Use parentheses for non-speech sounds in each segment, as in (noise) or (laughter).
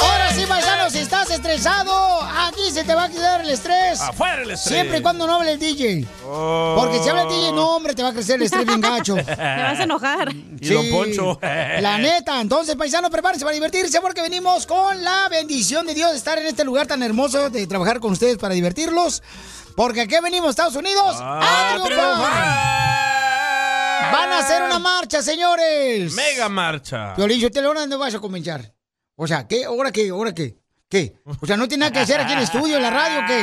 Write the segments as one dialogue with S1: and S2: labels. S1: Ahora sí, paisano, si estás estresado, aquí se te va a quedar el estrés.
S2: Afuera el estrés.
S1: Siempre y cuando no hable el DJ. Porque si habla el DJ, no, hombre, te va a crecer el
S2: (laughs)
S1: estrés bien gacho.
S2: Te vas a
S1: enojar.
S2: Mm, Y don Poncho.
S1: (laughs) La neta, entonces, paisano, prepárense para divertirse porque venimos con la bendición de Dios de estar en este lugar tan hermoso, de trabajar con ustedes para divertirlos. Porque aquí venimos, Estados Unidos,
S2: Ah,
S1: a triunfar. Van a hacer una marcha, señores.
S2: Mega marcha.
S1: Violín, yo te lo no vas a comenzar. O sea, ¿qué? ¿Ahora qué? ¿Ahora qué? ¿Qué? O sea, no tiene nada que hacer aquí en el estudio, en la radio, ¿qué?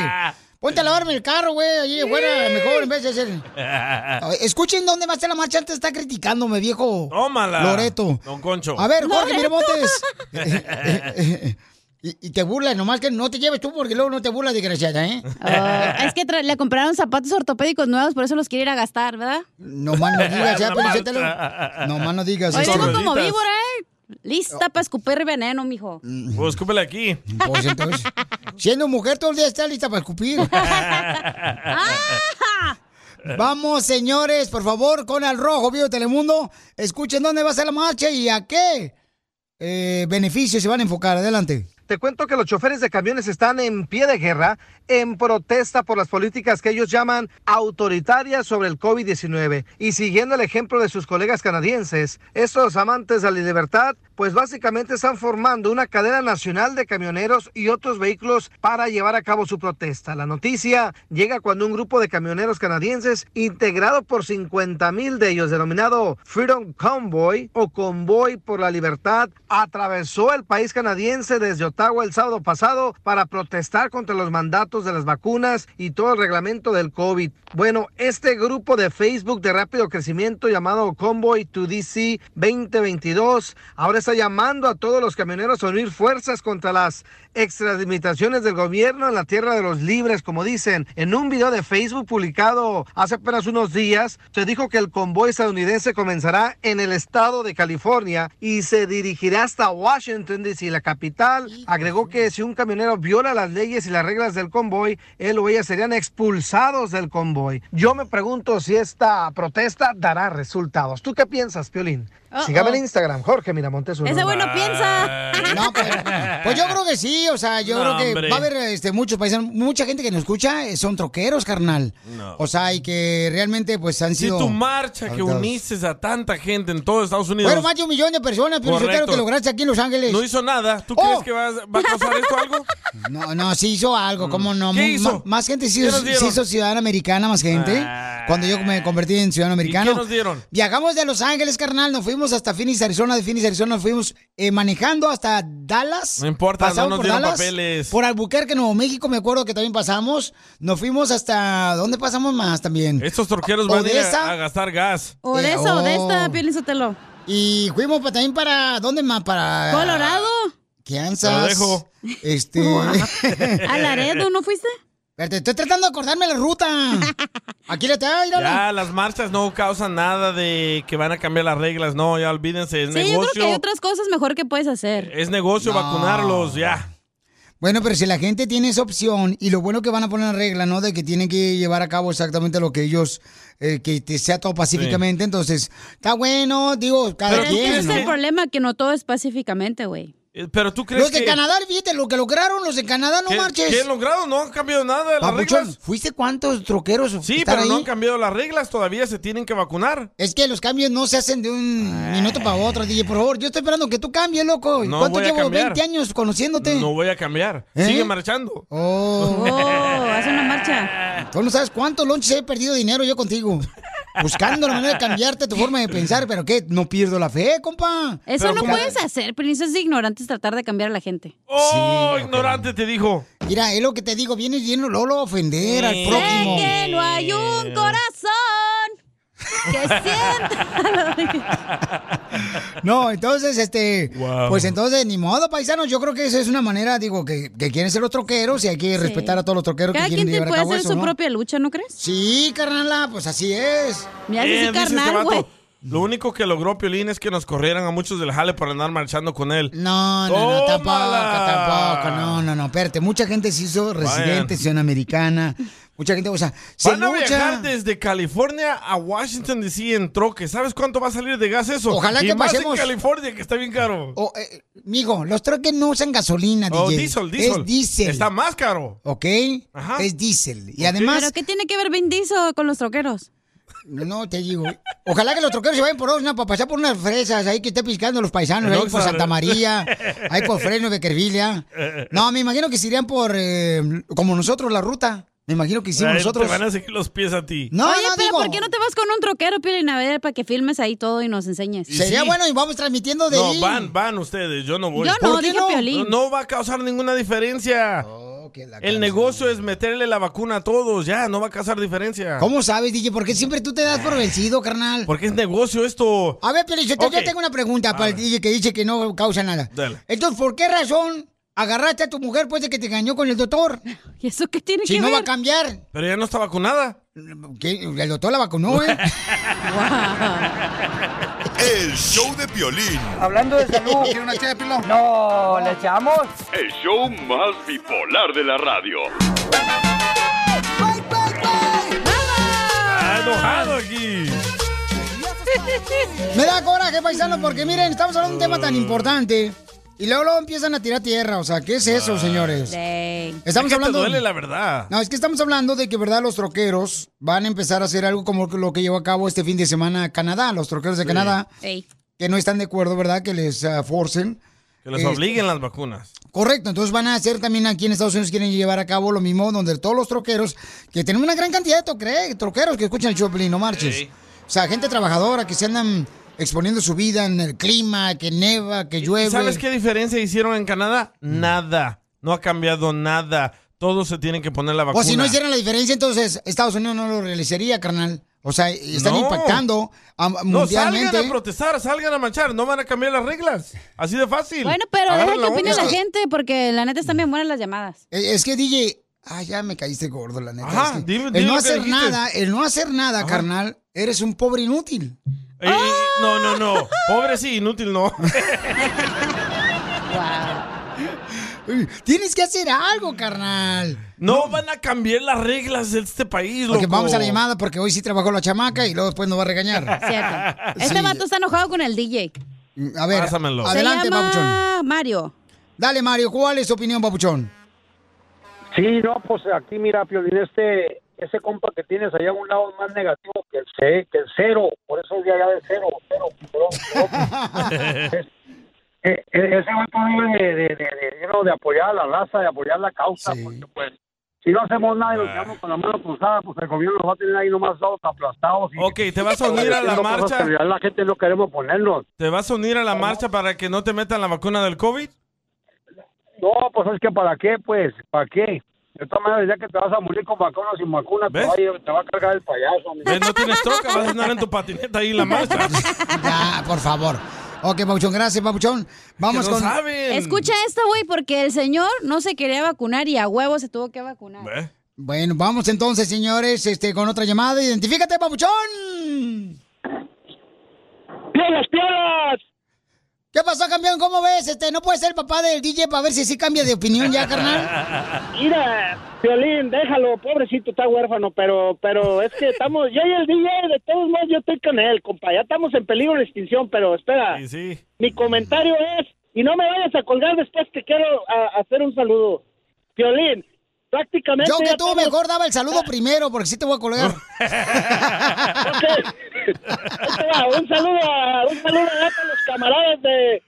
S1: Ponte a lavarme el carro, güey, allí afuera, mejor en vez de hacer.
S2: Ah.
S1: Escuchen dónde va a ser la marcha, antes está criticándome, viejo.
S2: Tómala.
S1: Loreto.
S2: Don Concho.
S1: A ver, Jorge Miramontes. Y, y te burlas, nomás que no te lleves tú porque luego no te burlas,
S3: (laughs)
S1: desgraciada, ¿eh?
S3: Ah,
S1: (laughs)
S3: es que tra- le compraron zapatos ortopédicos nuevos, por eso los quiere ir a gastar, ¿verdad?
S1: No más no
S2: (laughs)
S1: digas, ya,
S3: Una
S1: pero
S3: marcha.
S1: sételo. No más no digas.
S3: Hoy
S1: eso.
S3: vengo como víbora, ¿eh?
S2: Oh.
S3: Lista para escupir veneno, mijo.
S2: Pues escúpele aquí.
S1: Mm. Pues entonces, siendo mujer todo el día está lista
S2: (laughs)
S1: para escupir. Vamos, señores, por favor, con el rojo, vivo Telemundo. Escuchen dónde va a ser la marcha y a qué eh, beneficios se van a enfocar. Adelante.
S4: Te cuento que los choferes de camiones están en pie de guerra en protesta por las políticas que ellos llaman autoritarias sobre el COVID-19. Y siguiendo el ejemplo de sus colegas canadienses, estos amantes de la libertad, pues básicamente están formando una cadena nacional de camioneros y otros vehículos para llevar a cabo su protesta. La noticia llega cuando un grupo de camioneros canadienses, integrado por 50 mil de ellos, denominado Freedom Convoy o Convoy por la Libertad, atravesó el país canadiense desde Ottawa el sábado pasado para protestar contra los mandatos de las vacunas y todo el reglamento del COVID. Bueno, este grupo de Facebook de rápido crecimiento llamado Convoy to DC 2022 ahora está llamando a todos los camioneros a unir fuerzas contra las extralimitaciones del gobierno en la tierra de los libres, como dicen. En un video de Facebook publicado hace apenas unos días, se dijo que el convoy estadounidense comenzará en el estado de California y se dirigirá hasta Washington, D.C., la capital. Agregó que si un camionero viola las leyes y las reglas del convoy, él o ella serían expulsados del convoy. Yo me pregunto si esta protesta dará resultados. ¿Tú qué piensas, Piolín?
S3: Uh-oh.
S4: Sígame en Instagram, Jorge Miramontes. uno.
S3: Ese güey no piensa.
S1: No, pues, (laughs) pues yo creo que sí, o sea, yo
S4: No,
S1: creo que
S4: hombre.
S1: va a haber este, muchos paisanos, mucha gente que nos escucha eh, son troqueros, carnal.
S2: No.
S1: O sea, y que realmente pues han
S2: (laughs) Si
S1: sido...
S2: tu marcha que
S1: Ahorita-
S2: uniste a tanta gente en todo Estados Unidos
S1: Bueno, más de un millón de personas, pero yo
S2: Correcto.
S1: creo que lograste aquí en Los Ángeles.
S2: no hizo nada, ¿tú
S1: Oh.
S2: crees que vas- va a causar esto algo?
S1: (laughs)
S2: Mm.
S1: No, no, sí hizo algo, ¿cómo no?
S2: ¿Qué
S1: Mu-
S2: hizo?
S1: ma- Más gente se
S2: ¿Qué
S1: hizo,
S2: nos dieron? Ah.
S1: se hizo ciudadana americana, más gente. Cuando yo me convertí en ciudadano americano.
S2: qué nos dieron?
S1: Viajamos de Los Ángeles, carnal, nos fuimos hasta Phoenix, Arizona, de Phoenix, Arizona, nos fuimos eh, manejando hasta Dallas.
S2: No importa, no
S1: Pasamos
S2: nos
S1: por
S2: dieron
S1: Dallas,
S2: papeles.
S1: Por Albuquerque, Nuevo México, me acuerdo que también pasamos. Nos fuimos hasta, ¿dónde pasamos más también?
S2: Estos torqueros van a ir
S1: Odessa. Oh.
S2: a, a gastar gas.
S3: O
S1: Eh,
S3: de esa, o de esta, Pielizotelo.
S1: Y fuimos pa- también para, ¿dónde más? Para... (laughs)
S3: Colorado.
S1: Kansas.
S2: Lo dejo.
S1: Este...
S3: A Laredo, ¿no fuiste?
S1: Espérate, estoy tratando de acordarme
S3: (laughs)
S1: la ruta. Aquí le te va,
S2: Ya, las marchas no causan nada de que van a cambiar las reglas. No, ya olvídense, es
S3: Sí, yo creo que
S2: negocio.
S3: hay otras cosas mejor que puedes hacer.
S2: Es negocio
S1: No.
S2: vacunarlos, ya.
S1: Bueno, pero si la gente tiene esa opción y lo bueno que van a poner en regla, ¿no? De que tienen que llevar a cabo exactamente lo que ellos, eh, que te- sea todo pacíficamente, entonces, está bueno, digo, cada
S3: Pero es que
S1: quien,
S3: ese es el
S1: ¿no?
S3: problema, que no todo es pacíficamente, güey.
S2: Eh, Pero tú crees
S1: Los de
S2: que...
S1: Canadá, fíjate, lo que lograron los de Canadá, no
S2: ¿Qué-
S1: marches.
S2: qué han logrado? No han cambiado nada de las
S1: Papuchón,
S2: reglas.
S1: ¿fuiste cuántos troqueros
S2: Sí,
S1: están
S2: pero no
S1: ahí?
S2: han cambiado las reglas. Todavía se tienen que vacunar. Ah.
S1: Es que los cambios no se hacen de un minuto para otro, DJ, por favor. Yo estoy esperando que tú cambies, loco.
S2: No
S1: ¿Cuánto
S2: voy a
S1: llevo?
S2: cambiar.
S1: 20 años conociéndote.
S2: No voy a cambiar.
S1: ¿Eh?
S2: Sigue marchando.
S1: Oh.
S3: (laughs) Oh, hace una marcha.
S1: Tú no sabes cuántos lunches he perdido dinero yo contigo. Buscando la manera de cambiarte tu forma de pensar, pero ¿qué? No pierdo la fe, compa.
S3: Eso
S2: Pero
S3: no
S2: ¿cómo?
S3: puedes hacer, Piolín. Eso es de ignorantes tratar de cambiar a la gente.
S2: ¡Oh, ignorante! Te dijo.
S1: Mira, es lo que te digo, vienes bien Lolo a ofender al
S2: Sí.
S3: Sé
S1: prójimo.
S3: que no hay un corazón que sienta.
S1: No, entonces, este,
S2: Wow.
S1: pues entonces, ni modo, paisanos, yo creo que esa es una manera, digo, que, que quieren ser los troqueros y hay que respetar a todos los troqueros
S3: Cada
S1: que quieren
S3: quien te
S1: llevar a
S3: puede
S1: cabo
S3: hacer
S1: eso,
S3: su
S1: ¿no?
S3: propia lucha, ¿no crees?
S1: Sí, carnala, pues así es.
S3: Me
S2: (laughs)
S3: haces
S2: Eh, dice
S3: así
S2: este
S3: carnal,
S2: vato,
S3: güey.
S2: Lo único que logró Piolín es que nos corrieran a muchos del jale por andar marchando con él.
S1: No, no, no, tampoco,
S2: ¡Tómala!
S1: tampoco, no, no, no, espérate, mucha gente se hizo residente,
S2: Vayan.
S1: ciudadana americana, mucha gente, o sea, se
S2: Van a
S1: lucha.
S2: viajar desde California a Washington DC en troque. ¿Sabes cuánto va a salir de gas eso?
S1: Ojalá
S2: y
S1: que
S2: más
S1: pasemos-
S2: en California, que está bien caro.
S1: O, eh, mijo, los troques no usan gasolina,
S2: Oh,
S1: DJ.
S2: diesel, diesel.
S1: Es diésel.
S2: Está más caro.
S1: ¿Ok?
S2: Ajá.
S1: Es diésel. Y además,
S3: ¿Pero qué tiene que ver Vin Diesel con los troqueros?
S1: no te digo. Ojalá que los troqueros se vayan por Osna para pasar por unas fresas ahí que esté piscando los paisanos,
S2: En
S1: ahí por
S2: Oxnard. (laughs)
S1: Santa María, ahí por Fresno, Beckerville. ya. No, me imagino que se irían por, eh, como nosotros, la ruta. Me imagino que hicimos
S2: Ay,
S1: nosotros.
S2: Te van a seguir los pies a ti.
S1: No,
S3: Oye,
S1: no,
S3: pero
S1: digo.
S3: ¿por qué no te vas con un troquero, Piolín, a ver, para que filmes ahí todo y nos enseñes?
S2: Y
S1: Sería
S2: sí.
S1: bueno y vamos transmitiendo de ahí.
S2: No, van, van ustedes. Yo no voy.
S3: Yo
S1: ¿por
S3: no,
S1: qué
S3: dije
S1: no?
S3: Piolín.
S2: No va a causar ninguna diferencia.
S1: Oh, que la
S2: El
S1: canción.
S2: negocio es meterle la vacuna a todos. Ya, no va a causar diferencia.
S1: ¿Cómo sabes, DJ? ¿Por qué siempre tú te das por vencido, carnal?
S2: Porque es negocio esto.
S1: A ver, pero yo, te- yo
S2: Ok.
S1: tengo una pregunta para el DJ que dice que no causa nada.
S2: Dale.
S1: Entonces, ¿por qué razón agarraste a tu mujer después de que te engañó con el doctor?
S3: (laughs) ¿Y eso qué tiene
S1: Si
S3: que
S1: no va a
S3: ver?
S1: cambiar.
S2: Pero ya no está vacunada.
S1: ¿Qué? El doctor la vacunó, ¿eh?
S3: (laughs)
S5: El show de violín.
S6: Hablando de salud. ¿Quiere una No, ¿le echamos?
S7: El show más bipolar de la radio.
S2: Está enojado aquí.
S1: Me da coraje, paisano, porque miren, estamos hablando de un tema
S3: Mm.
S1: tan importante. Y luego, luego empiezan a tirar tierra. O sea, ¿qué es
S3: Ah.
S1: eso, señores?
S3: Dang.
S2: Es
S1: Estamos
S2: que
S1: hablando.
S2: Te duele la verdad.
S1: No, es que estamos hablando de que, ¿verdad? Los troqueros van a empezar a hacer algo como lo que llevó a cabo este fin de semana Canadá, los troqueros de Canadá,
S3: Ey.
S1: que no están de acuerdo, ¿verdad? Que les ah, forcen.
S2: Que los
S1: Eh,
S2: obliguen las vacunas.
S1: Correcto, entonces van a hacer también aquí en Estados Unidos, quieren llevar a cabo lo mismo, donde todos los troqueros, que tenemos una gran cantidad de tocre- troqueros que escuchan el Choplin, no marches.
S2: Sí.
S1: O sea, gente trabajadora que se andan exponiendo su vida en el clima, que neva, que llueve.
S2: ¿Y ¿Sabes qué diferencia hicieron en Canadá?
S1: Mm.
S2: Nada. No ha cambiado nada. Todos se tienen que poner la vacuna.
S1: O si no hicieran la diferencia, entonces Estados Unidos no lo realizaría, carnal. O sea, están
S2: No.
S1: impactando a-
S2: No, salgan
S1: mundialmente.
S2: a protestar, salgan a marchar. No van a cambiar las reglas. Así de fácil.
S3: Bueno, pero
S2: Agarran
S3: deja que opine
S2: onda.
S3: la gente, porque la neta están bien buenas las llamadas.
S1: Eh, Es que DJ, ah, ya me caíste gordo, la neta.
S2: Ajá,
S1: es que
S2: dime-
S1: el
S2: dime
S1: no
S2: lo que
S1: hacer
S2: dijiste.
S1: nada, el no hacer nada, carnal, eres un pobre inútil.
S2: Eh, eh, no, no, no. Pobre sí, inútil no.
S1: Eh, Tienes que hacer algo, carnal.
S2: No van a cambiar las reglas de este país, loco.
S1: Porque vamos a la llamada porque hoy sí trabajó la chamaca y luego después nos va a regañar.
S3: (laughs)
S1: (laughs)
S3: Cierto. Este
S1: Sí.
S3: vato está enojado con el DJ.
S1: Mm, A ver,
S2: Pásamelo.
S1: adelante,
S3: Se llama
S1: Papuchón.
S3: Mario.
S1: Dale, Mario, ¿cuál es tu opinión, Papuchón?
S8: Sí, no, pues aquí mira, Piolín, este, ese compa que tienes allá a un lado es más negativo que el, ce- que el cero, por eso ya allá de cero, cero, cero, cero. Es- e- e- ese vato debe de, de, de, de, you know, de apoyar a la raza, de apoyar la causa,
S1: Sí.
S8: porque pues si no hacemos nada
S2: Ah.
S8: y nos quedamos con la mano cruzada, pues el gobierno nos va a tener ahí nomás todos aplastados. Y,
S2: Ok, te vas a unir a la
S8: haciendo cosas
S2: marcha.
S8: que ya la gente no queremos ponernos.
S2: ¿Te vas a unir a la marcha para que no te metan la vacuna del COVID?
S8: No, pues es que para qué, pues, para qué. De todas maneras, ya que te vas a morir con vacuna o sin vacuna, te
S2: ¿Ves?
S8: va, a, lle- te va a cargar el payaso. mi-
S2: ¿Ves? No tienes troca, vas a andar en tu patineta ahí en
S8: (laughs)
S2: la marcha.
S1: Ya, Ah, por favor. Ok, Papuchón, gracias, Papuchón. Vamos
S2: Que no
S1: con.
S2: saben.
S3: Escucha esto, güey, porque el señor no se quería vacunar y a huevo se tuvo que vacunar.
S2: ¿Ve?
S1: Bueno, vamos entonces, señores, este, con otra llamada. Identifícate, Papuchón.
S8: ¡Pieles, pieles!
S1: ¿Qué pasó, campeón? ¿Cómo ves? Este, no puede ser el papá del DJ para ver si sí cambia de opinión
S9: (laughs)
S1: ya, carnal.
S8: Mira, Violín, déjalo, pobrecito, está huérfano, pero pero es que estamos, yo y el DJ, de todos modos, yo estoy con él, compa, ya estamos en peligro de extinción, pero espera,
S2: Sí, sí.
S8: mi comentario es,
S10: Y no me vayas a colgar después que quiero a- hacer un saludo. Violín, prácticamente...
S1: Yo que
S10: ya
S1: tú
S10: estamos-
S1: mejor daba el saludo
S10: (laughs)
S1: primero, porque sí te voy a colgar.
S10: Ahí te va, un saludo a, un saludo a los camaradas de,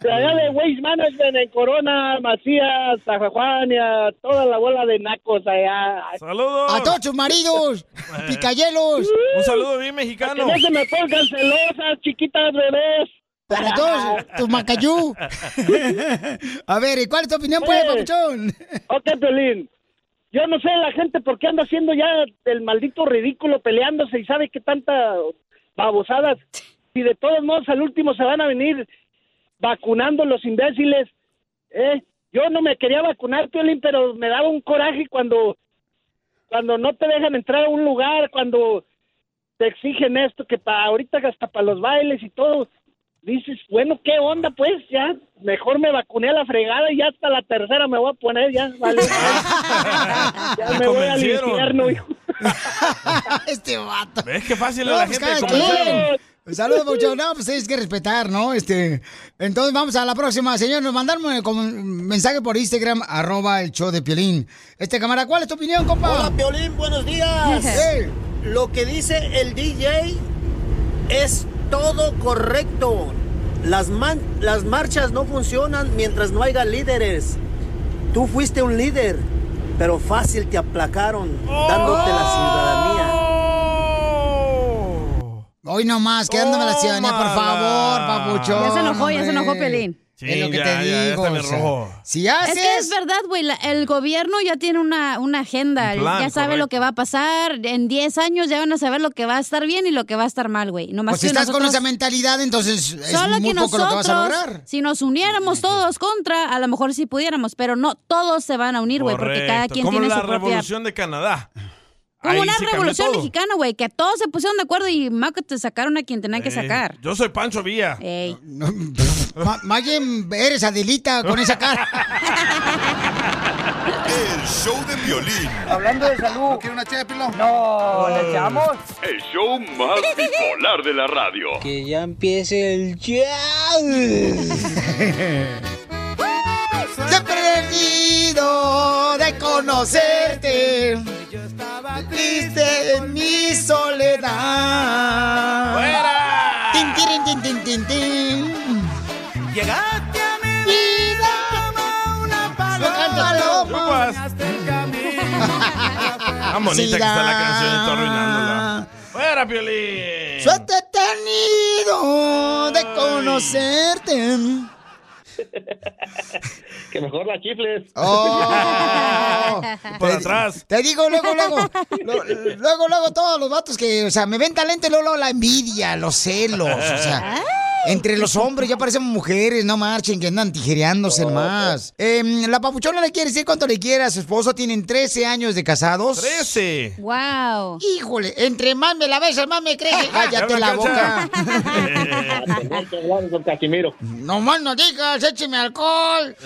S10: de allá de Waste Management en Corona, Macías, a Juan y a toda la bola de nacos allá.
S2: ¡Saludos!
S1: A todos sus maridos, picayelos.
S2: Un saludo bien mexicano.
S10: Uh, Para que no se me pongan celosas, chiquitas bebés.
S1: Para todos tus
S10: (laughs)
S1: macayú. Ah, A ver, ¿y cuál es tu opinión, pues,
S10: Eh.
S1: papuchón?
S10: Ok, Pelín. Yo no sé la gente por qué anda haciendo ya el maldito ridículo peleándose y sabe que tanta babosadas. Y de todos modos al último se van a venir vacunando los imbéciles. ¿eh? Yo no me quería vacunar, Piolín, pero me daba un coraje cuando, cuando no te dejan entrar a un lugar, cuando te exigen esto, que para ahorita hasta para los bailes y todo. Dices, bueno, ¿qué onda? Pues ya, mejor me vacuné a la fregada y ya hasta la tercera me voy a poner, ya, vale. ya me voy al
S2: convencieron.
S10: infierno, hijo.
S1: este vato.
S2: ¿Ves qué fácil es
S1: No,
S2: la
S1: pues
S2: gente?
S1: cada
S2: ¿Cómo
S1: quien.
S2: saben?
S1: Saludos, Pauchón. No, pues tienes que respetar, ¿no? Este, entonces vamos a la próxima. Señor, nos mandaron eh, como un mensaje por Instagram, arroba el show de Piolín. Este, cámara, ¿cuál es tu opinión, compa?
S4: Hola, Piolín, buenos días.
S1: (laughs) Hey.
S4: Lo que dice el DJ es todo correcto. Las, man- las marchas no funcionan mientras no haya líderes. Tú fuiste un líder, pero fácil te aplacaron dándote la
S3: Oh.
S4: ciudadanía.
S1: Hoy nomás, quedándome la ciudadanía, por favor, papuchón.
S3: Ya se enojó, ya se
S1: hombre.
S3: enojó Pelín.
S2: Sí,
S1: es lo que
S2: ya,
S1: te
S2: ya, ya
S1: digo.
S2: está bien
S1: o sea, Pues
S2: rojo.
S1: si haces...
S3: Es que es verdad, güey. la- El gobierno ya tiene una, una agenda.
S1: Un plan,
S3: ya sabe
S1: correcto.
S3: lo que va a pasar. En 10 años ya van a saber lo que va a estar bien y lo que va a estar mal, güey. Nomás
S1: Pues si
S3: que
S1: estás con
S3: nosotros-
S1: esa mentalidad, entonces es
S3: Solo
S1: muy
S3: que
S1: poco
S3: nosotros,
S1: lo que vas a lograr.
S3: si nos uniéramos todos contra, a lo mejor sí pudiéramos, pero no todos se van a unir, güey, porque cada
S2: Correcto.
S3: quien
S2: Como
S3: tiene
S2: la
S3: su propia...
S2: revolución de Canadá. Ahí
S3: Como una
S2: sí cambió
S3: revolución
S2: todo.
S3: mexicana, güey, que todos se pusieron de acuerdo y maco te sacaron a quien tenían que
S2: Eh,
S3: sacar.
S2: yo soy Pancho Villa.
S1: Eh.
S3: Ey.
S1: Ma- más bien eres Adelita con esa cara.
S11: El show de violín.
S9: Hablando de salud. ¿No quiere una ché de pilón? No, ¿le
S1: (laughs)
S9: echamos?
S11: El show más bipolar de la radio.
S12: Que ya empiece el
S1: Te he perdido de conocerte. Triste en mi soledad. ¡Fuera! Tin, tirin, tin, tin, tin, tin.
S9: Llegaste a mi
S1: vida
S9: como una
S1: paloma. (laughs)
S2: Tan bonita que está la canción, está arruinándola. ¡Fuera, Piolín!
S1: Suerte he tenido de conocerte.
S10: Que mejor la chifles.
S1: (laughs) Oh.
S2: Para atrás.
S1: Te digo luego, luego, lo- luego, luego todos los vatos que, o sea, me ven talento y luego, luego la envidia, los celos, o sea. Entre los hombres ya parecen mujeres, no marchen, que andan tijereándose más. Em, la papuchona le quiere decir cuánto le quiere a su esposo, tienen 13 años de casados.
S2: ¡Trece!
S3: ¡Wow!
S1: Híjole, entre más me la besas, más me crece. Cállate
S9: Ya me
S1: la
S9: cansa.
S1: boca. No más no digas, écheme alcohol.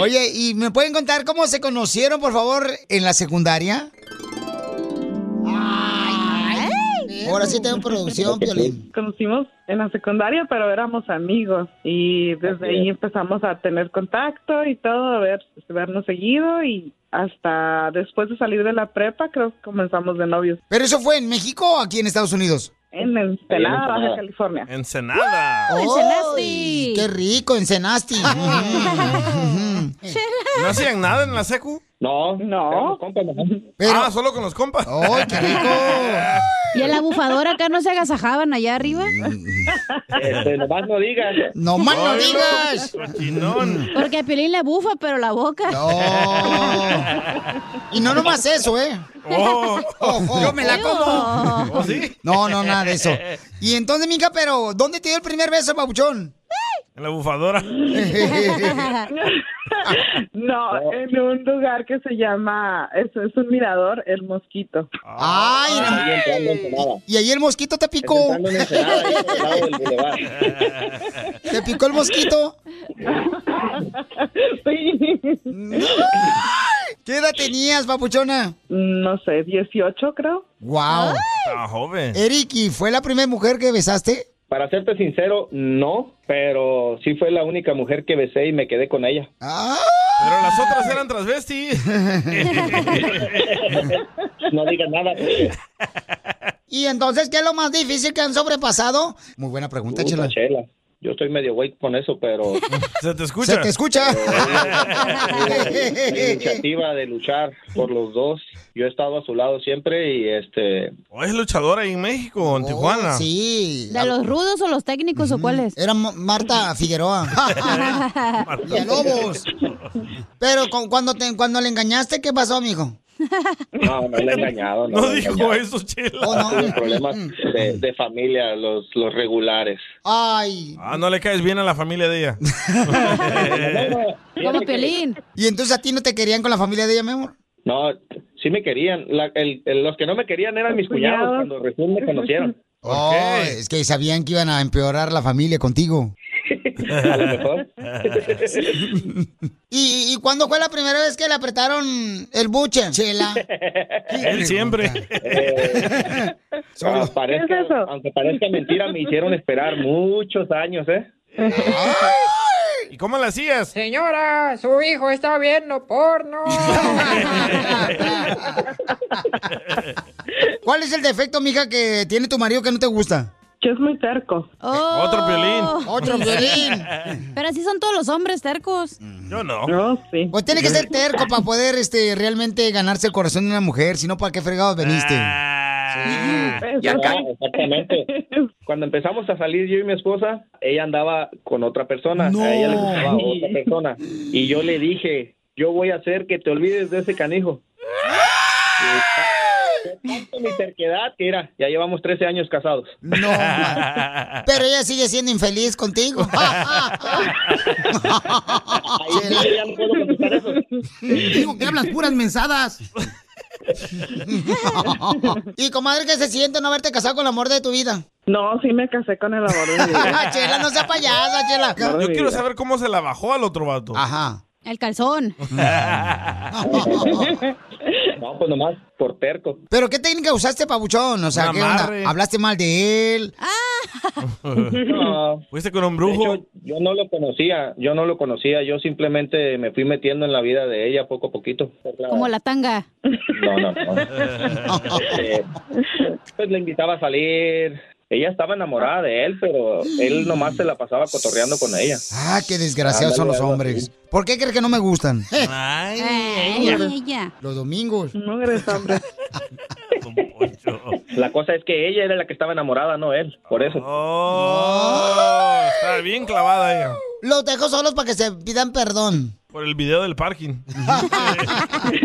S1: Oye, ¿y me pueden contar cómo se conocieron, por favor, en la secundaria? Ahora sí
S13: (laughs)
S1: tengo producción, Piolín.
S13: Conocimos en la secundaria, pero éramos amigos y
S1: Así
S13: desde
S1: es.
S13: ahí empezamos a tener contacto y todo, a ver, vernos seguido y hasta después de salir de la prepa creo que comenzamos de novios.
S1: ¿Pero eso fue en México o aquí en Estados Unidos?
S13: En Ensenada, Baja California.
S2: Ensenada.
S1: ¡Ay,
S13: Ensenasti!
S1: ¡Qué rico, Ensenasti! (laughs) Mm.
S2: ¿No hacían nada en la secu?
S10: No.
S13: No.
S2: Ah, solo con los compas.
S1: ¡Ay, qué rico!
S3: ¿Y en la bufadora acá no se agasajaban allá arriba?
S10: Este, nomás no digas.
S1: ¡No más no digas!
S3: Porque a Piolín le bufa, pero la boca.
S1: Oh. Y no nomás eso, ¿eh?
S3: Oh.
S1: Ojo.
S3: Yo me la como. ¿Oh, sí?
S1: No, no, nada de eso. Y entonces, mija, pero ¿dónde te dio el primer beso, papuchón?
S2: (laughs) En la bufadora.
S13: No, en un lugar que se llama, es, es un mirador, el mosquito.
S1: ¡Ay! Y ahí el mosquito te picó. (laughs) ¿Te picó el mosquito? ¿Qué edad tenías, papuchona?
S13: No sé, 18 creo. Ah.
S1: ¡Wow!
S2: Estaba joven.
S1: Eh. Eriki, ¿fue la primera mujer que besaste?
S14: Para serte sincero, no, pero sí fue la única mujer que besé y me quedé con ella.
S1: Ah,
S2: Pero las otras eran transvestis.
S14: No digas nada. porque-
S1: ¿Y entonces qué es lo más difícil que han sobrepasado? Muy buena pregunta,
S14: Puta,
S1: Chela.
S14: Chela. Yo estoy medio güey con eso, pero...
S2: Se te
S1: escucha. Se te
S14: (laughs)
S1: escucha.
S14: mi iniciativa de luchar por los dos. Yo he estado a su lado siempre y este...
S2: ¿O es luchadora ahí en México, en Tijuana?
S1: Sí.
S3: ¿De los rudos o los técnicos o cuáles?
S1: Era Marta (laughs) Figueroa. Y a Lobos. Pero con- cuando, te- cuando le engañaste, ¿qué pasó, amigo?
S14: No, no le he engañado. No, dijo eso,
S2: Chela.
S14: problemas de, de familia, los, los regulares.
S1: Ay.
S2: Ah, no le caes bien a la familia de ella.
S1: (laughs) Como Pelín. ¿Y entonces a ti no te querían con la familia de ella, mi amor?
S14: No, sí me querían. La- el- el- los que no me querían eran mis cuñados cuando recién me conocieron.
S1: Oh, es que sabían que iban a empeorar la familia contigo.
S14: A lo
S1: (laughs)
S14: mejor.
S1: ¿Y, y cuándo fue la primera vez que le apretaron el buche,
S14: (laughs)
S1: Chela?
S2: Él siempre.
S14: Ah, parezca- Aunque parezca mentira, me hicieron esperar muchos años, ¿eh?
S2: (laughs) ¿Y cómo la hacías?
S15: Señora, su hijo está viendo porno.
S1: ¿Cuál es el defecto, mija, que tiene tu marido que no te gusta?
S13: Que es muy terco.
S2: Otro violín.
S1: Otro violín.
S3: Oh. (laughs) Pero así son todos los hombres tercos.
S2: Yo no.
S13: sí.
S1: Pues tiene que ser terco para poder este, realmente ganarse el corazón de una mujer, si no, ¿para qué fregados veniste?
S14: Ah.
S2: Ah, (laughs)
S14: Ya, exactamente. Cuando empezamos a salir yo y mi esposa, ella andaba con otra persona, a ella le gustaba otra persona. Y yo le dije, yo voy a hacer que te olvides de ese canijo. Y ta- tanto mi terquedad, que era, ya llevamos 13 años casados.
S1: No, Pero ella sigue siendo infeliz
S14: (laughs)
S1: contigo.
S14: ya no puedo contestar eso.
S1: Digo que hablas puras
S14: (laughs)
S1: mensadas. y comadre, ¿qué se siente no haberte casado con el amor de tu vida?
S13: No, sí me casé con el amor de
S1: (laughs)
S13: mi vida.
S1: chela, no sea payasa, chela.
S2: Yo quiero saber cómo se la bajó al otro vato.
S1: Ajá.
S3: El calzón.
S14: (laughs) No, pues nomás por terco.
S1: ¿Pero qué técnica usaste, pabuchón? O sea,
S14: Un
S1: ¿qué onda?
S14: amarre.
S1: ¿Hablaste mal de él?
S14: No.
S2: ¿Fuiste con un brujo?
S14: yo no lo conocía, yo no lo conocía, yo simplemente me fui metiendo en la vida de ella poco a poquito.
S3: Como la tanga.
S14: No, no, no. Este, pues le invitaba a salir. Ella estaba enamorada de él, pero él nomás se la pasaba cotorreando con ella.
S1: Ah, qué desgraciados son los
S14: Ándale, algo
S1: hombres. ¿Por qué crees que no me gustan?
S2: Ay,
S3: Ay, ella.
S1: Los domingos.
S13: No eres
S2: (laughs)
S13: hombre.
S14: La cosa es que ella era la que estaba enamorada, no él. Por eso.
S2: Oh, está bien clavada ella.
S1: Los dejo solos para que se pidan perdón.
S2: (laughs) Por el video del parking.
S14: (laughs)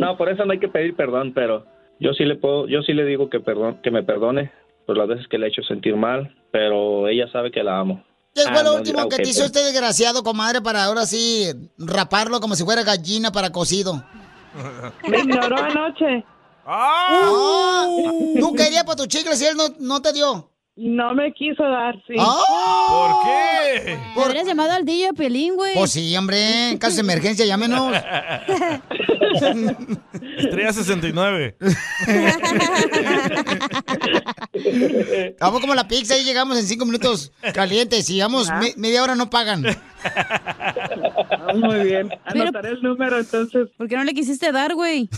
S14: No, por eso no hay que pedir perdón, pero yo sí le puedo, yo sí le digo que perdón, que me perdone por las veces que le he hecho sentir mal, pero ella sabe que la amo.
S1: ¿Qué
S14: Ah,
S1: fue lo
S14: no,
S1: último que
S14: ok,
S1: te hizo este desgraciado, comadre, para ahora sí raparlo como si fuera gallina para cocido?
S13: Me ignoró anoche.
S1: ¡Ah! Tú querías para tus chicles y él no, no te dio.
S13: No me quiso dar, Ah, sí.
S1: Ah.
S2: ¿Por qué?
S3: Te hubieras llamado al DJ Pelín, güey. (laughs)
S1: Pues sí, hombre, en caso de emergencia, llámenos.
S2: Estrella 69.
S1: Estamos como la pizza y llegamos en cinco minutos calientes. Si llegamos me- media hora no pagan.
S13: Ah, Muy bien. Anotaré el número entonces.
S3: ¿Por qué no le quisiste dar, güey?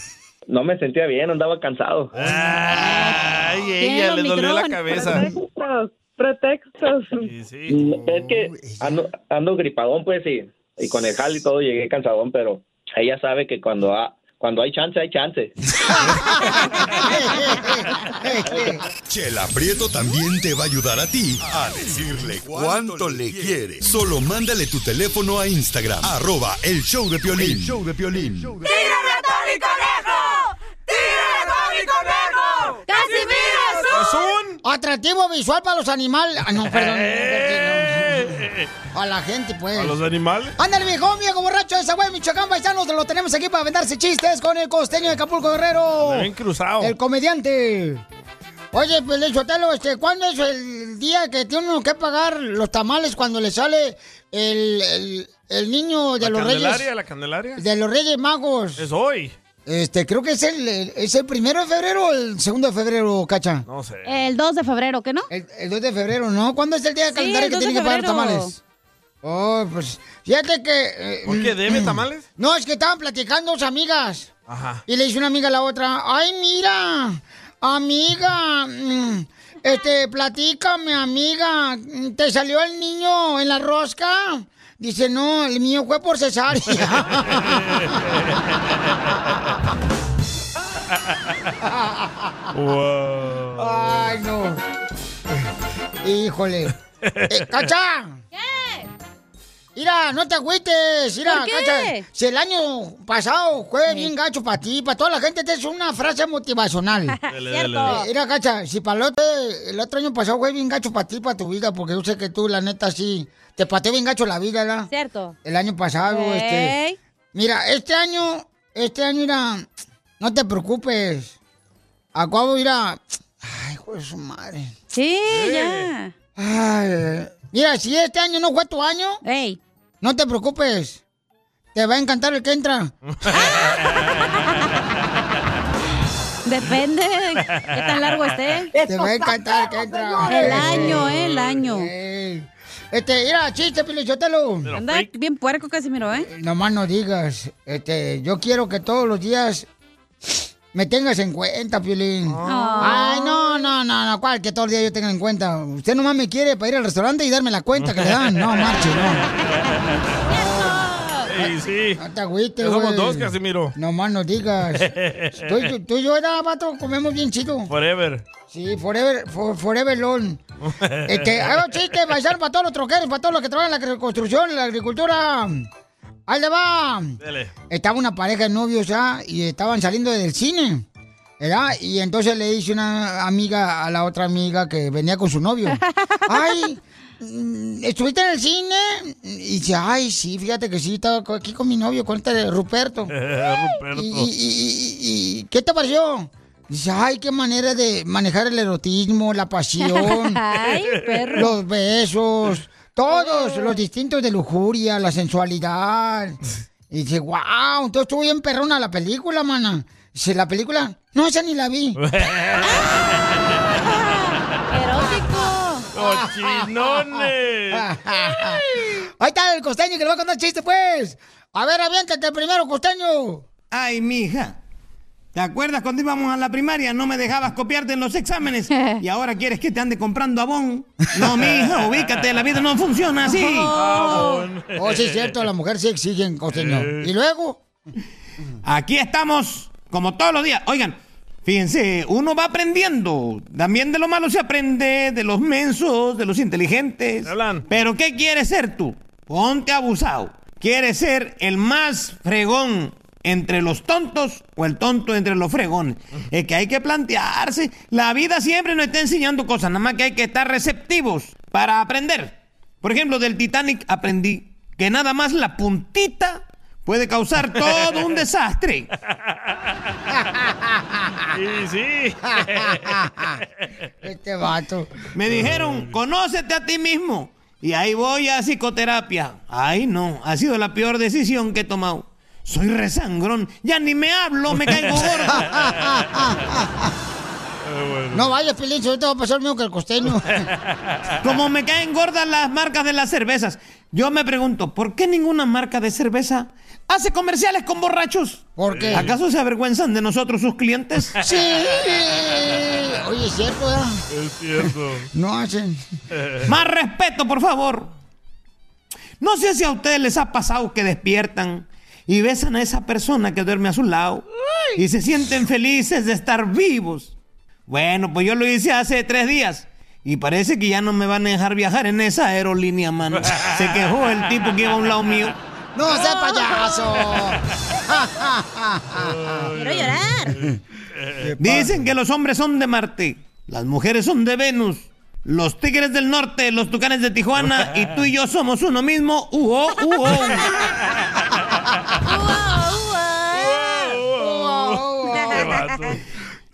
S14: No me sentía bien, andaba cansado.
S2: Ay, ella le dolió la cabeza.
S13: Pretextos, pretextos.
S14: Es que ando, ando gripadón, pues, y, y con el jal y todo llegué cansadón, pero ella sabe que cuando, ha- cuando hay chance, hay chance.
S7: Chela Prieto también te va a ayudar a ti a decirle cuánto le quiere. Solo mándale tu teléfono a Instagram, arroba el show de Piolín. show de Piolín.
S1: Atractivo visual para los animales. Ah, no, perdón.
S2: Eh.
S1: A la gente, pues.
S2: ¿A los animales?
S1: Ándale, viejo, viejo, borracho esa güey, Michoacán, paisanos, lo tenemos aquí para vendarse chistes con el costeño de Acapulco Guerrero.
S2: Anda bien cruzado.
S1: El comediante. Oye, Pelín Sotelo, este, ¿cuándo es el día que tiene uno que pagar los tamales cuando le sale el, el- el niño de
S2: ¿La
S1: los
S2: Candelaria?
S1: reyes?
S2: ¿La Candelaria?
S1: De los reyes magos. (laughs)
S2: Es hoy.
S1: Este, creo que es el, el- es el primero de febrero o el segundo de febrero, Cacha.
S2: No sé.
S3: El 2 de febrero, ¿qué no?
S1: El, 2 de febrero, ¿no? ¿Cuándo es el día de calendario
S3: el
S1: que
S3: 2 de
S1: tiene que pagar los
S3: febrero.
S1: tamales? Oh, pues, fíjate que... eh,
S2: ¿Por qué? ¿Debe tamales?
S1: (clears throat) No, es que estaban platicando dos amigas. (laughs)
S2: Ajá.
S1: Y le dice una amiga a la otra, ay, mira, amiga, mm, este, platícame, amiga, mm, ¿te salió el niño en la rosca? Dice, no, el mío fue por cesárea. (laughs) ay, no. Híjole. Eh, ¡Cacha! Mira, no te agüites, mira,
S3: ¿Por qué?
S1: Cacha. Si el año pasado fue bien gacho para ti, para toda la gente, te es una
S3: (laughs)
S1: frase motivacional.
S2: Dale, dale, dale.
S1: Eh, Mira, Cacha, si para el otro, el otro año pasado fue bien gacho para ti, para tu vida, porque yo sé que tú, la neta, sí, te pateó bien gacho la vida, ¿verdad?
S3: Cierto.
S1: El año pasado,
S3: Ey.
S1: este. Mira, este año, este año, mira, no te preocupes. Acabo, mira. Ay, hijo de su madre.
S3: Sí, ya.
S1: Eh. Ay, mira, si este año no fue tu año, no te preocupes. Te va a encantar el que entra.
S3: Depende de qué tan largo esté.
S1: Te va a encantar el que entra.
S3: El año, eh, el año.
S1: Ey. Este, mira, chiste, Pilichotelo.
S3: Anda bien puerco Casimiro, ¿eh?
S1: Nomás no digas. Este, yo quiero que todos los días me tengas en cuenta, Piolín.
S3: Ah.
S1: Ay, no, no, no, no, cuál que todos los días yo tenga en cuenta. Usted nomás me quiere para ir al restaurante y darme la cuenta que le dan.
S3: (laughs)
S1: No, marche, no.
S2: Sí, sí.
S1: No te agüites,
S2: Ya somos
S1: güey.
S2: dos, Casimiro.
S1: Nomás no digas. Tú, y yo- tú y yo, era vato, comemos bien chido.
S2: Forever.
S1: Sí, forever, for- forever long.
S2: (laughs)
S1: Este, hago chiste, paisano, para todos los troqueros, para todos los que trabajan en la reconstrucción, en la agricultura. Ahí le va.
S2: Dele.
S1: Estaba una pareja de novios ya y estaban saliendo del cine. ¿Verdad? Y entonces le dice una amiga a la otra amiga que venía con su novio. Ay, mm, ¿estuviste en el cine? Y dice, ay, sí, fíjate que sí, estaba co- aquí con mi novio, con este Ruperto.
S5: Eh,
S2: Ruperto.
S1: Y, y- y- y- qué te pareció? Dice, ay, qué manera de manejar el erotismo, la pasión,
S3: (laughs) Ay, perro. Oh.
S1: los besos, todos los distintos de lujuria, la sensualidad. Y dice, wow, entonces estuvo bien perrona la película, mana. Dice, ¿la película? No, esa ni
S3: (laughs)
S1: la vi.
S2: ¡Cochinones!
S1: Ahí está el costeño que le va a contar chiste, pues. A ver, aviéntate primero, costeño.
S16: Ay, mija. ¿Te acuerdas cuando íbamos a la primaria? No me dejabas copiarte en los exámenes. Y ahora quieres que te ande comprando abón. No, mija, ubícate, la vida no funciona así.
S1: Oh, oh, sí, es cierto, las mujeres sí exigen, costeño. Y luego,
S16: Aquí estamos, como todos los días. Oigan, fíjense, uno va aprendiendo. También de lo malo se aprende, de los mensos, de los inteligentes. Pero ¿qué quieres ser tú? Ponte abusado. ¿Quieres ser el más fregón entre los tontos o el tonto entre los fregones? Es que hay que plantearse. La vida siempre nos está enseñando cosas, nada más que hay que estar receptivos para aprender. Por ejemplo, del Titanic aprendí que nada más la puntita puede causar todo un desastre.
S2: Sí, sí.
S1: este vato.
S16: Me dijeron, conócete a ti mismo. Y ahí voy a psicoterapia. Ay, no, ha sido la peor decisión que he tomado. Soy resangrón, ya ni me hablo, me caigo
S9: (laughs)
S16: gordo.
S1: No vayas, Pelín, si ahorita va a pasar lo mismo que el costeño.
S16: (laughs) Como me caen gordas las marcas de las cervezas, yo me pregunto, ¿por qué ninguna marca de cerveza hace comerciales con borrachos?
S1: ¿Por qué?
S16: ¿Acaso se avergüenzan de nosotros sus clientes?
S1: (laughs) Sí. Oye, es cierto, ¿verdad?
S16: Es cierto.
S1: No hacen.
S16: Más respeto, por favor. No sé si a ustedes les ha pasado que despiertan y besan a esa persona que duerme a su lado y se sienten felices de estar vivos. Bueno, pues yo lo hice hace tres días y parece que ya no me van a dejar viajar en esa aerolínea, mano. Se quejó el tipo que iba a un lado mío.
S1: ¡No sea payaso!
S3: Quiero llorar.
S16: Dicen que los hombres son de Marte, las mujeres son de Venus, los tigres del norte, los tucanes de Tijuana y tú y yo somos uno mismo. Uo, uo.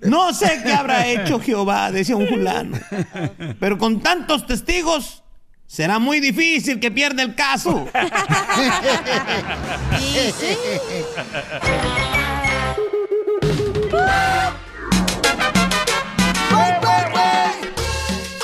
S16: No sé qué habrá hecho Jehová, decía un fulano. Pero con tantos testigos, será muy difícil que pierda el caso.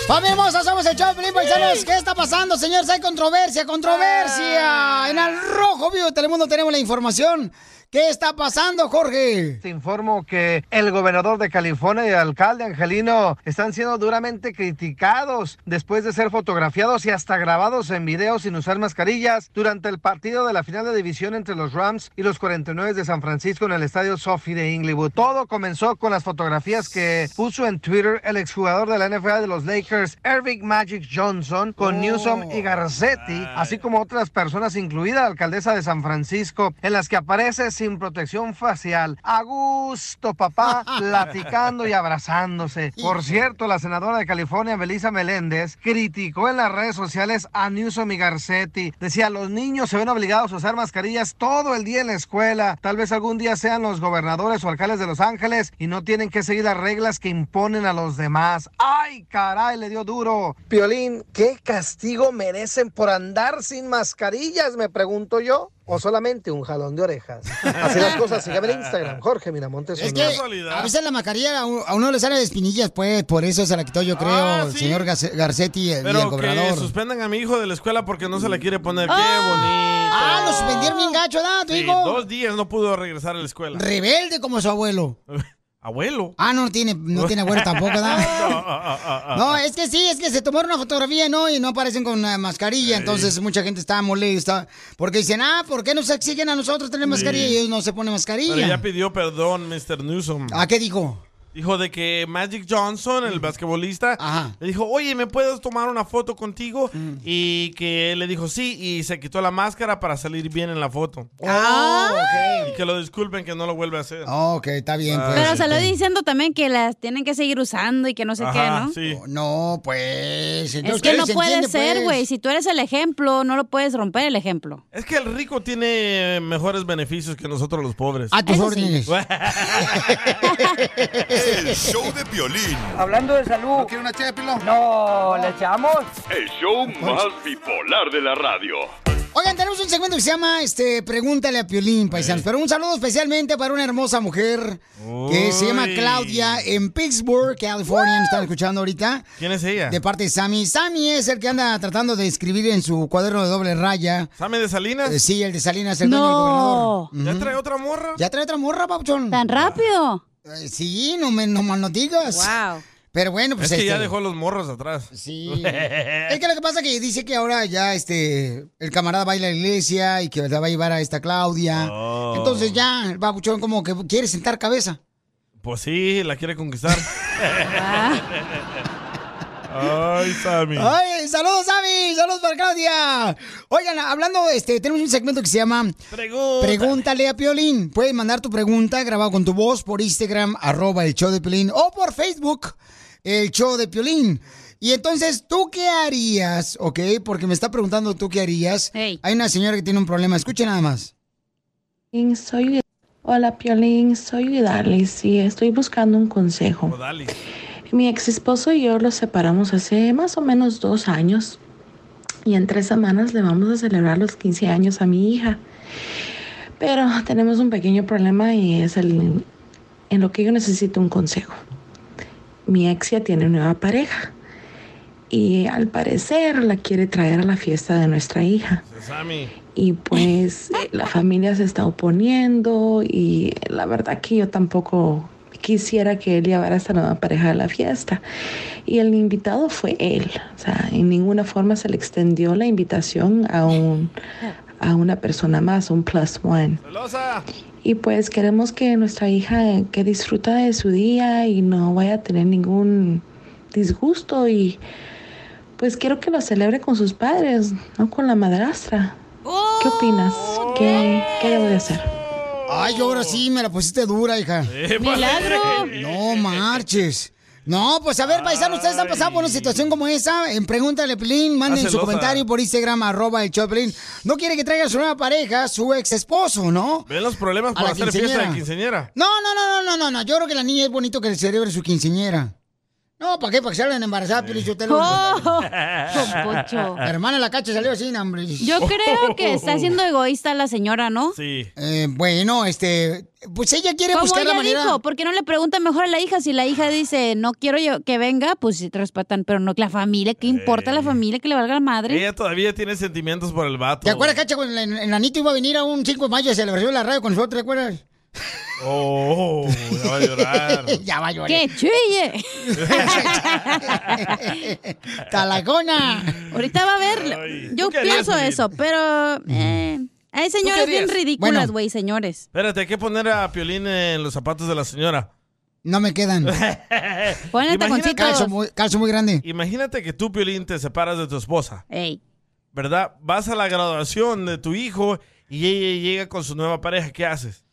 S1: Familia hermosa, somos el show de Pelín, paisanos. ¿Qué está pasando, señores? Hay controversia,
S3: Ah.
S1: controversia. En el rojo vivo de Telemundo tenemos la información. ¿Qué está pasando, Jorge?
S4: Te informo que el gobernador de California y el alcalde Angelino están siendo duramente criticados después de ser fotografiados y hasta grabados en video sin usar mascarillas durante el partido de la final de división entre los Rams y los 49 de San Francisco en el estadio Sophie de Inglewood. Todo comenzó con las fotografías que puso en Twitter el exjugador de la NFL de los Lakers, Erving Magic Johnson, con Newsom y Garcetti, así como otras personas, incluida la alcaldesa de San Francisco, en las que aparece sin protección facial, a gusto, papá, platicando y abrazándose. Por cierto, la senadora de California, Belisa Meléndez, criticó en las redes sociales a Newsom y Garcetti. Decía, los niños se ven obligados a usar mascarillas todo el día en la escuela. Tal vez algún día sean los gobernadores o alcaldes de Los Ángeles y no tienen que seguir las reglas que imponen a los demás. ¡Ay, caray! Le dio duro. Piolín, ¿qué castigo merecen por andar sin mascarillas? Me pregunto yo. O solamente un jalón de orejas. Así las cosas. Sígame en Instagram, Jorge Miramontes.
S1: Es
S4: uno.
S1: que a veces la mascarilla a u- a uno le sale de espinillas, pues, por eso se la quitó, yo creo,
S2: Ah,
S1: el
S2: sí.
S1: señor Garce- Garcetti, el, y el
S2: Pero que
S1: gobernador.
S2: suspendan a mi hijo de la escuela porque no se la quiere poner.
S1: Ah, lo suspendieron bien gacho, ¿da?
S2: ¡Qué
S1: Tu
S2: bonito! Sí,
S1: hijo.
S2: dos días no pudo regresar a la escuela.
S1: Rebelde como su abuelo.
S2: Abuelo.
S1: Ah, no tiene,
S2: (laughs)
S1: no eh. tiene abuelo tampoco, ¿da?
S2: ¿verdad?
S1: No, es que sí, es que se tomaron una fotografía, ¿no? Y no aparecen con una mascarilla, entonces mucha gente está molesta. Porque dicen, ah, ¿por qué nos exigen a nosotros tener mascarilla? Y ellos no se ponen
S2: Pero ya
S1: mascarilla.
S2: pidió perdón, Mr. Newsom.
S1: ¿A qué dijo?
S2: Dijo de que Magic Johnson, el basquetbolista, le dijo, oye, ¿me puedes tomar una foto contigo? Y que él le dijo sí, y se quitó la máscara para salir bien en la foto.
S1: Ah,
S2: Y que lo disculpen que no lo vuelve a hacer.
S1: Ok, está bien,
S2: Ah.
S1: pues.
S3: Pero se lo diciendo también que las tienen que seguir usando y que no sé qué,
S2: Ajá,
S3: ¿no?
S2: sí.
S1: Oh, No, pues.
S3: Es
S1: entonces,
S3: que no
S1: ¿se
S3: puede
S1: entiende,
S3: ser,
S1: pues?
S3: güey. Si tú eres el ejemplo, no lo puedes romper el ejemplo.
S2: Es que el rico tiene mejores beneficios que nosotros los pobres.
S3: A tus Eso sí.
S2: (laughs)
S3: órdenes.
S7: El show de Piolín.
S6: Hablando de salud. ¿No quiere una No, ¿le echamos?
S11: El show más bipolar de la radio.
S1: Oigan, tenemos un segmento que se llama este, Pregúntale a Piolín, paisanos. Pero un saludo especialmente para una hermosa mujer que se llama
S2: Uy.
S1: Claudia en Pittsburgh, California. Nos están escuchando ahorita.
S2: ¿Quién es ella?
S1: De parte de Sammy. Sammy es el que anda tratando de escribir en su cuaderno de doble raya.
S2: ¿Same de Salinas?
S1: Eh, sí, el de Salinas, el dueño del gobernador.
S2: ¿Ya
S1: Ujú.
S2: trae otra morra?
S1: ¿Ya trae otra morra, Pauchón? ¿Tan
S3: rápido?
S1: sí, no me no mal no digas.
S3: Wow.
S1: Pero bueno, pues
S2: es que ya
S1: este,
S2: dejó los morros atrás. (laughs)
S1: Sí. Es que lo que pasa es que dice que ahora ya este el camarada va a ir a la iglesia y que la va a llevar a esta Claudia. Entonces ya el babuchón como que quiere sentar cabeza.
S2: Pues sí, la quiere conquistar. Ay, Sammy.
S1: Ah. ¡Ay! ¡Saludos, Sammy! ¡Saludos para Claudia! Oigan, hablando, este, tenemos un segmento que se llama
S2: Pregúntale,
S1: a Piolín. Puedes mandar tu pregunta grabada con tu voz por Instagram, arroba el show de Piolín, o por Facebook, el show de Piolín. Y entonces, ¿tú qué harías? ¿Ok? Porque me está preguntando tú qué harías. Hay una señora que tiene un problema. Escuchen nada más.
S17: Piolín, Soy, hola Piolín, soy Dalis y estoy buscando un consejo. Mi ex esposo y yo los separamos hace más o menos dos años y en tres semanas le vamos a celebrar los 15 años a mi hija. Pero tenemos un pequeño problema y es el, en lo que yo necesito un consejo. Mi ex ya tiene nueva pareja y al parecer la quiere traer a la fiesta de nuestra hija
S2: Sammy.
S17: y pues eh, la familia se está oponiendo y la verdad que yo tampoco quisiera que él llevara a esta nueva pareja a la fiesta. Y el invitado fue él, o sea, en ninguna forma se le extendió la invitación a, un, a una persona más, un plus one. Y pues queremos que nuestra hija eh, que disfruta de su día y no vaya a tener ningún disgusto y pues quiero que lo celebre con sus padres, no con la madrastra. ¿Qué opinas? ¿Qué, qué debo de hacer?
S1: Ay, ahora sí me la pusiste dura, hija.
S17: Milagro.
S1: No marches. No, pues a ver, paisano, ustedes han pasado por una situación como esa. En Pregúntale, Pelín, manden
S2: Ah,
S1: su
S2: celosa.
S1: comentario por Instagram, arroba el show de Pelín. No quiere que traiga a su nueva pareja, su ex esposo, ¿no?
S2: ¿Ven los problemas
S1: A
S2: para
S1: la
S2: hacer fiesta de quinceañera?
S1: No, no, no, no, no, no, no. Yo creo que la niña es bonito que le celebre su quinceñera. No, ¿para qué? Para que salgan embarazadas, pero yo te lo
S3: Oh,
S2: Pocho.
S1: La hermana de la cacha salió así, hombre. (laughs)
S3: Yo creo que está siendo egoísta la señora, ¿no?
S2: Sí.
S1: eh, bueno, este. Pues ella quiere
S3: Como
S1: buscar
S3: ella
S1: la manera.
S3: dijo, ¿por qué no le pregunta mejor a la hija? Si la hija dice, no quiero yo que venga, pues sí te respetan, pero no, la familia, ¿qué importa la familia que le valga la madre?
S2: Ella todavía tiene sentimientos por el vato.
S1: ¿Te acuerdas, Cacha, cuando el el nanito iba a venir a un 5 de mayo a celebración de la radio con nosotros, ¿te acuerdas?
S2: Oh, ya va a llorar.
S1: (laughs) ya va a llorar.
S3: ¡Qué
S1: (laughs)
S3: chille!
S1: ¡Talagona!
S3: Ahorita va a ver, yo
S2: ¿tú qué harías,
S3: pienso
S2: Piolín?
S3: eso, pero...
S1: Mm.
S3: eh, hay señores bien
S2: harías?
S3: ridículas,
S2: Bueno.
S3: güey,
S1: (laughs)
S3: señores.
S2: Espérate, hay que poner a Piolín en los zapatos de la señora.
S1: No me
S2: (laughs)
S1: quedan.
S3: Ponle
S2: Imagínate-
S3: taconcitos.
S1: Calzo muy, calzo muy grande.
S2: Imagínate que tú, Piolín, te separas de tu esposa,
S3: Ey.
S2: ¿verdad? Vas a la graduación de tu hijo y ella llega con su nueva pareja. ¿Qué haces?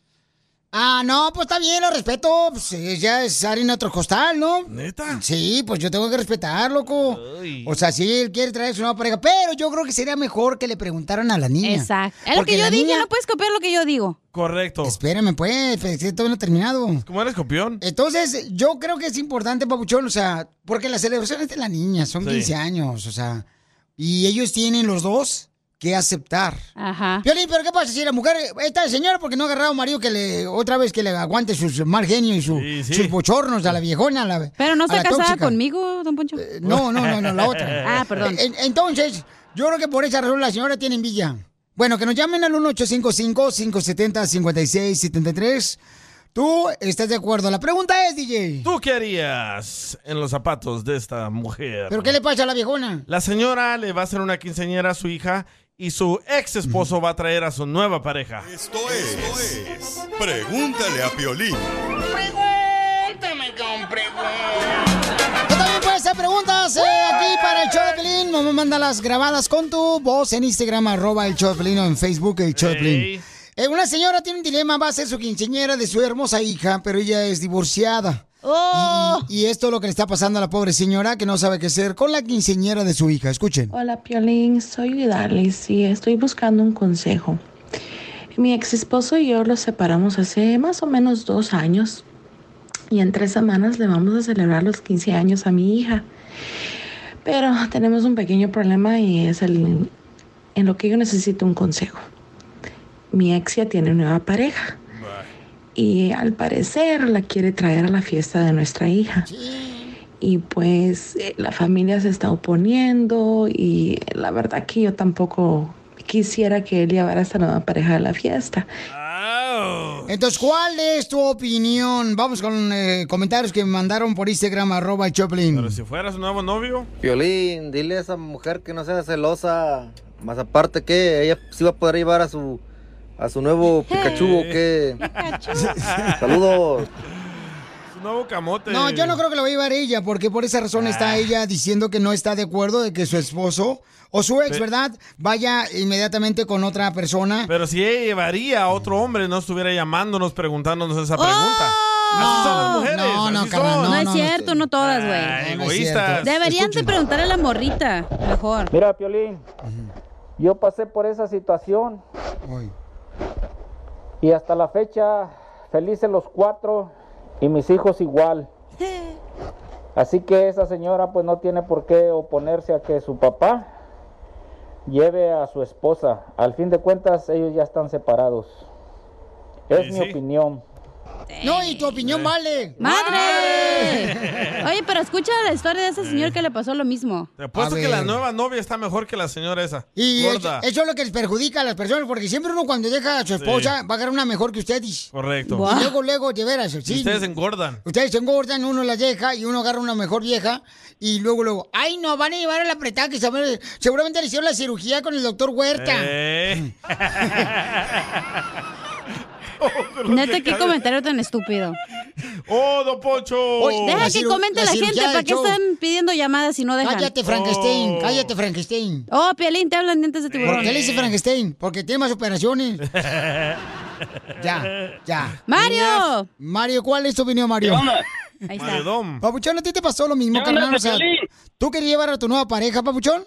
S1: Ah, no, pues está bien, lo respeto. Pues, eh, ya es harina otro costal, ¿no?
S2: ¿Neta?
S1: Sí, pues yo tengo que respetar, loco. O sea, si él quiere traer su nueva pareja, pero yo creo que sería mejor que le preguntaran a la niña.
S3: Exacto. Es lo
S1: Porque
S3: que yo
S1: la
S3: dije,
S1: niña-
S3: no puedes copiar lo que yo digo.
S2: Correcto.
S1: Espérame, pues, pues, que todavía no he terminado.
S2: ¿Cómo eres, copión?
S1: Entonces, yo creo que es importante, Papuchón, o sea, porque las celebraciones de la niña son
S2: Sí.
S1: 15 años, o sea, y ellos tienen los dos que aceptar.
S3: Ajá.
S1: Violín, pero ¿qué pasa si la mujer, esta señora, porque no ha agarrado a un marido que le, otra vez que le aguante sus mal genio y su- sus bochornos a la viejona? a la-
S3: Pero no
S1: a
S3: está
S1: la
S3: casada
S1: tóxica? Eh,
S3: conmigo, don Poncho.
S1: No, no, no, no, la
S3: (laughs)
S1: otra. Eh,
S3: ah, perdón.
S1: En- entonces, yo creo que por esa razón la señora tiene envidia. Bueno, que nos llamen al 1-855-570-5673. ¿Tú estás de acuerdo? La pregunta es, DJ.
S2: ¿Tú qué harías en los zapatos de esta mujer?
S1: ¿Pero qué le pasa a la viejona?
S2: La señora le va a hacer una quinceañera a su hija y su ex esposo va a traer a su nueva pareja.
S7: Esto es, Pregúntale a Piolín.
S6: Pregúntame con
S1: Tú también puedes hacer preguntas eh, aquí para el show de Pelín. Mamá, mándalas grabadas con tu voz en Instagram, arroba el show de Pelín, o en Facebook el show de Pelín. Eh, una señora tiene un dilema, va a ser su quinceñera de su hermosa hija, pero ella es divorciada. Y, y esto es lo que le está pasando a la pobre señora que no sabe qué hacer con la quinceñera de su hija. Escuchen.
S17: Hola Piolín, soy Darlis y estoy buscando un consejo. Mi ex esposo y yo los separamos hace más o menos dos años y en tres semanas le vamos a celebrar los 15 años a mi hija. Pero tenemos un pequeño problema y es el, en lo que yo necesito un consejo. Mi ex ya tiene nueva pareja y al parecer la quiere traer a la fiesta de nuestra hija y pues eh, la familia se está oponiendo y la verdad que yo tampoco quisiera que él llevara a esta nueva pareja a la fiesta.
S1: Entonces, ¿cuál es tu opinión? Vamos con eh, comentarios que me mandaron por Instagram, arroba el show de Pelín.
S2: Si fuera su nuevo novio,
S18: Violín, dile a esa mujer que no sea celosa. Más aparte que ella sí va a poder llevar a su a su
S2: (laughs)
S18: nuevo Pikachu o qué. Saludos.
S2: su nuevo camote. Ah.
S1: No, yo no creo que lo va a llevar ella, porque por esa razón está ella diciendo que no está de acuerdo de que su esposo o su ex,
S2: Pe-
S1: ¿verdad? Vaya inmediatamente con otra persona.
S2: Pero si ella llevaría a otro hombre, no estuviera llamándonos, preguntándonos esa pregunta.
S1: Oh,
S3: No,
S2: son las mujeres,
S1: (laughs)
S3: No, no,
S2: así
S3: carnal,
S2: son.
S3: no,
S2: No,
S3: es
S2: no,
S3: cierto, no todas,
S2: Ay,
S3: güey.
S2: no es egoístas. cierto.
S3: Deberían de
S18: Escuchen.
S3: preguntar a la morrita, mejor.
S18: Mira, Piolín, yo pasé por esa situación. Y hasta la fecha, felices los cuatro y mis hijos igual. Así que esa señora pues no tiene por qué oponerse a que su papá lleve a su esposa. Al fin de cuentas, ellos ya están separados. Es
S1: Sí,
S18: mi
S1: sí. (laughs)
S18: opinión.
S1: No, y tu opinión vale.
S3: ¡Madre! Oye, pero escucha la historia
S2: Eh.
S3: de ese señor que le pasó
S2: (laughs)
S3: lo mismo.
S2: Te apuesto
S1: A
S2: que la
S1: ver.
S2: nueva novia está mejor que la señora esa.
S1: Y
S2: gorda.
S1: eso, eso es lo que les perjudica a las personas, porque siempre uno cuando deja a su esposa va a agarrar una mejor que ustedes.
S2: Correcto.
S1: Y luego, luego, de veras,
S2: Y
S1: sí.
S2: ustedes engordan.
S1: Ustedes se engordan, uno las deja y uno agarra una mejor vieja y luego, luego, ay, no, van a llevar a la apretada que se- seguramente le hicieron la cirugía con el doctor Huerta.
S2: Eh.
S3: Neta,
S2: (laughs)
S3: qué comentario tan estúpido.
S2: ¡Oh, don Pocho!
S3: Deja que comente la, gente, ¿para qué están pidiendo llamadas si no dejan?
S1: Cállate, Frankenstein,
S2: Oh.
S1: cállate, Frankenstein.
S3: Oh, Pielín, te hablan dientes de tiburón.
S1: ¿Por qué le dice Frankenstein? Porque tiene
S3: (laughs)
S1: más operaciones. Ya, ya.
S3: ¡Mario!
S1: Mario, ¿cuál es tu opinión, Mario?
S3: ¿Qué onda? Ahí
S2: está. Maredom.
S1: Papuchón, ¿a ti te pasó lo mismo,
S19: ¿Qué onda,
S1: carnal? O sea,
S19: Pepelín?
S1: ¿Tú querías llevar a tu nueva pareja, Papuchón?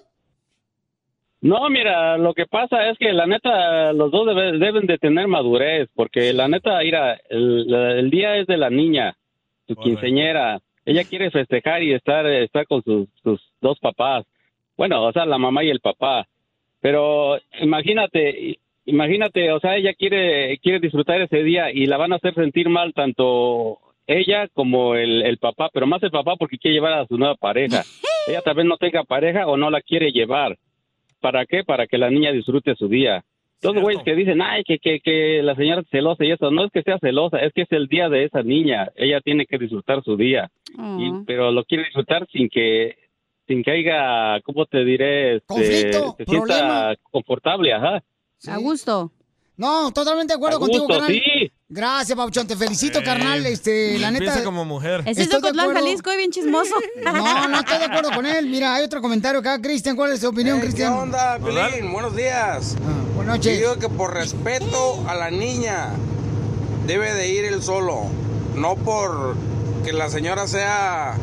S19: No, mira, lo que pasa es que la neta, los dos debe- deben de tener madurez, porque la neta, mira, el, la- el día es de la niña, su quinceñera. ella quiere festejar y estar, estar con sus, sus dos papás. Bueno, o sea, la mamá y el papá. Pero imagínate, imagínate, o sea, ella quiere, quiere disfrutar ese día y la van a hacer sentir mal tanto ella como el, el papá, pero más el papá porque quiere llevar a su nueva pareja. Ella tal vez no tenga pareja o no la quiere llevar. ¿Para qué? Para que la niña disfrute su día. Los güeyes que dicen, ay, que, que, que la señora es celosa y eso, no es que sea celosa, es que es el día de esa niña. Ella tiene que disfrutar su día, Y- pero lo quiere disfrutar sin que sin que haya, ¿cómo te diré? Este,
S3: Conflicto,
S19: se
S3: problema.
S19: sienta confortable, ajá.
S3: A gusto.
S1: No, totalmente de acuerdo
S19: A gusto,
S1: contigo, carnal.
S19: sí.
S1: Gracias, Pauchón. Te felicito, carnal. Este, la
S2: Piensa
S1: neta.
S2: como mujer.
S3: Ese es de Ocotlán, Jalisco, y bien chismoso.
S1: (laughs) No, no estoy de acuerdo con él. Mira, hay otro comentario acá, Cristian. ¿Cuál es tu opinión, Cristian?
S6: ¿Qué onda, Pelín? Buenos días.
S1: buenas
S6: Pues,
S1: noches.
S6: Digo que por respeto a la niña debe de ir él solo, no por que la señora sea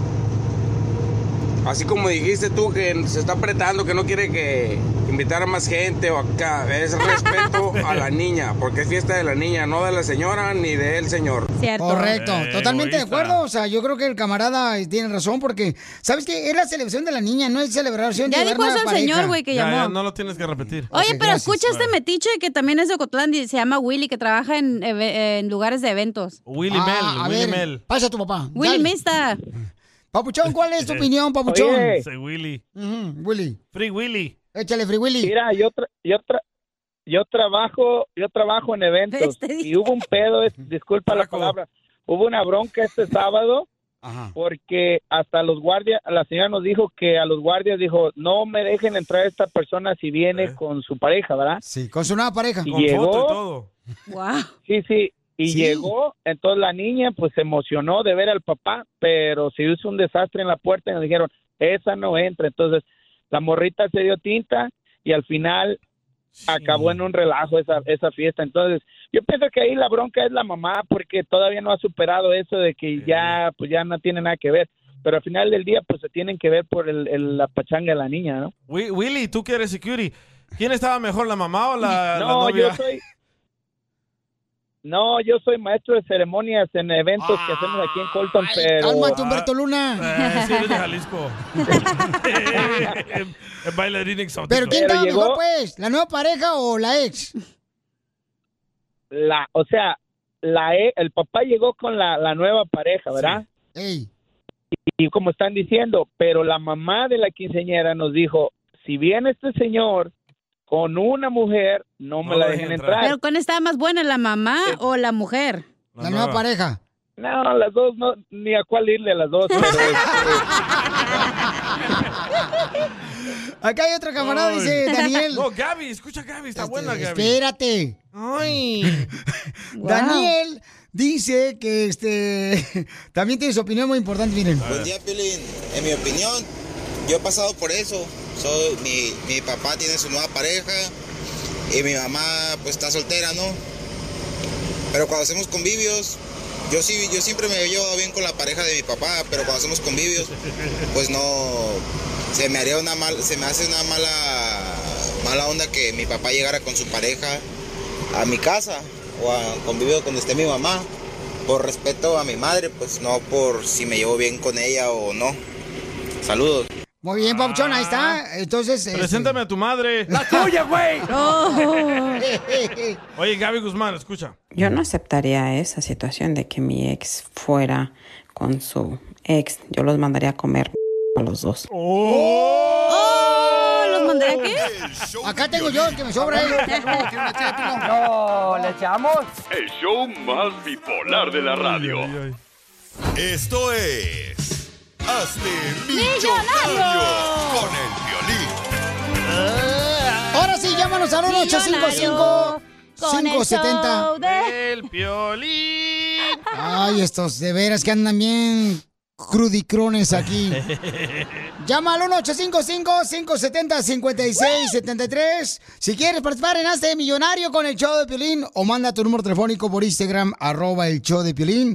S6: así como dijiste tú que se está apretando, que no quiere que invitar a más gente o acá. Es respeto a la niña, porque es fiesta de la niña, no de la señora ni de el señor.
S1: Correcto,
S2: Eh,
S1: totalmente de acuerdo. O sea, yo creo que el camarada eh, tiene razón porque, ¿sabes qué? Es la celebración de la niña, no es celebración de
S3: Ya
S1: llevar
S3: dijo
S1: nueva
S3: eso el señor,
S1: pareja.
S3: güey, que
S2: Ya,
S3: llamó.
S2: ya, no lo tienes que repetir.
S3: Oye, pero escucha este metiche que también es de Ocotlán y se llama Willy, que trabaja en, eve- en lugares de eventos.
S2: Willy
S1: Ah, a
S2: Mel, Willy
S1: ver,
S2: Mel.
S1: Pasa a tu papá.
S3: Willy
S1: dale.
S3: Mista.
S1: Papuchón, ¿cuál es tu opinión, papuchón?
S2: Ese Willy.
S1: Ujú, Willy.
S2: Free Willy.
S1: Échale, Free Willy.
S20: Mira, yo, tra- yo, tra- yo trabajo yo trabajo en eventos y hubo un pedo, es- disculpa la palabra, hubo una bronca este sábado porque hasta los guardias, la señora nos dijo que a los guardias dijo, no me dejen entrar esta persona si viene con su pareja, ¿verdad?
S1: Eh. Sí, con su nueva pareja.
S20: Y llegó,
S3: Wow.
S20: Sí, sí. Y
S1: Sí.
S20: llegó, entonces la niña pues se emocionó de ver al papá, pero se hizo un desastre en la puerta y nos dijeron, esa no entra. Entonces la morrita se dio tinta y al final acabó en un relajo esa, esa fiesta. Entonces yo pienso que ahí la bronca es la mamá porque todavía no ha superado eso de que ya pues ya no tiene nada que ver. Pero al final del día pues se tienen que ver por el, el- la pachanga de la niña, ¿no?
S2: Wi- Willy, tú que eres security. ¿Quién estaba mejor, la mamá o la, la
S20: No,
S2: novia?
S20: yo soy. No, yo soy maestro de ceremonias en eventos que hacemos aquí en Colton, pero.
S1: Ah, Cálmate, Humberto Luna.
S2: Eh, sí, eres de Jalisco. (laughs) El bailarín
S20: Eh,
S2: exótico.
S1: Pero ¿quién estaba mejor, pues? ¿La nueva pareja o la ex?
S20: La, o sea, la e- el papá llegó con la, la nueva pareja, ¿verdad? Y, y como están diciendo, pero la mamá de la quinceñera nos dijo, si viene este señor con una mujer, no me la dejen entrar.
S3: Pero ¿cuál estaba más buena, la mamá o la mujer?
S20: La nueva nueva.
S1: pareja.
S20: No, las dos, no, ni a cuál irle
S1: (laughs)
S20: las dos. pero, este,
S1: Acá hay otro camarada,
S2: Ay.
S1: dice Daniel. Este,
S2: No, Gaby, escucha a Gaby, está buena Gaby.
S1: Espérate.
S2: Ay.
S1: Daniel dice que este (laughs) también tiene su opinión muy importante, miren.
S12: Buen día, Piolín. En mi opinión, yo he pasado por eso. Soy, mi, mi papá tiene su nueva pareja y mi mamá pues está soltera, ¿no? Pero cuando hacemos convivios, yo sí, yo siempre me llevo bien con la pareja de mi papá, pero cuando hacemos convivios, pues no, se me haría una mal, se me hace una mala, mala onda que mi papá llegara con su pareja a mi casa o a un convivio donde esté mi mamá por respeto a mi madre, pues no por si me llevo bien con ella o no. Saludos.
S1: Muy bien, Pauchón, ahí está. Entonces. este,
S2: Preséntame a tu madre.
S1: ¡La tuya,
S3: (laughs)
S1: güey!
S3: Oh.
S1: (laughs)
S2: Oye, Gaby Guzmán, escucha.
S21: Yo no aceptaría esa situación de que mi ex fuera con su ex. Yo los mandaría a comer a los dos.
S3: ¡Oh! ¿Los mandaré a qué?
S1: Acá tengo yo, el que me sobra.
S6: No, le
S9: (laughs)
S6: echamos.
S11: El show más bipolar de la radio.
S7: Esto es. Hazte millonario, con el violín.
S1: Ahora sí, llámanos al 855
S3: Con el
S1: 570
S3: show de-
S2: El piolín.
S1: Ay, estos de veras que andan bien crudicrones aquí.
S3: (laughs)
S1: Llama al 1-855-570-5673. Si quieres participar en Hazte Millonario con el show de Piolín o manda tu número telefónico por Instagram, arroba el show de Piolín.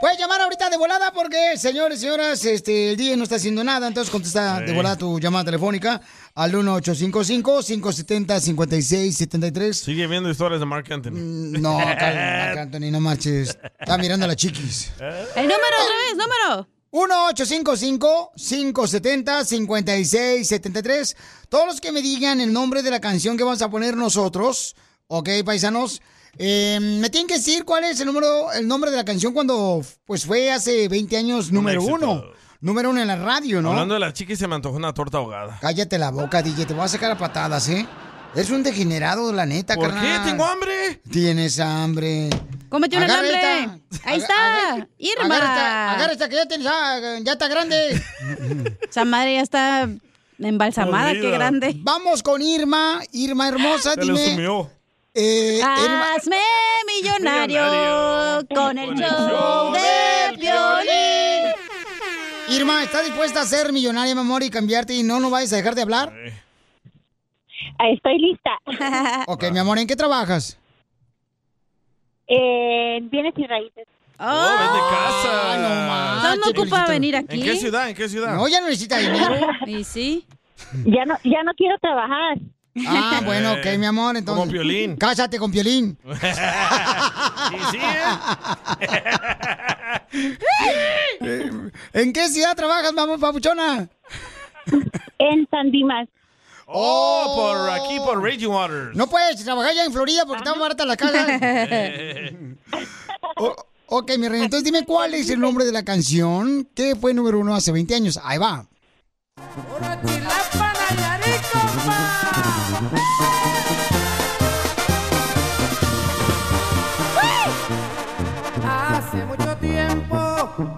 S1: Puedes llamar ahorita de volada porque, señores y señoras, este, el día no está haciendo nada, entonces contesta de volada tu llamada telefónica al 1855-570-5673.
S2: Sigue viendo historias de Mark Anthony.
S3: (laughs)
S1: Mm,
S2: (laughs)
S1: No, cálmate, Marc Anthony, no marches. Está mirando a las chiquis.
S3: ¿Eh? El número otra vez, número.
S1: 1-855-570-5673. Todos los que me digan el nombre de la canción que vamos a poner nosotros, ¿ok, paisanos? Eh, me tienen que decir cuál es el número, el nombre de la canción cuando pues fue hace 20 años número
S2: éxito.
S1: uno. Número uno en la radio, ¿no?
S2: Hablando de las chicas, se me antojó una torta ahogada.
S1: Cállate la boca, DJ, te voy a sacar a patadas, ¿eh? Eres un degenerado, la neta,
S2: ¿Por qué?
S1: carnal.
S2: Tengo hambre.
S1: Tienes hambre.
S3: Cómete un
S1: Agarra
S3: alambre.
S1: esta.
S3: Ahí está. Irma.
S1: Agarra esta, agarra esta que ya, tienes, ah, ya está grande.
S3: (laughs) Esa madre ya está embalsamada, qué
S1: Podrida.
S3: grande.
S1: Vamos con Irma. Irma hermosa,
S3: Se le
S1: dime.
S3: sumió.
S1: eh, Irma-
S3: Hazme millonario, con el show de violín.
S1: Irma, ¿estás dispuesta a ser millonaria, mi amor, y cambiarte y no nos vayas a dejar de hablar?
S22: Estoy lista.
S1: (laughs) Ok, mi amor, ¿en qué trabajas?
S23: Eh,
S22: En bienes y raíces.
S3: Oh,
S2: ven de casa.
S1: Ah,
S3: No, no ocupa venir aquí.
S2: ¿En qué ciudad? ¿En qué ciudad?
S1: No, ya no necesita (laughs) dinero.
S3: ¿Y sí?
S22: Ya no, ya no quiero trabajar.
S1: Ah, bueno, ok,
S2: Eh,
S1: mi amor, entonces.
S2: como Piolín.
S1: Cásate con Piolín.
S9: eh.
S1: Eh, ¿En qué ciudad trabajas, mamá papuchona?
S22: En San Dimas.
S2: Oh, por aquí, por Raging Waters.
S1: No puedes trabajar ya en Florida porque
S22: Ah,
S1: está barata la casa.
S22: (laughs)
S2: (laughs) Eh,
S1: O- ok, mi reina, entonces dime cuál es el nombre de la canción que fue número uno hace 20 años. Ahí va.
S5: Hace mucho tiempo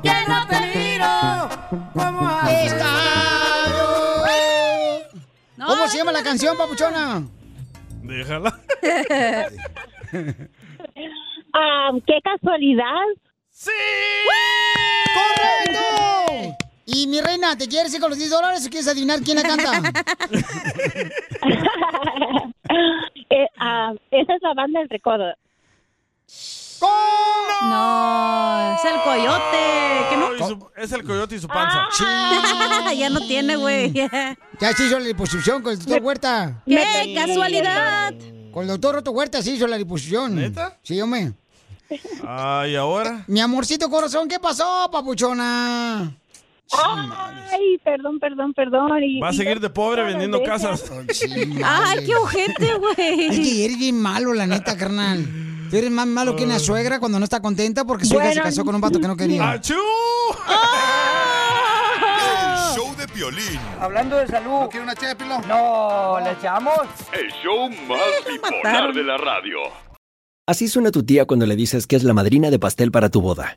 S5: que no te miro como hace-
S1: ¿Cómo se llama la canción, papuchona?
S2: Déjala.
S22: (laughs) Ah, ¡Qué casualidad!
S2: ¡Sí!
S1: ¡Correcto! Y mi reina, ¿te quieres ir con los 10 dólares o quieres adivinar quién la canta?
S22: (laughs) Eh, ah, esa es la banda del recodo.
S3: No, es el coyote. ¿Qué
S2: Oh, Y
S3: no? Ah.
S2: su- es el coyote y su panza.
S3: (laughs) ya no tiene, güey.
S1: Ya se hizo la liposucción con el doctor Huerta.
S3: ¡Qué casualidad!
S1: Con el doctor Roto Huerta se hizo la liposucción. ¿Neta? Sí, hombre. Eh,
S2: Ay, ahora.
S1: Mi amorcito corazón, ¿qué pasó, papuchona?
S22: Ay, perdón, perdón, perdón. Y,
S2: Va a
S22: y
S2: seguir de pobre vendiendo
S22: deja.
S2: casas.
S1: Ay,
S22: qué ojete,
S1: güey. eres bien malo, la neta, carnal. Tú eres más malo que una suegra cuando no está contenta porque su hija se
S7: Bueno.
S1: casó con un vato que no quería.
S2: ¡Achú!
S5: ¡Ah!
S7: El show de Piolín.
S5: Hablando de salud. ¿No quiere una No, ¿le echamos?
S11: El show
S5: (laughs)
S11: más bipolar de la radio.
S8: Así suena tu tía cuando le dices que es la madrina de pastel para tu boda.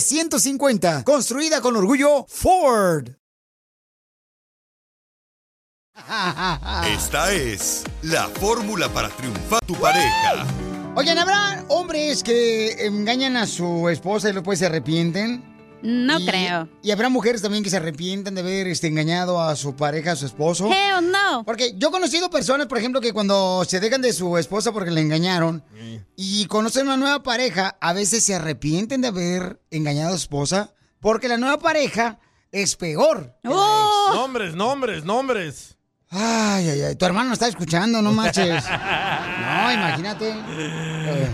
S1: construida con orgullo Ford.
S7: Esta es la fórmula para triunfar tu pareja.
S1: Oigan, ¿habrá hombres que engañan a su esposa y después se arrepienten?
S3: No
S1: Y-
S3: creo.
S1: Y habrá mujeres también que se arrepientan de haber este, engañado a su pareja, a su esposo.
S3: Hell no.
S1: Porque yo he conocido personas, por ejemplo, que cuando se dejan de su esposa porque le engañaron y conocen una nueva pareja, a veces se arrepienten de haber engañado a su esposa porque la nueva pareja es peor.
S3: Oh.
S2: Nombres, nombres, nombres.
S1: Ay, ay, ay. Tu hermano está escuchando,
S2: (laughs)
S1: no marches. No, imagínate.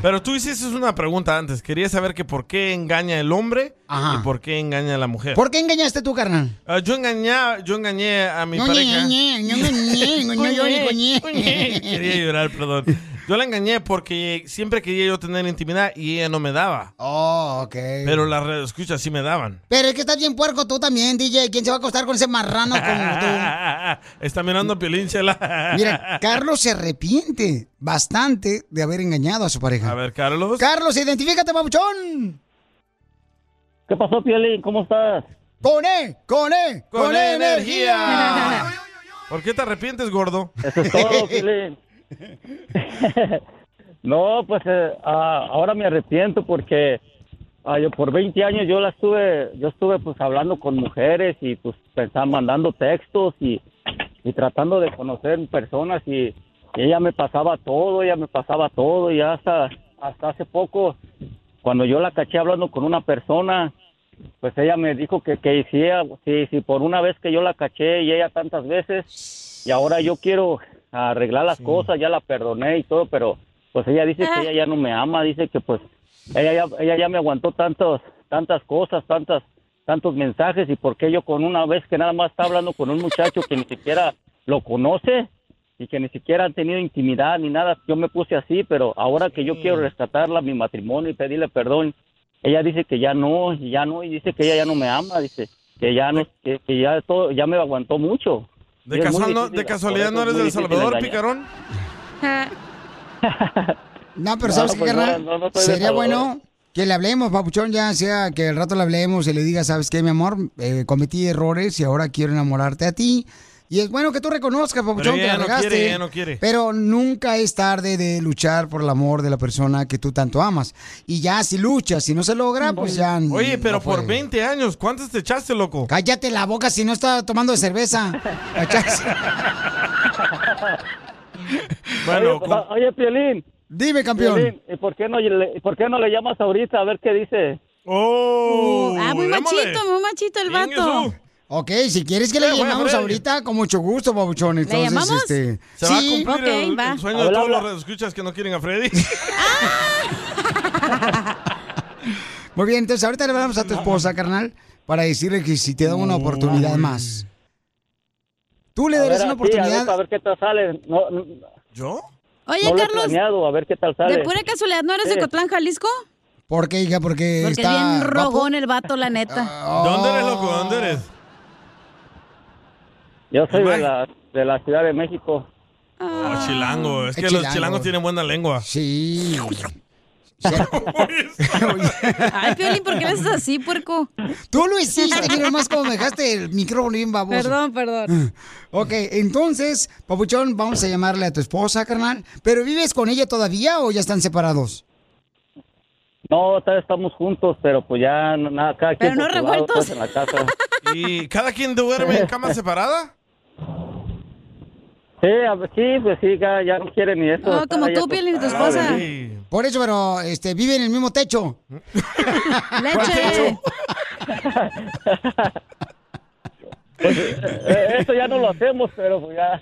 S2: Pero tú hiciste una pregunta antes. Quería saber que por qué engaña el hombre y por qué engaña a la mujer.
S1: ¿Por qué engañaste tú, carnal?
S2: Ah, yo engañé, yo engañé a mi
S1: No,
S2: pareja.
S1: ñe, ñe,
S2: (laughs)
S1: ñe, ñe, ñe, ñe, ñe, ñe, ñe.
S2: Quería llorar, perdón. Yo la engañé porque siempre quería yo tener intimidad y ella no me daba.
S1: Oh, ok.
S2: Pero las escucha sí me daban.
S1: Pero es que estás bien puerco tú también, DJ. ¿Quién se va a acostar con ese
S2: (laughs)
S1: marrano como tú?
S2: Está mirando a Piolín, chela.
S1: Mira, Carlos se arrepiente bastante de haber engañado a su pareja. A
S2: ver, Carlos.
S1: Carlos, identifícate, mamuchón.
S24: ¿Qué pasó, Piolín? ¿Cómo estás?
S1: Con E, con E,
S2: (laughs) Con,
S1: (laughs)
S2: energía. ¿Por qué te arrepientes, gordo?
S24: Eso es
S2: (laughs)
S24: todo, Piolín. no, pues eh, ah, ahora me arrepiento porque ah, yo por 20 años yo la estuve, yo estuve pues hablando con mujeres y pues pensaba mandando textos y, y tratando de conocer personas y, y ella me pasaba todo, ella me pasaba todo y hasta, hasta hace poco cuando yo la caché hablando con una persona, pues ella me dijo que, que hiciera, si, si por una vez que yo la caché y ella tantas veces, y ahora yo quiero arreglar las cosas, ya la perdoné y todo, pero pues ella dice que ella ya no me ama, dice que pues ella ya, ella ya me aguantó tantos, tantas cosas, tantas, tantos mensajes, y por qué yo con una vez que nada más está hablando con un muchacho que ni siquiera lo conoce y que ni siquiera han tenido intimidad ni nada, yo me puse así, pero ahora que yo quiero rescatarla, mi matrimonio y pedirle perdón, ella dice que ya no, y ya no, y dice que ella ya no me ama, dice que ya no, que, que ya todo, ya me aguantó mucho.
S2: ¿De,
S24: Y es muy
S2: casual- no-
S24: difícil,
S2: de
S24: por
S2: casualidad
S24: eso
S2: no
S24: es
S2: eres
S24: muy
S2: del
S24: difícil
S2: Salvador,
S24: engañar.
S2: picarón?
S5: Ah,
S1: No, pero
S24: No,
S1: ¿sabes
S24: pues
S1: qué,
S24: no,
S1: carnal?
S24: no, no soy de
S1: Sería
S24: Salvador.
S1: bueno que le hablemos, papuchón, ya sea que el rato le hablemos y le diga, ¿sabes qué, mi amor? Eh, cometí errores y ahora quiero enamorarte a ti. Y es bueno que tú reconozcas, papuchón,
S2: ella
S1: que la
S2: no
S1: regaste.
S2: quiere, ella no quiere.
S1: Pero nunca es tarde de luchar por el amor de la persona que tú tanto amas. Y ya si luchas, si no se logra, pues ya... pues.
S2: Oye, pero
S1: no
S2: por
S1: fue.
S2: 20 años, ¿cuántas te echaste, loco?
S1: Cállate la boca si no está tomando de cerveza.
S24: (laughs)
S1: Cachas.
S24: (laughs) oye, pa- oye, Piolín.
S1: Dime, campeón.
S24: Piolín, ¿y por qué no le, por qué no le llamas ahorita a ver qué dice?
S2: Oh,
S3: ah, muy machito, muy machito el vato.
S1: Ok, si quieres que le
S24: Eh, bueno,
S1: llamamos
S24: Freddy.
S1: ahorita, con mucho gusto, papuchón. Entonces,
S3: llamamos?
S1: este...
S2: ¿Se va a
S1: sí.
S2: cumplir el, el sueño de todos los escuchas que no quieren a
S1: (laughs)
S2: Freddy?
S1: Muy bien, entonces ahorita le hablamos a tu esposa, carnal, para decirle que si te da una oportunidad más. Tú le
S24: A
S1: darías
S24: ver,
S1: una
S24: a ti, a ver,
S1: oportunidad.
S24: A ver qué tal sale. No, no-
S2: ¿Yo?
S3: Oye,
S24: no lo he
S3: Carlos,
S24: planeado, a ver qué tal sale.
S3: ¿de pura casualidad no eres
S24: Sí.
S3: de Cotlán, Jalisco?
S1: ¿Por qué, hija? Porque,
S3: Porque es
S1: está... oh.
S3: bien
S1: guapo. Ah,
S3: rogón el vato, la neta.
S2: ¿Dónde eres, loco? ¿Dónde eres?
S24: Yo soy de la, de la Ciudad de México.
S2: Oh, chilango. Es que los chilangos tienen buena lengua.
S1: Sí.
S3: Ay, Piolín, ¿por qué le haces así, puerco?
S1: Tú lo hiciste, mira nomás como me dejaste el micrófono bien baboso. Ah,
S3: Perdón, perdón.
S1: Ok, entonces, papuchón, vamos a llamarle a tu esposa, carnal. ¿Pero vives con ella todavía o ya están separados?
S24: No, todavía estamos juntos, pero pues ya no- nada, cada quien
S2: Pero no
S24: por su lado,
S2: revueltos.
S24: todos en la casa.
S2: ¿Y cada quien
S24: (laughs)
S2: duerme en cama separada?
S24: Sí, a ver, sí, pues sí, ya, ya no quiere ni eso.
S3: No, Ah, como
S24: Ahora ya,
S3: tú,
S24: pues,
S3: Piolín, y tu
S24: nada de
S3: esposa.
S24: mí.
S1: Por eso, pero este, vive en el mismo techo.
S3: Leche.
S24: Eh, Eso ya no lo hacemos, pero pues ya.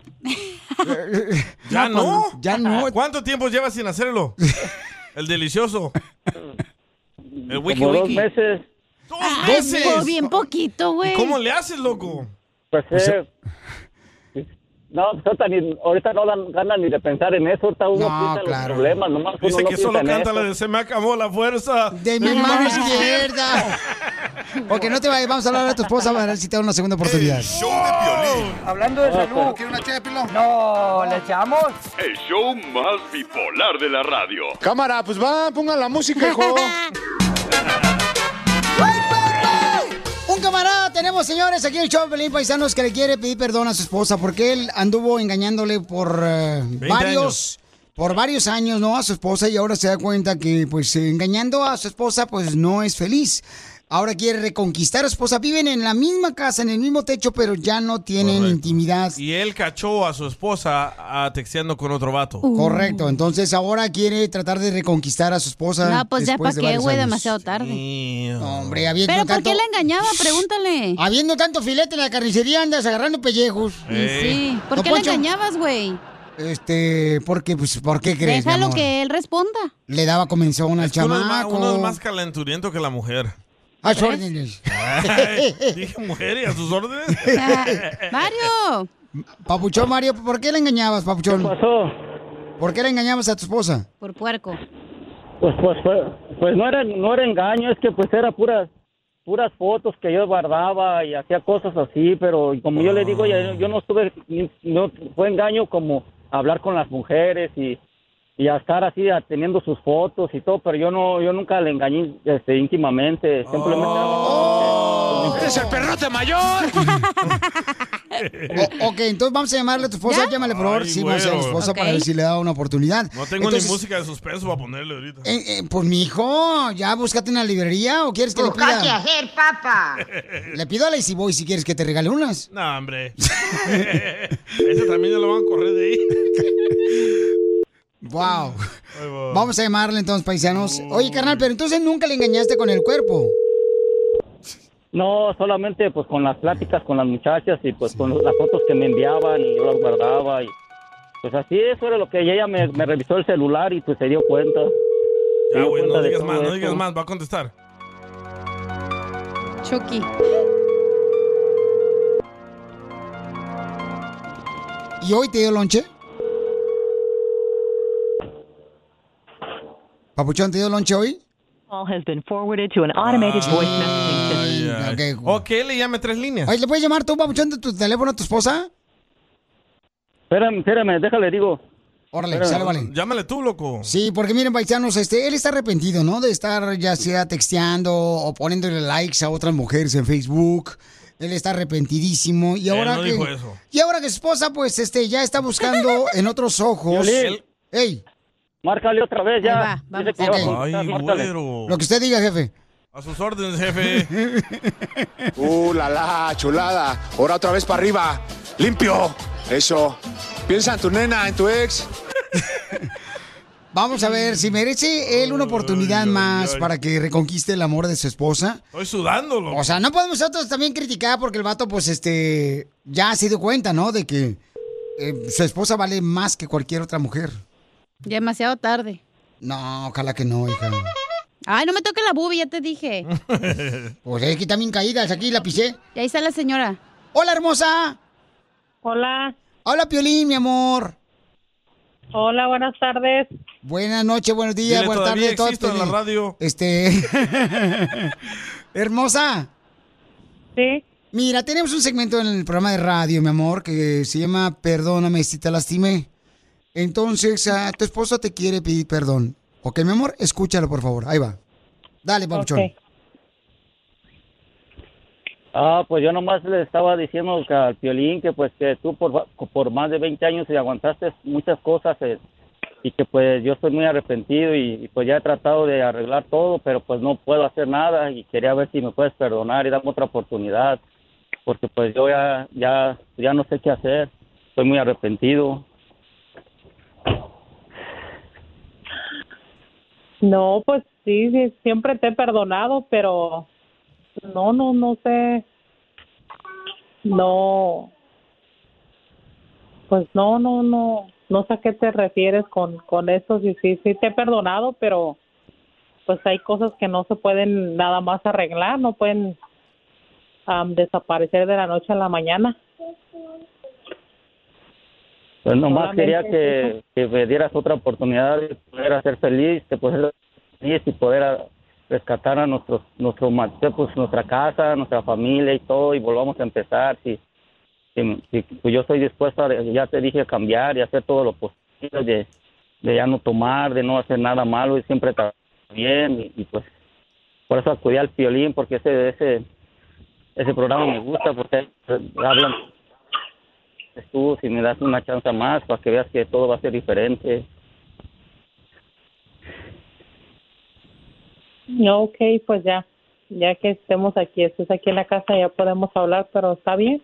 S2: (laughs) ¿Ya
S24: No,
S2: no?
S1: Ya no.
S2: (laughs) ¿Cuánto tiempo llevas sin hacerlo? El delicioso. El wiki
S24: Como
S2: wiki.
S24: dos meses.
S2: ¡Dos
S3: Ay,
S2: meses!
S3: po- Ah, bien poquito, güey.
S2: ¿Cómo le haces, loco?
S24: Pues, eh, no, pues, ahorita, ni- ahorita no dan ganas ni de pensar en eso. Ahorita uno piensa en los problemas, nomás uno
S2: Dice
S24: no
S2: que
S24: piensa
S2: solo
S24: en
S2: canta
S24: eso.
S2: la de Se me acabó la fuerza.
S1: De mi mano izquierda. Ok, no te vayas, vamos a hablar a tu esposa para ver si te da una segunda oportunidad.
S9: Hablando de salud. ¿Quieres una ché, No, ¿le echamos?
S11: El show más bipolar de la radio.
S9: Cámara, pues va, pongan la música,
S3: (laughs)
S9: hijo.
S1: Este Un camarada tenemos, señores, aquí en el show de Pelín Paisanos que le quiere pedir perdón a su esposa porque él anduvo engañándole por eh,
S9: 20
S1: varios...
S9: años.
S1: Por varios años, ¿no? A su esposa y ahora se da cuenta que, pues, eh, engañando a su esposa, pues, no es feliz. ahora quiere reconquistar a su esposa. Viven en la misma casa, en el mismo techo, pero ya no tienen intimidad.
S2: Y él cachó a su esposa ah, texteando con otro vato.
S1: Uh.
S3: Uh.
S1: Correcto, entonces ahora quiere tratar de reconquistar a su esposa.
S3: No, pues ya
S1: después
S3: para
S1: de
S3: qué,
S1: varios
S3: güey,
S1: años.
S3: demasiado tarde.
S1: No, hombre, habiendo
S3: ¿Pero por
S1: tanto-
S3: qué la engañaba? Pregúntale.
S1: Habiendo tanto filete en la carnicería, andas agarrando pellejos. Eh,
S3: Y sí. ¿Por qué la engañabas, güey?
S1: Este, porque, pues, ¿por qué crees, mi
S3: Déjalo
S1: amor?
S3: que él responda.
S1: Le daba comenzón al
S2: Uno es, más,
S1: chamaco.
S2: uno es más calenturiento que la mujer. ¿Eh?
S1: A sus órdenes. (laughs)
S2: Ay, Dije mujer y a sus órdenes.
S3: (laughs) Mario.
S1: Papuchón, Mario, ¿por qué la engañabas, Papuchón? ¿Qué
S24: pasó?
S1: ¿Por qué la engañabas a tu esposa?
S3: Por puerco.
S24: Pues, pues, pues, pues no, era, no era engaño, es que pues era puras puras fotos que yo guardaba y hacía cosas así, pero y como yo le digo, ya- yo no estuve, ni- no fue engaño como hablar con las mujeres y, y a estar así a- teniendo sus fotos y todo, pero yo no yo nunca le engañé este, íntimamente, simplemente...
S1: Oh.
S2: ¡Oh!
S1: ¡Eres el perrote (laughs) mayor! ok, entonces vamos a llamarle a tu esposa. Llámale, por favor.
S2: Ay,
S1: sí, vamos a llamar a tu
S2: güero.
S1: esposa para
S2: Ok.
S1: ver si le da una oportunidad.
S2: No tengo
S1: Entonces,
S2: ni música de suspenso para ponerle ahorita.
S1: eh, eh, pues, mijo, ya búscate una librería o quieres que le
S2: Busca qué
S1: pida.
S2: hacer,
S1: papá! Le pido a Lazy Boy si quieres que te regale unas.
S2: No,
S1: (laughs)
S2: hombre. Ese también ya lo van a correr de ahí.
S1: Wow. Vamos a llamarle entonces, paisanos. Oye, carnal, pero entonces nunca le engañaste con el cuerpo.
S24: No, solamente pues con las pláticas con las muchachas y pues con las fotos que me enviaban y yo las guardaba y pues así eso era lo que y ella me, me revisó el celular y pues se dio cuenta. Se
S2: Ya,
S24: dio
S2: güey,
S24: cuenta
S2: no
S24: de
S2: digas
S24: todo
S2: más, no
S24: eso.
S2: digas más. Va a contestar.
S3: Chucky.
S1: ¿Y hoy te dio lonche? Papuchón, ¿te dio lonche hoy? Ah,
S25: Call has been forwarded to an automated voice messaging system.
S2: Ok, le llame tres líneas.
S1: Oye, ¿le puedes llamar tú, Papuchón, de tu teléfono a tu esposa?
S24: Espérame, espérame, déjale, digo.
S1: Órale, sale, vale.
S2: Llámale tú, loco.
S1: Sí, porque miren, paisanos, este, él está arrepentido, ¿no? De estar ya sea texteando o poniéndole likes a otras mujeres en Facebook. Él está arrepentidísimo. Y
S5: Él
S1: ahora
S5: no
S1: que. (laughs)
S5: dijo eso. (laughs)
S1: Y ahora que su esposa, pues, este, ya está buscando en otros ojos.
S24: Violín.
S1: ¡Ey!
S24: Márcale otra vez ya. Dice que
S1: Ok.
S24: iba a contestar, márcale.
S1: Lo que usted diga, jefe.
S2: A sus órdenes, jefe.
S23: Uh, la la, chulada. Ahora otra vez para arriba. Limpio. Eso. Piensa en tu nena, en tu ex.
S1: Vamos a ver si merece él una oportunidad más para que reconquiste el amor de su esposa.
S2: Estoy sudando, loco.
S1: O sea, no podemos nosotros también criticar porque el vato, pues, este, ya se dio cuenta, ¿no? De que eh, su esposa vale más que cualquier otra mujer.
S3: Demasiado tarde.
S1: No, ojalá que no,
S26: (laughs)
S1: hija.
S3: Ay, no me toque la bubi, ya te
S1: (laughs)
S3: dije.
S1: Pues es que también caídas, aquí la pisé.
S3: Y ahí está la señora.
S1: Hola, hermosa.
S26: Hola.
S1: Hola, Piolín, mi amor.
S26: Hola, buenas tardes.
S1: Buenas noches, buenos días,
S26: Dile,
S1: buenas
S26: todavía
S1: tardes. todo
S26: existo en la
S1: Piolín.
S26: radio.
S1: (laughs) Este. hermosa.
S26: Sí.
S1: Mira, tenemos un segmento en el programa de radio, mi amor, que se llama Perdóname si te lastimé. Entonces, ah, tu esposa te quiere pedir perdón. Ok, mi amor, escúchalo, por favor. Ahí va. Dale, papuchón.
S24: Ok. Ah, pues yo nomás le estaba diciendo que al Piolín que pues que tú por, por más de 20 años y aguantaste muchas cosas eh, y que pues yo estoy muy arrepentido y, y, pues ya he tratado de arreglar todo, pero pues no puedo hacer nada y quería ver si me puedes perdonar y darme otra oportunidad, porque pues yo ya ya ya no sé qué hacer, estoy muy arrepentido.
S26: No, pues sí, sí, siempre te he perdonado, pero no, no, no sé. No. Pues no, no, no. No sé a qué te refieres con, con eso. Sí, sí, sí, te he perdonado, pero pues hay cosas que no se pueden nada más arreglar, no pueden am, desaparecer de la noche a la mañana.
S24: Pues nomás quería
S26: Solamente
S24: que, que me dieras otra oportunidad de poder hacer feliz, de poder ser feliz y poder a- rescatar a nuestros, nuestro, ma- pues, nuestra casa, nuestra familia y todo, y volvamos a empezar. Si, si- si- pues yo estoy dispuesta, de- ya te dije, a cambiar y hacer todo lo posible, de, de ya no tomar, de no hacer nada malo y siempre estar bien. Y, y, pues por eso acudí al violín, porque ese, ese, ese programa me gusta, porque eh, hablan tú, si me das una chance más para que veas que todo va a ser diferente.
S26: No, Ok, pues ya. ya que estemos aquí, estés aquí en la casa, ya podemos hablar, pero está bien.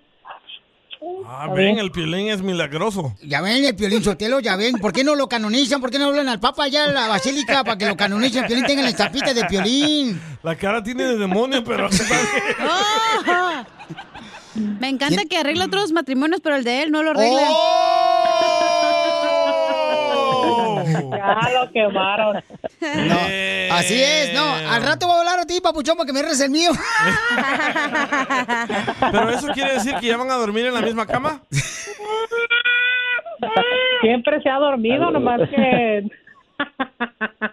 S2: Ah,
S26: Está
S2: ven,
S26: bien.
S2: el piolín es milagroso.
S1: Ya ven, el Piolín Sotelo, ya ven. ¿Por qué no lo canonizan? ¿Por qué no hablan al Papa allá en la basílica para que lo canonicen? El Piolín tenga la estampita de Piolín.
S2: La cara tiene de demonio, pero.
S3: ¡Oh! (laughs) Me encanta que arregle otros matrimonios, pero el de él no lo arregla.
S1: ¡Oh!
S26: Ya lo quemaron.
S1: Así es, no. Al rato voy a hablar a ti, papuchón, para que me erres el mío.
S2: ¿Pero eso quiere decir que ya van a dormir en la misma cama?
S26: Siempre se ha dormido, nomás que...
S3: Ah.
S19: (laughs)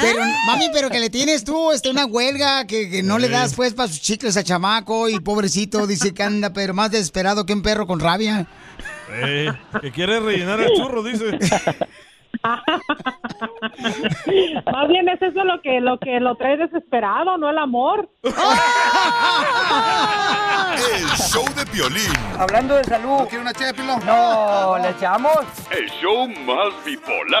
S1: Pero,
S27: Ah.
S1: mami, pero que le tienes tú este, una huelga que, que no le das pues para sus chicles a chamaco y pobrecito dice que anda pero más desesperado que un perro con rabia.
S2: Eh, que quiere rellenar el churro, dice.
S26: Más bien es eso lo que lo que lo trae desesperado, no el amor.
S28: El show de Piolín.
S9: Hablando de salud. ¿No quiere una ché, No, ¿le echamos?
S11: El show más bipolar.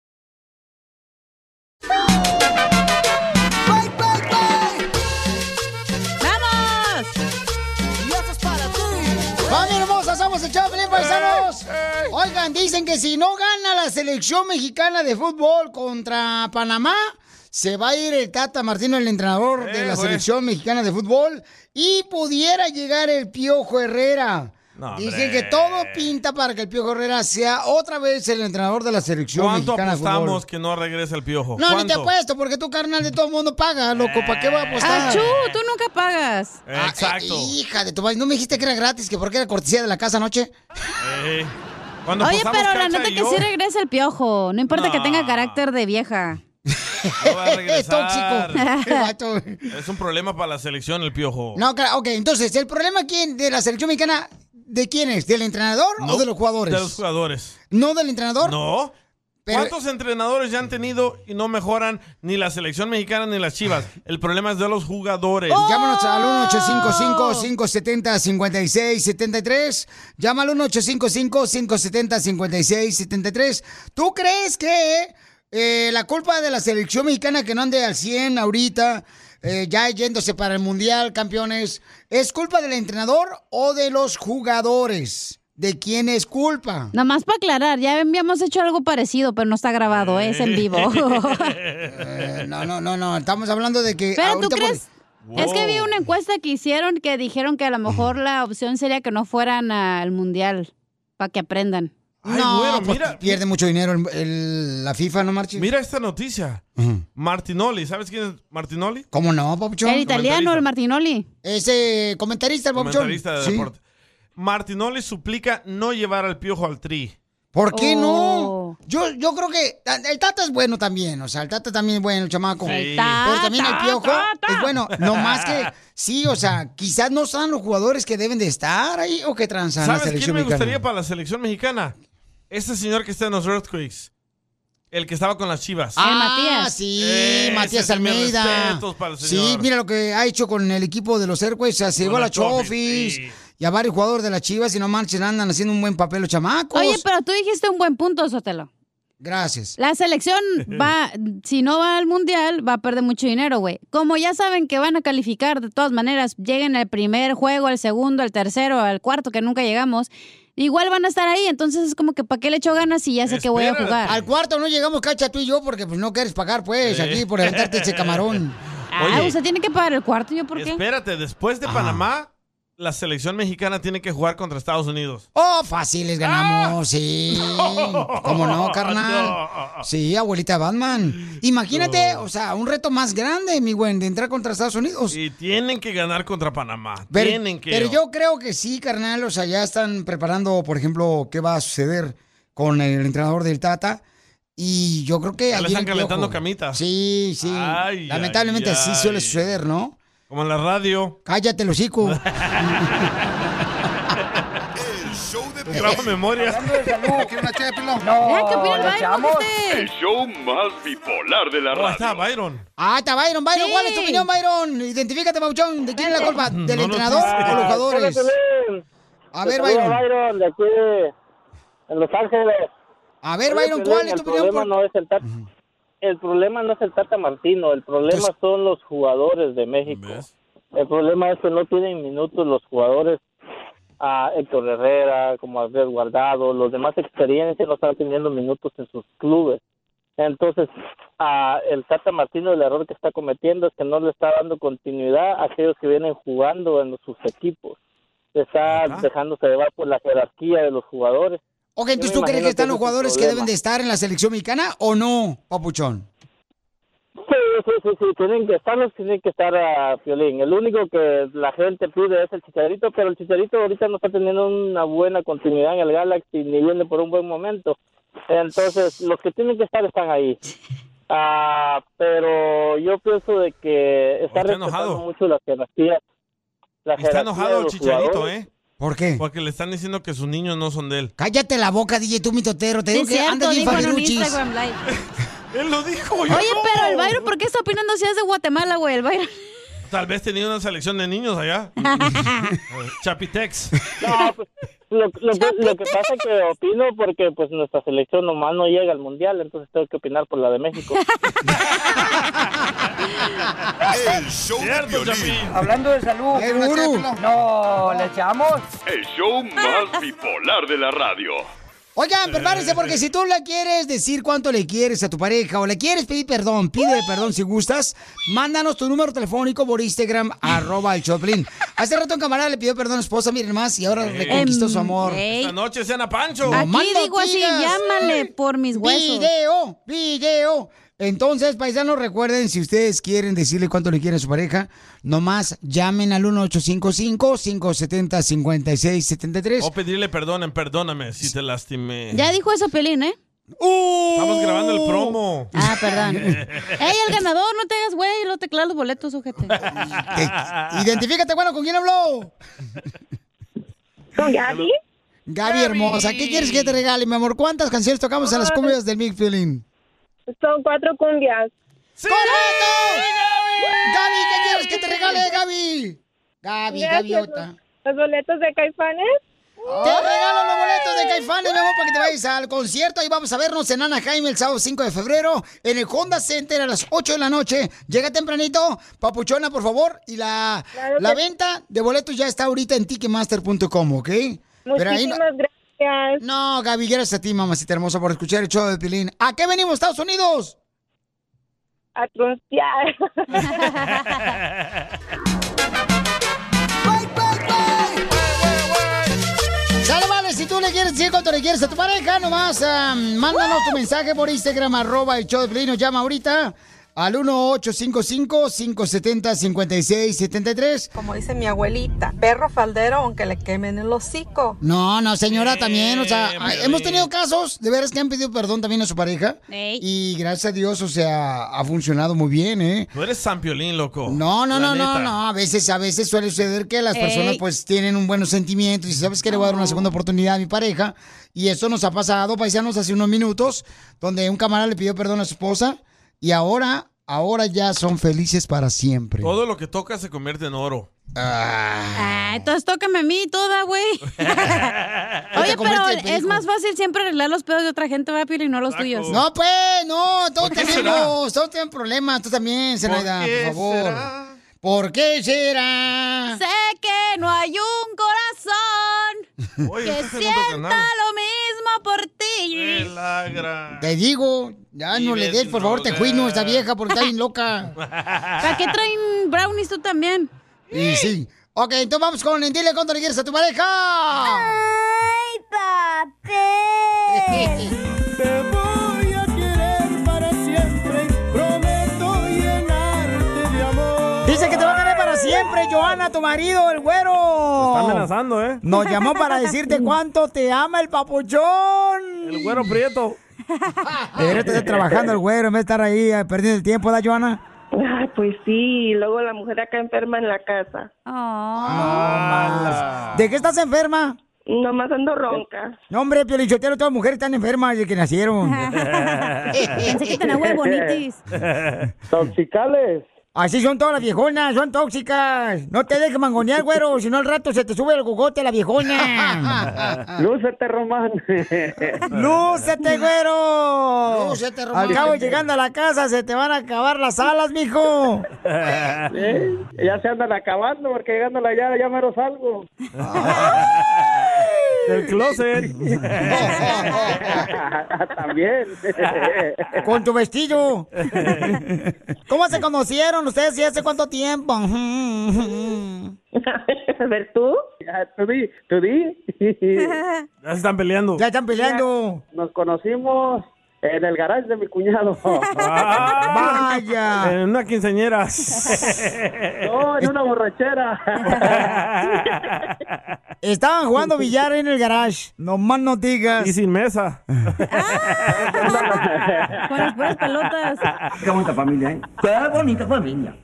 S3: ¡Vamos!
S27: Y eso es para ti.
S1: ¡Familia hermosa! ¡Somos el Chaplin Paisanos! Oigan, dicen que si no gana la selección mexicana de fútbol contra Panamá, se va a ir el Tata Martino, el entrenador de la
S27: güey.
S1: selección mexicana de fútbol, y pudiera llegar el Piojo Herrera.
S27: No,
S1: Dicen
S27: hombre.
S1: que todo pinta para que el Piojo Herrera sea otra vez el entrenador de la selección
S2: ¿Cuánto
S1: mexicana de fútbol.
S2: apostamos que no regrese el piojo?
S1: No, ni te
S2: ¿Cuánto?
S1: apuesto, porque tú, carnal, de todo el mundo paga, loco. ¿Para qué voy a apostar?
S3: ¡Achú! Ah, Tú nunca pagas.
S1: Ah, eh,
S2: Exacto.
S1: hija de tu madre, ¿no me dijiste que era gratis? ¿Que por qué era cortesía de la casa anoche?
S2: Eh, cuando
S3: Oye,
S2: apostamos
S3: pero la
S2: Cacha
S3: neta
S2: y
S3: que
S2: yo,
S3: sí (laughs) regresa el piojo. No importa que
S2: No.
S3: tenga carácter de
S1: (laughs)
S3: vieja.
S2: no va a regresar.
S1: Eh, Tóxico.
S2: Es un problema para la selección el piojo.
S1: No, cara, ok, entonces, ¿el problema quién de la selección mexicana? ¿De quién es? ¿Del entrenador
S2: No,
S1: o de los jugadores?
S2: De los jugadores.
S1: ¿No del entrenador?
S2: No.
S1: Pero-
S2: ¿Cuántos entrenadores ya han tenido y no mejoran ni la selección mexicana ni las chivas? El problema es de los jugadores.
S1: Oh. Llámanos
S2: ¡Oh!
S1: al 1-855-570-5673. Llama al 1-855-570-5673. ¿Tú crees que eh, la culpa de la selección mexicana que no ande al 100 ahorita, eh, ya yéndose para el Mundial, campeones, es culpa del entrenador o de los jugadores? ¿De quién es culpa?
S3: Nada más para aclarar, ya habíamos hecho algo parecido, pero no está grabado, es
S2: (laughs)
S3: en (laughs) vivo.
S1: Eh, no, no, no, no. Estamos hablando de que.
S3: Pero tú
S1: ahorita por-
S3: crees... Es que vi una encuesta que hicieron que dijeron que a lo mejor la opción sería que no fueran al mundial para que aprendan.
S1: no,
S2: güero,
S1: pues,
S2: mira.
S1: pierde mucho dinero el- el- la FIFA, ¿no, Marchi?
S2: Mira esta noticia. Martinoli, ¿sabes quién es Martinoli?
S1: ¿Cómo no, Papuchón?
S3: El italiano, el Martinoli.
S1: Ese comentarista, el Papuchón.
S2: Comentarista de deporte. Martinoli suplica no llevar al piojo al tri.
S1: ¿Por qué
S3: Oh.
S1: no? Yo, yo creo que ta- el Tata es bueno también, o sea, el Tata también es bueno, el chamaco.
S2: Sí. El
S1: Pero también el
S2: Tata,
S1: piojo
S2: Tata.
S1: es bueno. No más que, sí, o sea, quizás no están los jugadores que deben de estar ahí o que transan Ah, la
S2: ¿Sabes quién me
S1: selección mexicana.
S2: gustaría para la selección mexicana? Este señor que está en los Earthquakes. El que estaba con las chivas.
S1: Ah, Matías. sí,
S2: Ese
S1: Matías
S2: sí, mis
S1: Almeida.
S2: respetos para el
S1: Sí,
S2: señor.
S1: mira lo que ha hecho con el equipo de los Airways. Se llevó a
S2: Con
S1: la
S2: la Chofis,
S1: Chofis y a varios jugadores de las Chivas y no marchen, andan haciendo un buen papel los chamacos.
S3: Oye, pero tú dijiste un buen punto, Sotelo.
S1: Gracias.
S2: (laughs)
S3: La selección va, si no va al mundial, va a perder mucho dinero, güey. Como ya saben que van a calificar de todas maneras, lleguen al primer juego, al segundo, al tercero, al cuarto, que nunca llegamos, igual van a estar ahí. Entonces es como que ¿para qué le echo ganas si ya sé que voy a jugar?
S1: Al cuarto no llegamos, cacha, tú y yo, porque pues no quieres pagar, pues,
S2: Sí.
S1: aquí por levantarte ese camarón.
S3: Oye,
S2: Oye.
S3: usted Ah, tiene que pagar el cuarto, ¿yo por qué?
S2: Espérate, después
S1: Ah.
S2: de Panamá, la selección mexicana tiene que jugar contra Estados Unidos.
S1: Oh, fácil, les
S2: Ah. (laughs)
S1: ganamos, sí. ¿Cómo
S2: Oh,
S1: no, carnal? Sí, abuelita Batman. Imagínate, o sea, un reto más grande, mi güey, de entrar contra Estados Unidos.
S2: Y tienen que ganar contra Panamá.
S1: Pero,
S2: tienen que.
S1: pero yo creo que sí, carnal. O sea, ya están preparando, por ejemplo, qué va a suceder con el entrenador del Tata. Y yo creo que.
S2: Ya le
S1: ahí
S2: están
S1: el Piojo.
S2: calentando camitas.
S1: Sí, sí.
S2: Ay,
S1: Lamentablemente
S2: ay,
S1: sí
S2: ay.
S1: suele suceder, ¿no?
S2: Como en la radio.
S1: Cállate,
S2: (laughs)
S1: los hocico.
S2: Trago memoria.
S9: una ché de pilón? No, le echamos.
S11: El show más bipolar de la radio. está Byron.
S1: Ah, está Byron, Byron, ¿cuál es tu opinión, Byron? Identifícate, Mauchón. ¿De quién es la culpa? ¿Del
S29: no
S1: entrenador
S29: tienes que-
S1: o los jugadores?
S29: Ah, espérate,
S1: A
S29: Te
S1: ver,
S29: saluda
S1: Byron.
S29: Byron, de aquí, en Los Ángeles.
S1: A ver, Byron, ¿cuál es tu opinión
S29: El problema,
S1: por-
S29: no es el, Tata, el problema no es el Tata Martino, el problema son los jugadores de México. El problema es que no tienen minutos los jugadores. A Héctor Herrera, como Andrés Guardado, los demás experiencia no están teniendo minutos en sus clubes. Entonces, a el Tata Martino, el error que está cometiendo es que no le está dando continuidad a aquellos que vienen jugando en sus equipos. Está dejándose llevar por la jerarquía de los jugadores.
S1: Ok,
S29: Yo
S1: entonces
S29: me
S1: tú crees
S29: imagino
S1: que están
S29: ese es
S1: los
S29: el
S1: jugadores que
S29: problema.
S1: deben de estar en la selección mexicana o no, papuchón.
S29: Sí, sí, sí, sí, tienen que estar, los tienen que estar a Piolín. El único que la gente pide es el Chicharito, pero el Chicharito ahorita no está teniendo una buena continuidad en el Galaxy ni viene por un buen momento. Entonces, los que tienen que estar están ahí. Ah, pero yo pienso de que está, respetando mucho la jerarquía. la
S2: Está
S29: jerarquía de
S2: enojado
S29: los
S2: Chicharito,
S29: jugadores.
S2: ¿eh?
S1: ¿Por qué?
S2: Porque le están diciendo que sus niños no son de él.
S1: Cállate la boca, DJ, tú mi totero. Te digo que andas bien
S3: dijo en un
S1: fabiruchis.
S3: Instagram Live.
S2: (laughs) Él lo dijo,
S3: Oye,
S2: yo no. Eh.
S3: pero el Byron, ¿por qué está opinando si es de Guatemala, güey? El Byron.
S2: Tal vez tenía una selección de niños
S1: (laughs)
S2: allá. eh, Chapitex.
S29: No, pues, lo, lo que, lo que pasa es que opino porque pues nuestra selección nomás no llega al mundial, entonces tengo que opinar por la de México.
S30: El show de Piolín.
S9: Hablando de salud. ¿quiere una ché de pilón? No, le echamos.
S11: El show más bipolar de la radio.
S1: Oigan, prepárense porque si tú le quieres decir cuánto le quieres a tu pareja o le quieres pedir perdón, pide perdón si gustas, mándanos tu número telefónico
S29: (laughs)
S1: por Instagram, arroba el Choplin. Hace rato un camarada le pidió perdón a su esposa, miren más, y ahora reconquistó su amor.
S2: Esta noche sean a Pancho.
S3: Aquí digo así, llámale por mis huesos.
S1: Video, video. Entonces, paisanos, recuerden, si ustedes quieren decirle cuánto le quieren a su pareja, nomás llamen al 1855-570-5673.
S2: O pedirle perdón en perdóname si te lastimé.
S3: Ya dijo eso Pelín, ¿eh?
S2: Estamos grabando el promo.
S3: Ah,
S2: (laughs)
S3: perdón. ¡Ey,
S1: Eh,
S3: el ganador! No te hagas, güey, lo teclas los boletos, ojete.
S1: Identifícate, bueno, ¿con quién habló?
S3: ¿Con Gaby?
S1: Gaby hermosa, ¿qué quieres que te regale, mi amor? ¿Cuántas canciones tocamos en las cumbias del Big Feeling?
S31: Ah, Son cuatro cumbias.
S1: ¡Correcto! Gaby, ¿qué quieres que te regale,
S5: (laughs)
S1: Gaby? Gaby,
S31: Gracias,
S1: Gaviota.
S31: ¿Los boletos de Caifanes?
S1: Te regalo los boletos de Caifanes, mi amor, para que te vayas al concierto. Ahí vamos a vernos en Anaheim el sábado 5 de febrero en el Honda Center a las 8 de la noche. Llega tempranito, papuchona, por favor. Y la,
S31: Claro
S1: la
S31: que-
S1: venta de boletos ya está ahorita en ticketmaster.com, ¿ok?
S31: Muchísimas
S1: gracias. No, Gaby, gracias a ti, mamacita hermosa, por escuchar el show de Pilín. ¿A qué venimos, Estados Unidos?
S31: A trunciar.
S1: Sale, vale, si tú le quieres decir cuánto le quieres a tu pareja, nomás ah, mándanos tu mensaje por Instagram, arroba el show de Pelín, nos llama ahorita al 1855-570-5673.
S17: Como dice mi abuelita, perro faldero aunque le quemen el hocico.
S1: No, no, señora, también, o sea,
S17: Eh,
S1: ah,
S17: Piolín.
S1: hemos tenido casos de veras que han pedido perdón también a su pareja.
S17: Ey.
S1: Y gracias a Dios, o sea, ha funcionado muy bien, ¿eh?
S2: No eres San Piolín, loco.
S1: No, no,
S2: La
S1: no, no,
S2: neta.
S1: no. A veces, a veces suele suceder que las
S2: Ey.
S1: personas pues tienen un buen sentimiento y sabes que le voy a dar una segunda oportunidad a mi pareja. Y eso nos ha pasado, paisanos, hace unos minutos, donde un camarada le pidió perdón a su esposa y ahora, ahora ya son felices para siempre.
S2: Todo lo que toca se convierte en oro.
S3: Ah, entonces tócame a mí toda, güey.
S1: (laughs)
S3: Oye, pero
S1: convertiste en
S3: es
S1: perico.
S3: más fácil siempre arreglar los pedos de otra gente, va, Piolín, no los tuyos.
S1: No, pues, no, todos
S3: ¿Por qué
S1: tenemos, todos tienen problemas, tú también, Zenaida,
S3: ¿Por
S1: por,
S3: qué
S1: favor.
S3: será?
S1: ¿Por qué será?
S3: Sé que no hay un corazón
S2: Oye,
S3: que
S2: este es el otro
S3: sienta
S2: canal.
S3: lo mismo por ti.
S1: Te digo, ya no le des, por favor, te juino a esta vieja porque está bien loca.
S3: ¿Para qué traen brownies tú también?
S1: Y sí. Ok, entonces vamos con el dile cuánto le quieres a tu pareja. ¡Ay, papel!
S5: Te voy a querer para siempre. Prometo llenarte de amor.
S1: (laughs) Dice que te va a querer para siempre, Joana, tu marido, el güero.
S2: Te está amenazando, ¿eh?
S1: Nos llamó para
S2: (laughs)
S1: decirte cuánto te ama el papuchón.
S2: El güero prieto.
S1: Debería estar trabajando el güero en vez de estar ahí eh, perdiendo el tiempo, ¿da, Joana?
S18: Ay, pues sí, y luego la mujer acá enferma en la casa.
S1: Ah. ¿De qué estás enferma?
S18: Nomás ando ronca.
S1: No, hombre, Piolichotero, todas las mujeres están enfermas desde que
S18: (laughs)
S1: nacieron. (laughs)
S3: Pensé que tenía huevonitis.
S2: Ah.
S1: Toxicales. Así son todas las viejonas, son tóxicas. No te dejes mangonear, güero, si no al rato se te sube el gogote a la (laughs) viejona.
S13: Lúcete,
S2: (laughs)
S13: este Román.
S1: ¡Lúcete, güero!
S13: Lúcete,
S1: Al
S13: Román.
S1: cabo, llegando a la casa, se te van a acabar las alas, mijo.
S13: Eh, Ya se andan acabando porque llegando la ya, ya mero salgo.
S2: Del closet.
S13: (laughs) También.
S1: Con tu (laughs) vestido. ¿Cómo se conocieron ustedes y hace cuánto tiempo?
S18: A ver, tú.
S13: Tú di, tú di.
S2: Ya se están peleando.
S1: Ya están peleando.
S13: Nos conocimos en el garage de mi cuñado.
S1: ¡Vaya!
S2: Ah, En una quinceañera.
S13: (laughs) No, en una
S2: (laughs)
S13: borrachera.
S1: Estaban jugando billar en el garage. Nomás no digas. Y sin mesa.
S3: Con las puras pelotas.
S9: (laughs) Qué bonita familia, ¿eh? Qué bonita familia.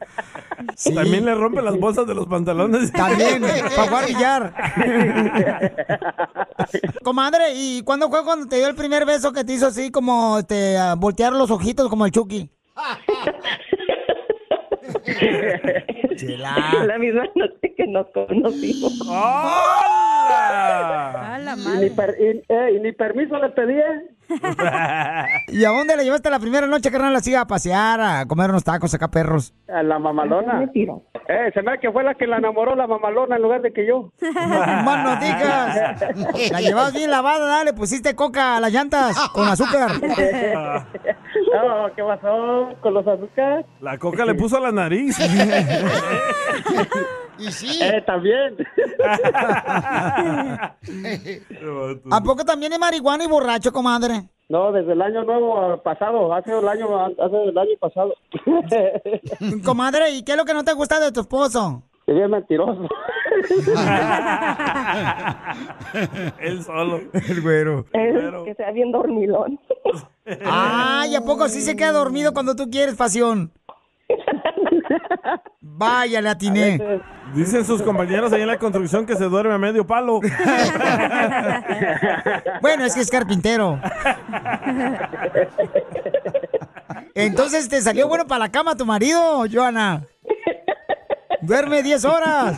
S2: También le rompe las bolsas de los pantalones. (laughs)
S1: También, para jugar billar. Comadre, ¿y cuándo fue cuando te dio el primer beso que te hizo así como te voltear los ojitos como el Chucky?
S13: (laughs)
S18: La misma noche que nos conocimos.
S13: Y ni, per- y- eh, y ni permiso le pedí. ¿eh?
S1: ¿Y a dónde la llevaste la primera noche, carnal? Así a pasear, a comer unos tacos, acá perros.
S13: A la mamalona. Eh, se me hace que fue la que la enamoró la mamalona en lugar de que yo.
S1: (laughs) Más no
S2: (laughs)
S1: digas. La llevabas bien lavada, dale, pusiste coca a las llantas con
S13: (laughs)
S1: azúcar.
S13: No, ¿qué pasó con los azúcares?
S2: (laughs) La coca le puso a la nariz. (laughs)
S1: Y sí.
S13: Eh, también.
S1: ¿A poco también es marihuana y borracho, comadre?
S13: No, desde el año nuevo ah, pasado, hace el año, hace el año
S1: (laughs)
S13: pasado.
S1: Comadre, ¿y qué es lo que no te gusta de tu esposo?
S13: Es bien mentiroso.
S2: Él solo.
S1: El güero.
S18: Es (laughs) que sea bien dormilón.
S1: Ay, ¿a poco sí se queda dormido cuando tú quieres, pasión? Vaya, le atiné.
S2: Dicen sus compañeros ahí en la construcción que se duerme a medio palo.
S1: Bueno, es que es carpintero. Entonces te salió bueno para la cama tu marido, Joana. Duerme 10 horas.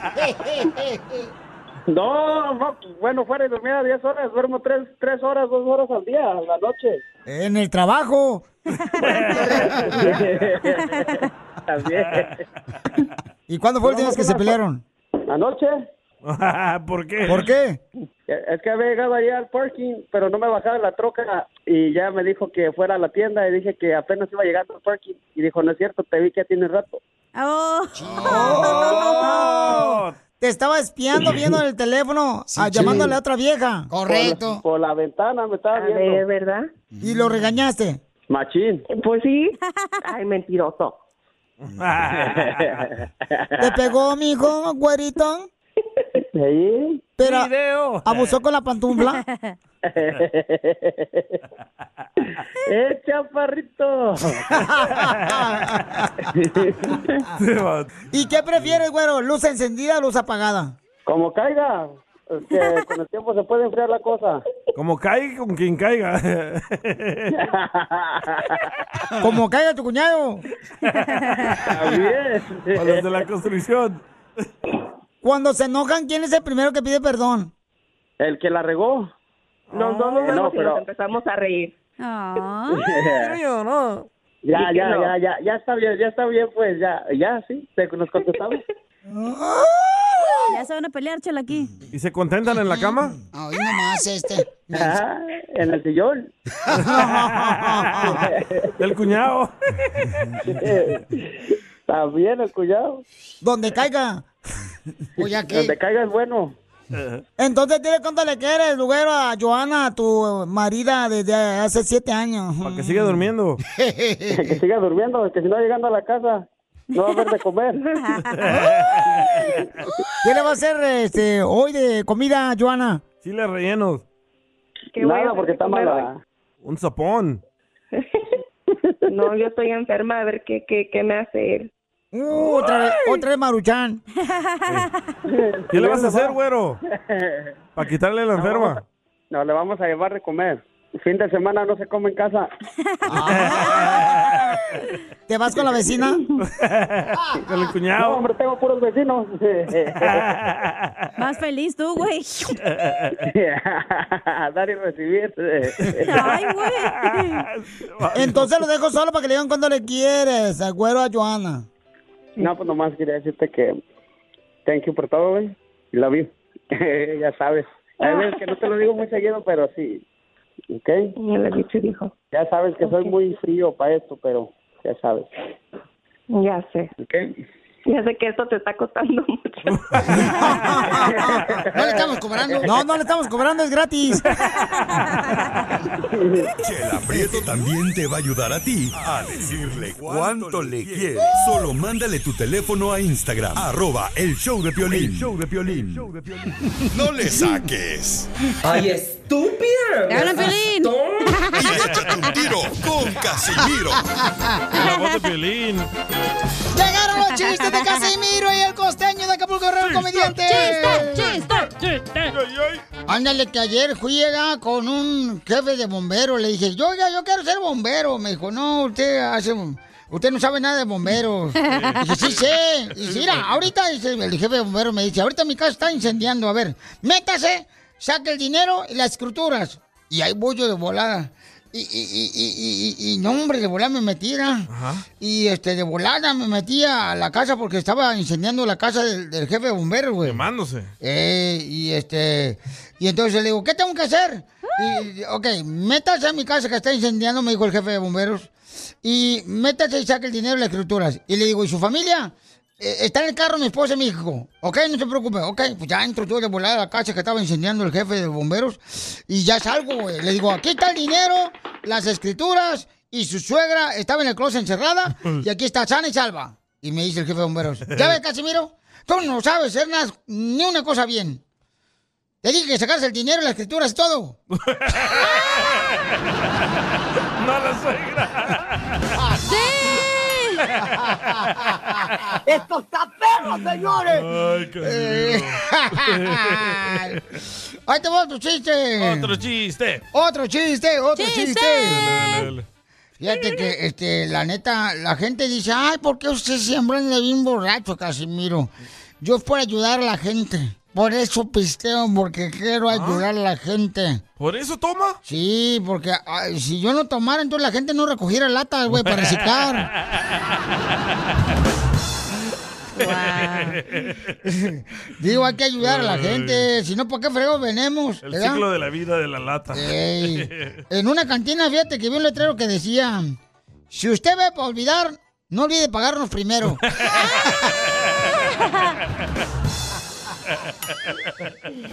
S13: No, no, bueno, fuera y dormía 10 horas, duermo 3, tres horas, 2 horas al día, a la
S2: (laughs)
S13: noche.
S1: En el trabajo.
S13: También.
S1: ¿Y cuándo fue la última vez que se pelearon? (laughs)
S13: Anoche.
S2: Ah, ¿Por qué?
S1: ¿Por qué?
S13: Eh, Es que había llegado allá al parking, pero no me bajaba la troca y ya me dijo que fuera a la tienda y dije que apenas iba llegando al parking y dijo, no es cierto, te vi que ya tienes rato.
S1: (laughs) Te estaba espiando viendo el teléfono, ah, llamándole a otra vieja.
S13: Por la, por la ventana me estaba
S18: A
S13: viendo.
S18: ver, ¿verdad?
S1: ¿Y lo regañaste?
S13: Machín.
S18: Pues sí. Ay, mentiroso.
S1: ¿Te pegó, mijo, güerito?
S13: (laughs) Sí.
S1: Pero, ¿abusó con la pantufla?
S13: (laughs) ¡Eh, chaparrito!
S1: ¿Y qué prefieres, güero? ¿Luz encendida o luz apagada?
S13: (laughs) Como caiga, es
S18: (laughs)
S13: que con el tiempo se puede enfriar la cosa.
S2: Como caiga con quien caiga.
S1: Como caiga tu cuñado.
S2: (laughs) O los de la construcción.
S1: Cuando se enojan, ¿quién es el primero que pide perdón?
S13: El que la regó.
S18: Nos dos nos
S13: Eh, no,
S18: vemos y
S13: pero-
S18: nos
S13: (laughs)
S18: empezamos a reír.
S13: Ya,
S18: Sí que
S13: ya,
S18: no.
S13: ya, ya, ya está bien, ya está bien, pues, ya, ya, sí, te- nos contestamos.
S3: Ya se van a pelear, chela, aquí.
S2: ¿Y se contentan en la cama?
S1: Ay, nomás este.
S13: Ah, en el sillón.
S2: (laughs) El
S1: (laughs)
S2: cuñado.
S13: También el cuñado.
S1: Donde
S13: (laughs)
S1: caiga. O ya que-
S13: Pues Donde caiga es bueno.
S1: Entonces dile cuánto le quieres, Lugero, a Joana, a tu marida desde hace siete
S13: (laughs)
S1: años.
S2: Para que siga durmiendo.
S13: que siga durmiendo, que si no llegando a la casa no va a haber de comer.
S1: ¿Qué le va a hacer este, hoy de comida, Joana?
S2: Chile rellenos.
S18: ¿Qué voy a Nada, hacer porque de está comer mala.
S2: Un sapón.
S18: No, yo estoy enferma, a ver qué, qué, qué me hace él.
S1: Uh, otra vez, otra vez
S13: (laughs)
S1: Maruchan.
S2: ¿Qué le vas a hacer, güero? Para quitarle la enferma.
S13: No, le vamos a llevar de comer. Fin de semana no se come en casa.
S1: Ah, ¿Te vas con la
S2: (laughs)
S1: vecina?
S2: Con el
S13: No, hombre, tengo puros vecinos. (laughs)
S3: Más feliz tú, güey.
S13: (laughs) Dar
S1: (laughs)
S13: y recibir. (laughs)
S1: Entonces lo dejo solo para que le digan cuánto le quieres, al güero, a Joana.
S13: No, pues nomás quería decirte que thank you por todo, güey. Y la vi. (laughs) ya sabes. A ver, que no te lo digo muy seguido, pero sí. ¿Ok? Ya sabes que soy muy frío para esto, pero ya sabes.
S18: Ya sé.
S13: ¿Ok?
S18: Ya sé que esto te está costando mucho.
S1: No le estamos cobrando. No, no le estamos cobrando, es gratis.
S7: Chela Prieto también te va a ayudar a ti a decirle cuánto le quieres. Solo mándale tu teléfono a Instagram, arroba el show de Piolín.
S5: El
S7: show de Piolín. No le saques.
S5: Ay,
S7: estúpida!
S5: Te hablan, Piolín.
S7: Y échate un tiro con Casimiro.
S2: La voz de
S1: (laughs)
S2: Piolín.
S1: Llegaron los chistes de Casimiro y el costeño de Acapulco Guerrero, el comediante.
S5: chiste,
S1: chiste, Ándale, que ayer fui llega con un jefe de bombero. Le dije, yo ya, yo quiero ser bombero. Me dijo, no, usted hace... Usted no sabe nada de bomberos. Dije, (laughs) sí sé. Y dice, mira, ahorita dice, el jefe de bomberos me dice, ahorita mi casa está incendiando. A ver, métase, saque el dinero y las escrituras. Y ahí voy yo de volada. Y, y, y, y, y, y- y no, hombre, de volada me metía. Y este, de volada me metía a la casa porque estaba incendiando la casa del, del jefe de bomberos, güey.
S2: Quemándose.
S1: Eh, y este, y entonces le digo, ¿qué tengo que hacer? Y, ok, métase a mi casa que está incendiando, me dijo el jefe de bomberos. Y métase y saque el dinero y las escrituras. Y le digo, ¿y su familia? Eh, está en el carro mi esposa y mi hijo. Ok, no se preocupe. Ok, pues ya entro yo de volada a la casa que estaba incendiando el jefe de bomberos. Y ya salgo, güey. Le digo, aquí está el dinero, las escrituras. Y su suegra estaba en el closet encerrada. Y aquí está sana y salva. Y me dice el jefe de bomberos, ¿ya ves, Casimiro? Tú no sabes hacer nada- ni una cosa bien. Te dije que sacaras el dinero, las escrituras y todo. (laughs)
S9: Ah.
S5: No la suegra. ¡Sí!
S1: ¡Esto está perro, señores!
S5: ¡Ay,
S1: Eh, Ahí te va otro chiste.
S2: Otro chiste.
S1: Otro chiste, otro chiste.
S2: Dale, dale.
S1: Fíjate que, este, la neta, la gente dice, ay, ¿por qué usted siempre anda bien borracho, Casimiro? Yo es por ayudar a la gente. Por eso pisteo, porque quiero ayudar a la gente.
S2: Ah. ¿Por eso toma?
S1: Sí, porque ay, si yo no tomara, entonces la gente no recogiera latas, güey,
S2: (laughs)
S1: para reciclar. Digo, hay que ayudar a la
S2: Ay.
S1: gente. Si no, ¿por qué fregos venemos?
S2: El
S1: verdad?
S2: ciclo de la vida de la lata. (laughs)
S1: Ey. En una cantina, fíjate que vi un letrero que decía: Si usted ve para olvidar, no olvide
S2: (laughs)
S1: pagarnos primero.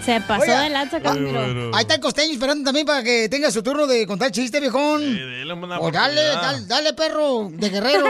S3: Se pasó
S1: Oiga,
S3: de lanza, Casimiro.
S1: Ahí está el costeño esperando también para que tenga su turno de contar chiste, viejón. O dale,
S5: oportunidad.
S1: dale, dale, perro de
S6: (laughs)
S1: guerrero.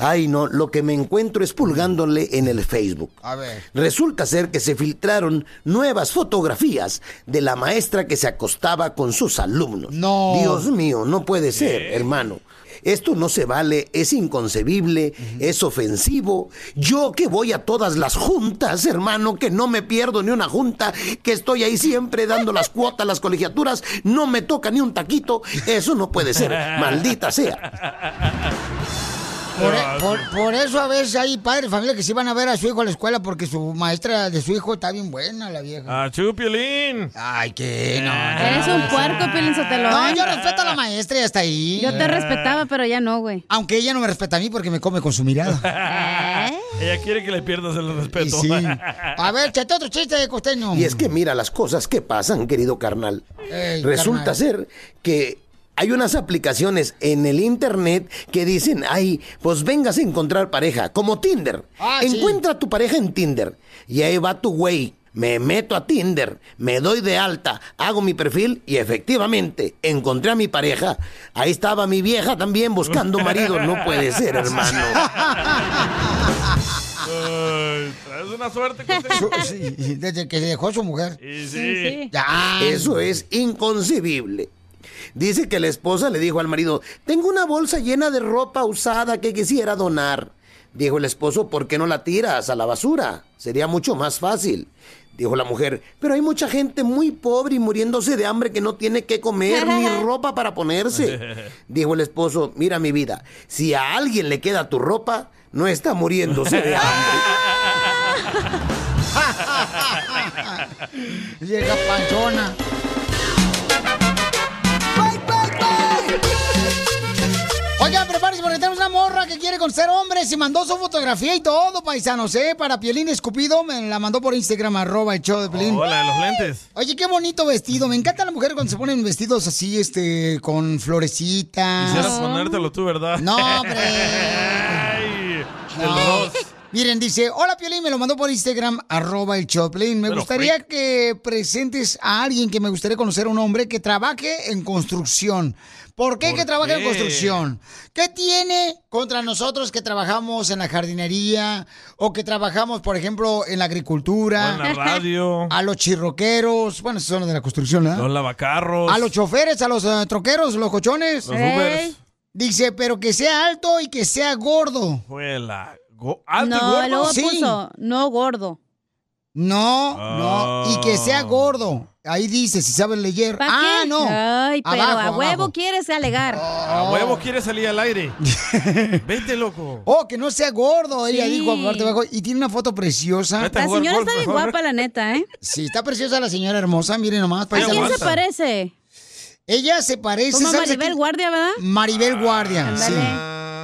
S6: Ay, no, lo que me encuentro es pulgándole en el Facebook.
S1: A ver.
S6: Resulta ser que se filtraron nuevas fotografías de la maestra que se acostaba con sus alumnos.
S1: No.
S6: Dios mío, no puede ser, hermano. Esto no se vale, es inconcebible, es ofensivo. Yo que voy a todas las juntas, hermano, que no me pierdo ni una junta, que estoy ahí siempre dando
S1: (laughs)
S6: las cuotas, las colegiaturas, no
S1: (laughs)
S6: me toca ni un taquito. Eso no puede ser, maldita Pues, sea.
S1: Por, e- por- por eso a veces hay padres de familia que sí van a ver a su hijo a la escuela porque su maestra de su hijo está bien buena,
S20: este,
S1: la vieja.
S2: Ah, chupiolín.
S1: Ay, qué no.
S2: Ah.
S3: Eres un puerco, Piolín Sotelo.
S1: No,
S3: ¿eh?
S1: yo respeto a la maestra y hasta ahí.
S3: Yo te respetaba, pero ya no, güey.
S1: Aunque ella no me respeta a mí porque me come con su
S6: (laughs)
S1: mirada. (laughs)
S3: ¿eh?
S2: Ella quiere que le pierdas el respeto.
S1: Sí. A ver, chate otro chiste de costeño.
S6: Y es que mira las cosas que pasan, querido carnal.
S1: Ey,
S6: Resulta
S1: carnal.
S6: ser que hay unas aplicaciones en el internet que dicen, ay, pues vengas a encontrar pareja, como Tinder.
S1: Ah, sí.
S6: Encuentra a tu pareja en Tinder. Y ahí va tu güey. Me meto a Tinder, me doy de alta, hago mi perfil y efectivamente encontré a mi pareja. Ahí estaba mi vieja también buscando marido. No puede
S1: (laughs)
S6: ser, hermano.
S2: Ay, traes una suerte.
S1: Su- sí, Desde que se dejó a su mujer.
S2: sí. Sí, sí.
S1: Ya.
S6: Eso es inconcebible. Dice que la esposa le dijo al marido, tengo una bolsa llena de ropa usada que quisiera donar. Dijo el esposo, ¿por qué no la tiras a la basura? Sería mucho más fácil. Dijo la mujer, pero hay mucha gente muy pobre y muriéndose de hambre que no tiene que comer
S2: (laughs)
S6: ni ropa para ponerse. Dijo el esposo, mira mi vida, si a alguien le queda tu ropa, no está muriéndose
S2: (laughs)
S6: de hambre.
S1: Llega panchona. Oigan, prepárense porque tenemos una morra que quiere conocer hombres y mandó su fotografía y todo, paisanos, ¿eh? Para Pielín Escupido, me la mandó por Instagram, arroba el show de Pielín.
S2: Hola, de los lentes.
S1: Oye, qué bonito vestido. Me encanta la mujer cuando se ponen vestidos así, este, con florecitas.
S2: Quisieras ponértelo tú, ¿verdad? (laughs)
S1: No, hombre.
S2: Ay, el
S1: No.
S2: Ross.
S1: Miren, dice, hola Piolín, me lo mandó por Instagram, arroba el Choplin. Me
S2: Pero
S1: gustaría que presentes a alguien que me gustaría conocer, un hombre que trabaje en construcción. ¿Por qué
S5: ¿Por
S1: que trabaja en
S5: qué?
S1: construcción? ¿Qué tiene contra nosotros que trabajamos en la jardinería o que trabajamos, por ejemplo, en la agricultura?
S2: O en la radio.
S1: A los chirroqueros, bueno, esos son los de la construcción, ¿ah?
S2: Los lavacarros.
S1: A los choferes, a los eh, troqueros, los cochones.
S2: Los Ubers. Ey.
S1: Dice, pero que sea alto y que sea gordo.
S2: Fue la go- ¿Alto y
S3: no,
S2: gordo?
S3: luego puso, no gordo.
S1: No,
S2: Ah.
S1: no, y que sea gordo. Ahí dice, si sabes leer.
S3: ¿Para
S1: Ah,
S3: qué?
S1: no.
S3: Ay, pero
S1: Abajo,
S3: a
S1: abajo. Oh.
S3: huevo quieres alegar.
S2: A huevo quiere salir al aire. (laughs) Vete, loco.
S1: Oh, que no sea gordo, ella
S3: Sí.
S1: dijo aparte abajo. Y tiene una foto preciosa.
S3: La señora está bien guapa, la neta, ¿eh?
S1: Sí, está preciosa la señora hermosa, miren nomás.
S3: ¿A quién
S1: paisanos.
S3: se parece?
S1: Ella se Pues parece.
S3: Como
S1: ¿sabes a
S3: Maribel
S1: quién?
S3: Guardia, ¿verdad?
S1: Maribel Guardia,
S3: Ándale.
S1: sí.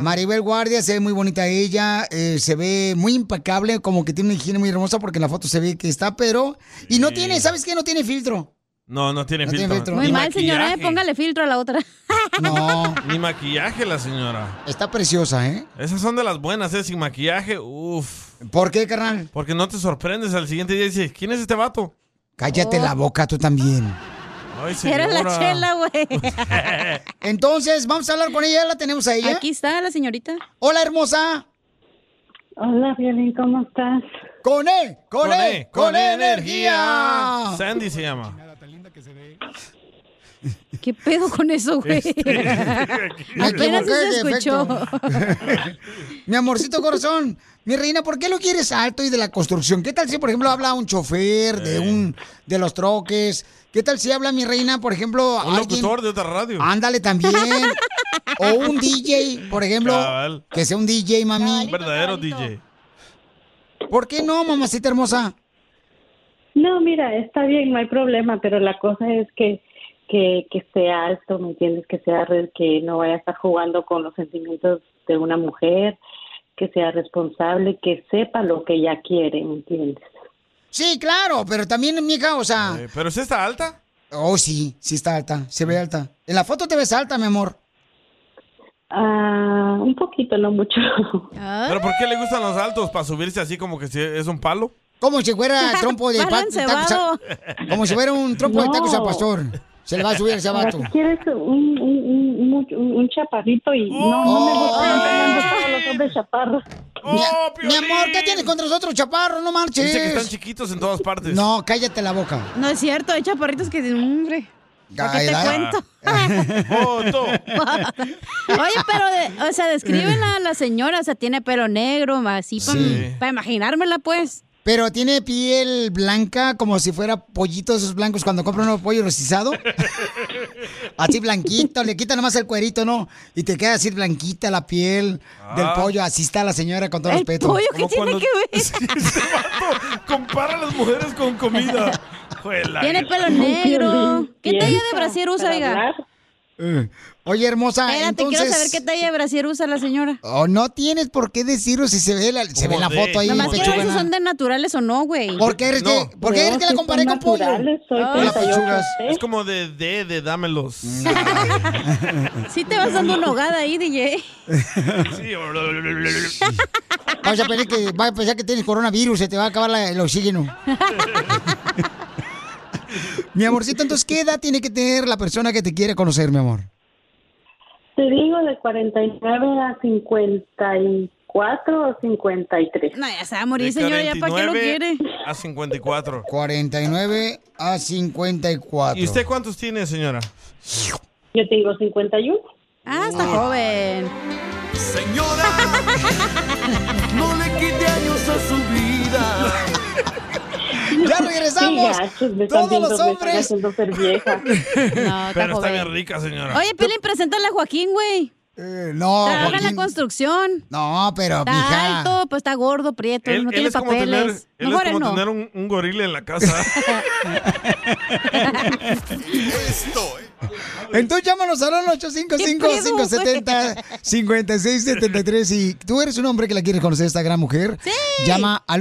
S1: Maribel Guardia se ve muy bonita ella, eh, se ve muy impecable, como que tiene una higiene muy hermosa porque en la foto se ve que está, pero... Y no tiene, ¿sabes qué? No tiene filtro.
S2: No, no tiene
S1: No tiene
S2: filtro.
S1: filtro.
S2: Ni
S3: Muy mal, señora, ¿eh?
S2: maquillaje.
S3: Póngale filtro a la otra.
S1: (laughs) No,
S2: Ni maquillaje la señora.
S1: está preciosa, ¿eh?
S2: Esas son de las buenas, ¿eh? Sin maquillaje, uff.
S1: ¿Por qué, carnal?
S2: Porque no te sorprendes al siguiente día y dices, ¿quién es este vato?
S1: Cállate
S2: Oh.
S1: la boca tú también.
S2: Ay,
S3: Era
S2: señora.
S3: la chela, güey.
S1: (laughs) Entonces, vamos a hablar con ella, la tenemos a ella.
S3: Aquí está la señorita.
S1: Hola, hermosa.
S22: Hola, Violín, ¿cómo estás?
S1: Con él, ¡Eh! con, él,
S2: E,
S1: con E energía.
S2: Sandy se llama.
S3: ¿Qué pedo con eso, güey?
S1: (laughs)
S2: Este.
S3: (laughs)
S1: Me
S3: Apenas
S1: equivoqué
S3: se
S1: de
S3: escuchó.
S1: efecto. mi amorcito corazón, mi reina, ¿por qué lo quieres alto y de la construcción? ¿Qué tal si, por ejemplo, habla un chofer de un de los troques? ¿Qué tal si habla mi reina, por ejemplo,
S2: Un
S1: alguien?
S2: locutor de otra radio. (laughs)
S1: Ándale también. o un DJ, por ejemplo,
S2: Cabal.
S1: que sea un DJ, mami.
S2: Un verdadero DJ.
S1: ¿Por qué no, mamacita hermosa?
S22: No, mira, está bien, no hay problema, pero la cosa es que que, que sea alto, ¿me entiendes? Que sea re- que no vaya a estar jugando con los sentimientos de una mujer, que sea responsable, que sepa lo que ella quiere, ¿me entiendes?
S1: Sí, claro,
S9: (laughs)
S1: pero también, mija, o sea.
S2: Eh, ¿Pero si está alta? Mm.
S1: Oh, sí, sí está alta, se ve alta. En la foto te ves alta, mi amor.
S22: Ah, un poquito, no mucho. (laughs)
S3: ¿Ah?
S2: ¿Pero por qué le gustan los altos? ¿Para subirse así como que si es un palo?
S1: Como si
S22: (laughs)
S1: fuera trompo de pa-
S22: Balance,
S1: tacos a-
S22: vago.
S1: Como si fuera un trompo de
S22: No.
S1: tacos al pastor. Se le va a subir ese
S22: Ahora,
S1: vato.
S22: tú quieres un, un, un, un- un- un chaparrito y (laughs) no, no me gusta andando todos los hombres chaparros.
S1: Oh, Mi, mi amor, ¿qué tienes contra nosotros, chaparro? No marches.
S2: Dice Oh, que están chiquitos en todas partes.
S1: No, cállate la boca.
S3: No es cierto, hay chaparritos que dicen, hombre. ¿Para qué te
S1: Ay,
S3: cuento?
S9: Oh,
S2: Foto.
S3: Oye, pero, de- o sea, descríbela a la señora, o sea, tiene pelo negro, así para
S1: Sí.
S3: imaginármela, pues.
S1: Pero tiene piel blanca como si fuera pollito de esos blancos cuando compran un
S2: (laughs)
S1: pollo rostizado. así blanquito, le quitan nomás el cuerito, ¿no? Y te queda así blanquita la piel del
S2: Ah.
S1: pollo. Así está la señora con todo
S2: ¿El
S1: respeto.
S2: pollo qué Como tiene cuando-
S9: (laughs)
S3: que
S9: este
S2: Compara a las mujeres con comida. Juela.
S3: (laughs) Tiene
S2: (laughs)
S3: pelo negro. ¿Qué talla de brasier usa, oiga?
S1: Eh, Oye, hermosa,
S3: Espérate,
S1: entonces...
S3: quiero saber qué talla de brasier usa la señora.
S1: Oh, no tienes por qué decirlo si se ve la, se ve en la foto ahí.
S3: Nomás quiero ver si
S1: pechugona.
S3: son de naturales o no, güey.
S1: ¿Por qué eres que- por qué eres que la comparé con pollo?
S2: Ah.
S3: Ay, ¿eh?
S2: Es como de, de, de dámelos.
S3: (laughs) Sí te vas dando una hogada ahí, DJ.
S2: (laughs) Sí,
S1: Vas a pensar que, vas a pensar que tienes coronavirus, se te va a acabar la-
S2: (laughs)
S1: el oxígeno. mi amorcito, entonces, ¿qué edad tiene que tener la persona que te quiere conocer, mi amor?
S22: Te digo de 49 a 54 o 53.
S3: No, ya se va a
S2: de
S3: morir, señora, ya para qué lo
S2: 49
S3: quiere.
S2: A 54.
S1: 49 a 54.
S2: ¿Y usted cuántos tiene, señora?
S22: Yo tengo 51.
S3: Ah, está joven.
S5: Señora, no le quite años a su vida.
S1: ¡Ya regresamos!
S22: Sí, gachos, me están
S1: Todos
S22: viendo,
S1: los
S22: me están
S1: hombres.
S22: haciendo ser vieja.
S2: (laughs) Pero Ah, está bien rica, señora.
S3: Oye, Pelín, preséntale a Joaquín, güey.
S1: Eh, no,
S3: Trabaja en
S1: Joaquín.
S3: la construcción.
S1: No, pero,
S3: Está
S1: mija.
S3: alto, pues está gordo, prieto,
S2: Él,
S3: no
S2: él
S3: tiene
S2: es como tener,
S3: papeles.
S2: él es
S3: Mejor él
S2: como
S3: no.
S2: tener un, un gorila en la casa. (laughs)
S1: Entonces llámanos al
S5: ¿Qué pedo, güey?
S1: 1-855-570-5673. Si tú eres un hombre que la quieres conocer, esta gran mujer, llama al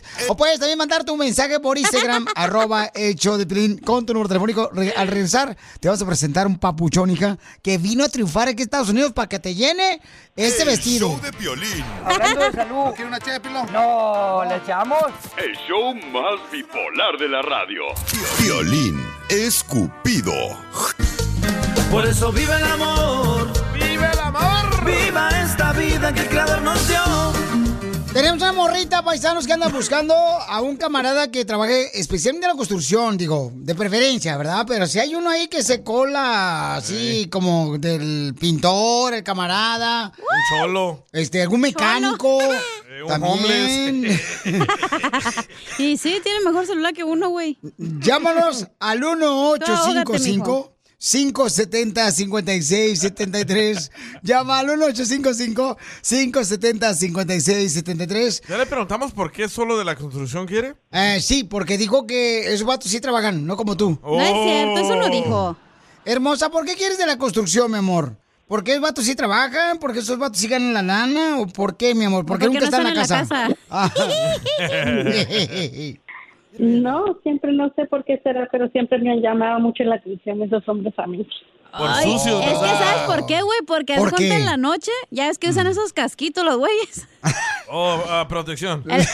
S7: Eh.
S1: O puedes también mandar tu mensaje
S7: (laughs)
S1: por Instagram, arroba hecho de Piolín, con tu número telefónico. Re- al regresar, te vamos a presentar un papuchón, hija, que vino a triunfar aquí en Estados Unidos para que te llene este
S7: El
S1: vestido.
S7: show de Piolín.
S9: Hablando de salud. ¿Quiere una No, ¿le echamos?
S11: El show más bipolar de la radio.
S7: Piolín escupido.
S5: Por eso vive el amor. Vive el amor. Viva esta vida que el creador nos dio.
S1: Tenemos una morrita, paisanos, que anda buscando a un camarada que trabaje especialmente en la construcción, digo, de preferencia, ¿verdad? Pero si hay uno ahí que se cola así como del pintor, el camarada.
S2: Un cholo.
S1: Este, algún mecánico. Eh,
S2: un (laughs)
S1: También.
S3: Y sí, tiene mejor celular que uno, güey.
S1: Llámanos al
S3: Ahógate,
S1: 1855
S3: mijo.
S1: 570 5673. Llama al 1855 570 5673.
S2: ¿Ya le preguntamos por qué solo de la construcción quiere?
S1: Eh, sí, porque dijo que esos vatos sí trabajan, no como tú. Oh.
S2: No es cierto, eso no dijo.
S1: Hermosa, ¿por qué quieres de la construcción, mi amor? ¿Por qué esos vatos sí trabajan? ¿Por qué esos vatos sí ganan la lana? ¿O por qué, mi amor? ¿Por qué
S3: porque
S1: nunca
S3: no
S1: están en la
S3: están
S1: casa?
S3: en
S1: Ah.
S22: No, siempre no sé por qué será, pero siempre me han llamado mucho la atención esos hombres a mí.
S3: Ay, es que sabes por qué, güey, porque
S2: ¿Por
S3: haz cuenta
S2: qué?
S3: en la noche, ya es que
S1: Mm.
S3: usan esos casquitos los güeyes.
S2: Oh, ah, protección.
S3: No, (laughs) en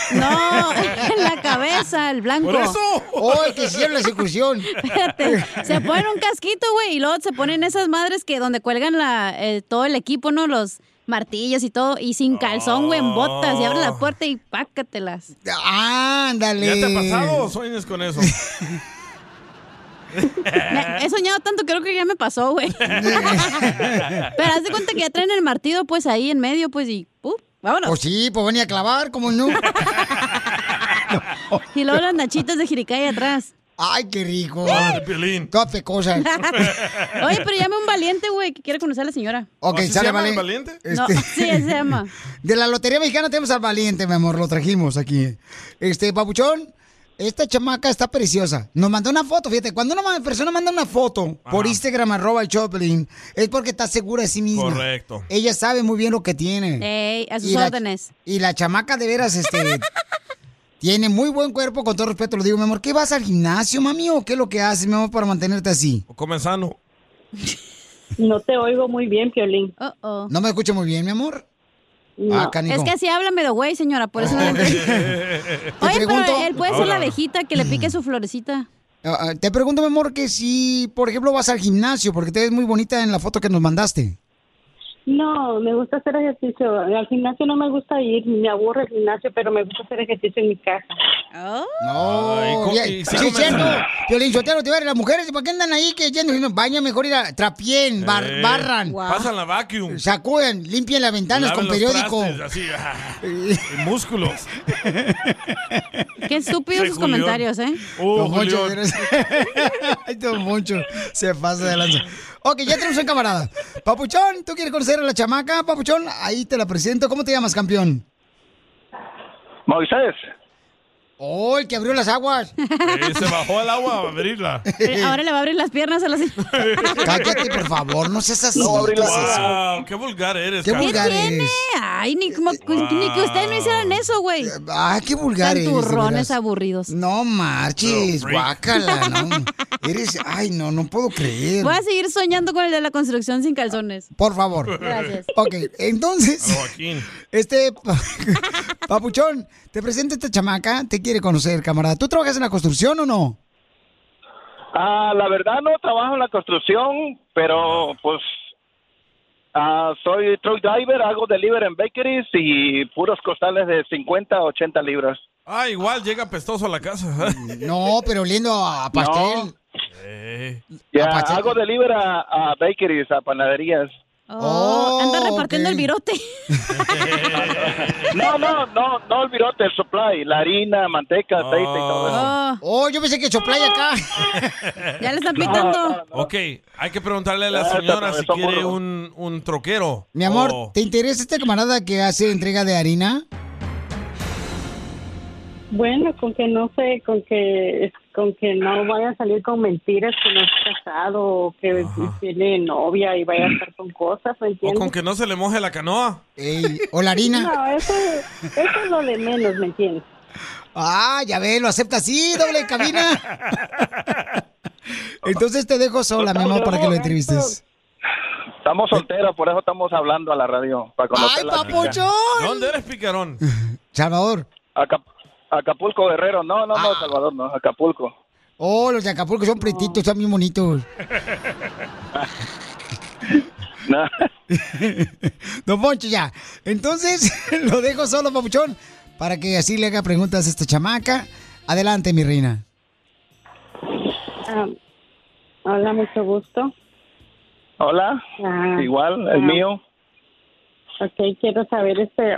S3: la cabeza, el blanco.
S2: ¿Por eso?
S1: Oh, el que hicieron la ejecución.
S3: (laughs) Espérate, se ponen un casquito, güey, y luego se ponen esas madres que donde cuelgan la, eh, todo el equipo, ¿no? Los martillos y todo, y sin calzón, güey,
S2: Oh.
S3: en botas, y abren la puerta y pácatelas.
S1: Ándale.
S2: ¿Ya te ha pasado o sueñas con
S3: (laughs)
S2: eso?
S3: Me- he soñado tanto, creo que ya me pasó,
S2: (laughs)
S3: güey. (laughs) Pero haz de cuenta que ya traen el martillo, pues, ahí en medio, pues, y ¡pum! vámonos.
S1: Pues sí, pues venía a clavar, como no.
S3: (laughs) Y luego las nachitas de jiricay atrás.
S1: Ay, qué rico.
S2: Ah, de Piolín.
S1: Todas
S3: (laughs)
S1: pecosas.
S3: Oye, pero llame a un valiente, güey, que quiere conocer a la señora.
S1: Ok,
S2: ¿Así se
S1: sale
S2: llama el
S1: vale-
S2: valiente?
S3: No,
S1: Este-
S3: sí, se
S1: (laughs)
S3: llama.
S1: De la Lotería Mexicana tenemos al valiente, mi amor, lo trajimos aquí. Este, papuchón, esta chamaca está preciosa. Nos mandó una foto, fíjate, cuando una ma- persona manda una foto por Instagram, arroba el Choplin, es porque está segura de sí misma.
S2: Correcto.
S1: Ella sabe muy bien lo que tiene.
S3: Ey, Eh, a sus
S1: Y la-
S3: órdenes.
S1: y la chamaca de veras,
S3: (laughs)
S1: este, tiene muy buen cuerpo, con todo respeto lo digo, mi amor. ¿Qué vas al gimnasio, mami, o qué es lo que haces, mi amor, para mantenerte así?
S2: O come sano.
S22: No te oigo muy bien, Piolín.
S3: Oh, oh.
S1: ¿No me escucha muy bien, mi amor? Ah, canijo.
S3: es que así habla medio güey, señora, por
S1: (laughs)
S3: eso no le entendí. Oye,
S1: pregunto-
S3: pero él puede ser
S1: Ahora.
S3: la abejita que le pique su florecita.
S1: Ah, ah, Te pregunto, mi amor, que si, por ejemplo, vas al gimnasio, porque te ves muy bonita en la foto que nos mandaste.
S22: No, me gusta hacer ejercicio. Al gimnasio no me gusta ir, me aburre el gimnasio, pero me gusta hacer ejercicio en mi casa.
S3: Oh.
S1: No,
S2: Ay, co-
S1: ya-
S2: y sí
S1: sí,
S2: comenzó.
S1: cierto. Violín Sotelo, te voy a ver, las mujeres, ¿para qué andan ahí que yendo diciendo, baña mejor ir a trapien, bar-
S2: Eh,
S1: barran,
S2: Pasan la vacuum. (laughs)
S1: sacuden, limpien las ventanas
S2: lavan
S1: con
S2: los
S1: periódico?
S2: trastes, así, ah, y
S1: (laughs)
S2: músculos.
S3: Qué estúpidos
S2: Sí,
S3: sus
S2: Julián.
S3: comentarios, ¿eh?
S2: Uh,
S1: Don Poncho, eres- (laughs) Ay, Don Poncho, se pasa de lanza. Ok, ya tenemos un camarada. Papuchón, ¿tú quieres conocer a la chamaca? Papuchón, ahí te la presento. ¿Cómo te llamas, campeón?
S8: Moisés.
S1: Oh, el que abrió las aguas.
S2: Eh, se bajó al agua a abrirla.
S3: (laughs) Eh, Ahora le va a abrir las piernas a
S1: (laughs)
S3: la señora.
S1: Cállate, por favor, no seas así.
S2: No,
S1: ¿qué es eso?
S2: Wow, qué vulgar eres.
S1: Qué
S2: Carla.
S1: vulgar eres.
S3: Ay, ni, como- ni que ustedes no hicieran eso, güey.
S1: Ah, Eh, qué vulgar eres, de
S3: Santurrones
S1: veras.
S3: aburridos.
S1: No marches,
S3: No, freak. (laughs)
S1: guácala, no. Eres, ay, no, no puedo creer.
S3: Voy a seguir soñando con el de la construcción sin calzones.
S1: Por favor.
S3: Gracias.
S1: Ok, entonces,
S2: Joaquín.
S1: este, pa- (laughs) papuchón, te presento a esta chamaca, te quiere conocer, camarada. ¿Tú trabajas en la construcción o no?
S8: (laughs) Ah, la verdad no trabajo en la construcción, pero pues ah, soy truck driver, hago delivery en bakeries y puros costales de 50 a 80 libras.
S2: Ah, igual llega pestoso a la casa.
S1: (laughs) No, pero oliendo a pastel.
S2: Eh.
S8: Ya
S1: Apache-
S8: hago delivery a, a bakeries, a panaderías.
S3: Oh, anda repartiendo el virote.
S8: No, no, no, no el virote, el supply, la harina, manteca, aceite y todo
S1: Ah.
S8: eso.
S3: Oh.
S1: yo pensé que choplaya acá.
S3: (laughs) (laughs) Ya le están
S8: No,
S3: pitando.
S2: Ok, hay que preguntarle a la
S8: Ah, se
S2: señora si
S8: atravesó
S2: quiere
S8: por-
S2: un, un troquero.
S1: Mi amor,
S2: O-
S3: Oh.
S1: ¿te interesa este camarada que hace entrega de harina?
S22: Bueno, con que no sé, con que con que no vaya a salir con mentiras que no es casado o que tiene novia y vaya a estar con cosas, ¿me
S2: o
S22: entiendes?
S2: con que no se le moje la canoa.
S1: o la harina.
S22: No, eso, eso es lo de menos, ¿me entiendes?
S1: Ah, ya ve, lo acepta así, doble cabina. Entonces te dejo sola, mi amor, para que lo entrevistes.
S8: Estamos solteros, por eso estamos hablando a la radio. Para conocer
S1: ¡Ay,
S8: la chica.
S1: papuchón!
S2: ¿Dónde eres, picarón?
S1: Salvador.
S8: Aca- Acapulco, Guerrero. No, no, no, Salvador, no, Acapulco. (laughs)
S1: Oh, los de Acapulco son pretitos, están bien bonitos.
S8: No.
S1: (laughs) Don Poncho, ya. Entonces, (laughs) lo dejo solo, papuchón, para que así le haga preguntas a esta chamaca. Adelante, mi reina.
S22: Ah, hola, mucho gusto.
S8: Hola,
S22: Ah,
S8: igual, el
S22: ah,
S8: mío.
S22: Ok, quiero saber este,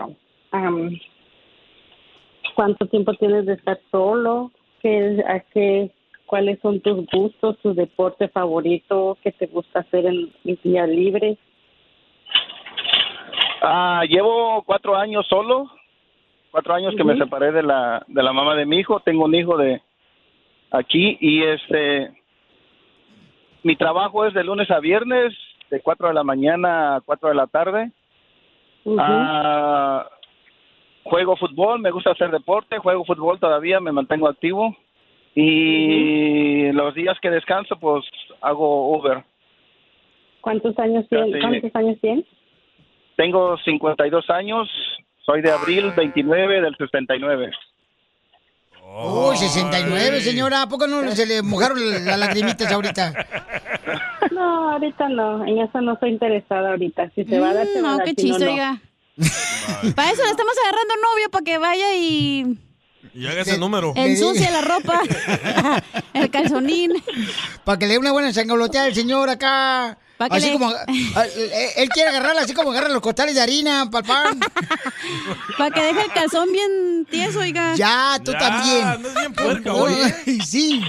S22: am, cuánto tiempo tienes de estar solo, qué, a qué, cuáles son tus gustos, tu deporte favorito, qué te gusta hacer en el día libre.
S8: Ah, llevo cuatro años solo, cuatro años que me
S22: Ujú.
S8: separé de la, de la mamá de mi hijo, tengo un hijo de aquí y este, mi trabajo es de lunes a viernes, de cuatro de la mañana a cuatro de la tarde.
S22: Ujú.
S8: Ah, juego fútbol, me gusta hacer deporte, juego fútbol todavía, me mantengo activo y los días que descanso pues hago Uber.
S22: ¿Cuántos años
S8: Ya
S22: tienes?
S8: te
S22: ¿Cuántos años
S8: (laughs)
S22: tienes?
S8: Tengo 52 años, soy de abril 29 del 69.
S1: Uy, 69, señora. ¿A poco no se le mojaron la- las lagrimitas ahorita?
S22: No, ahorita no, en eso no estoy interesada ahorita. Si se va a dar, se
S3: Mm,
S22: va a
S3: no,
S22: dar,
S3: qué
S22: si no,
S3: chiste,
S22: no.
S3: oiga. Para eso le estamos agarrando novio para que vaya y
S2: Y haga ese número.
S3: ensucie la
S1: (laughs)
S3: ropa, el calzonín.
S1: Para que le dé una buena sangoloteada al señor acá.
S3: Pa' que
S1: así
S3: le-
S1: como. a- a- él- él quiere agarrarla así como agarra los costales de harina,
S3: (laughs)
S1: pal pan.
S3: Para que deje el calzón bien tieso, oiga.
S1: Ya, tú Ya, también. andas bien puerca, (laughs) oye. Ay, sí.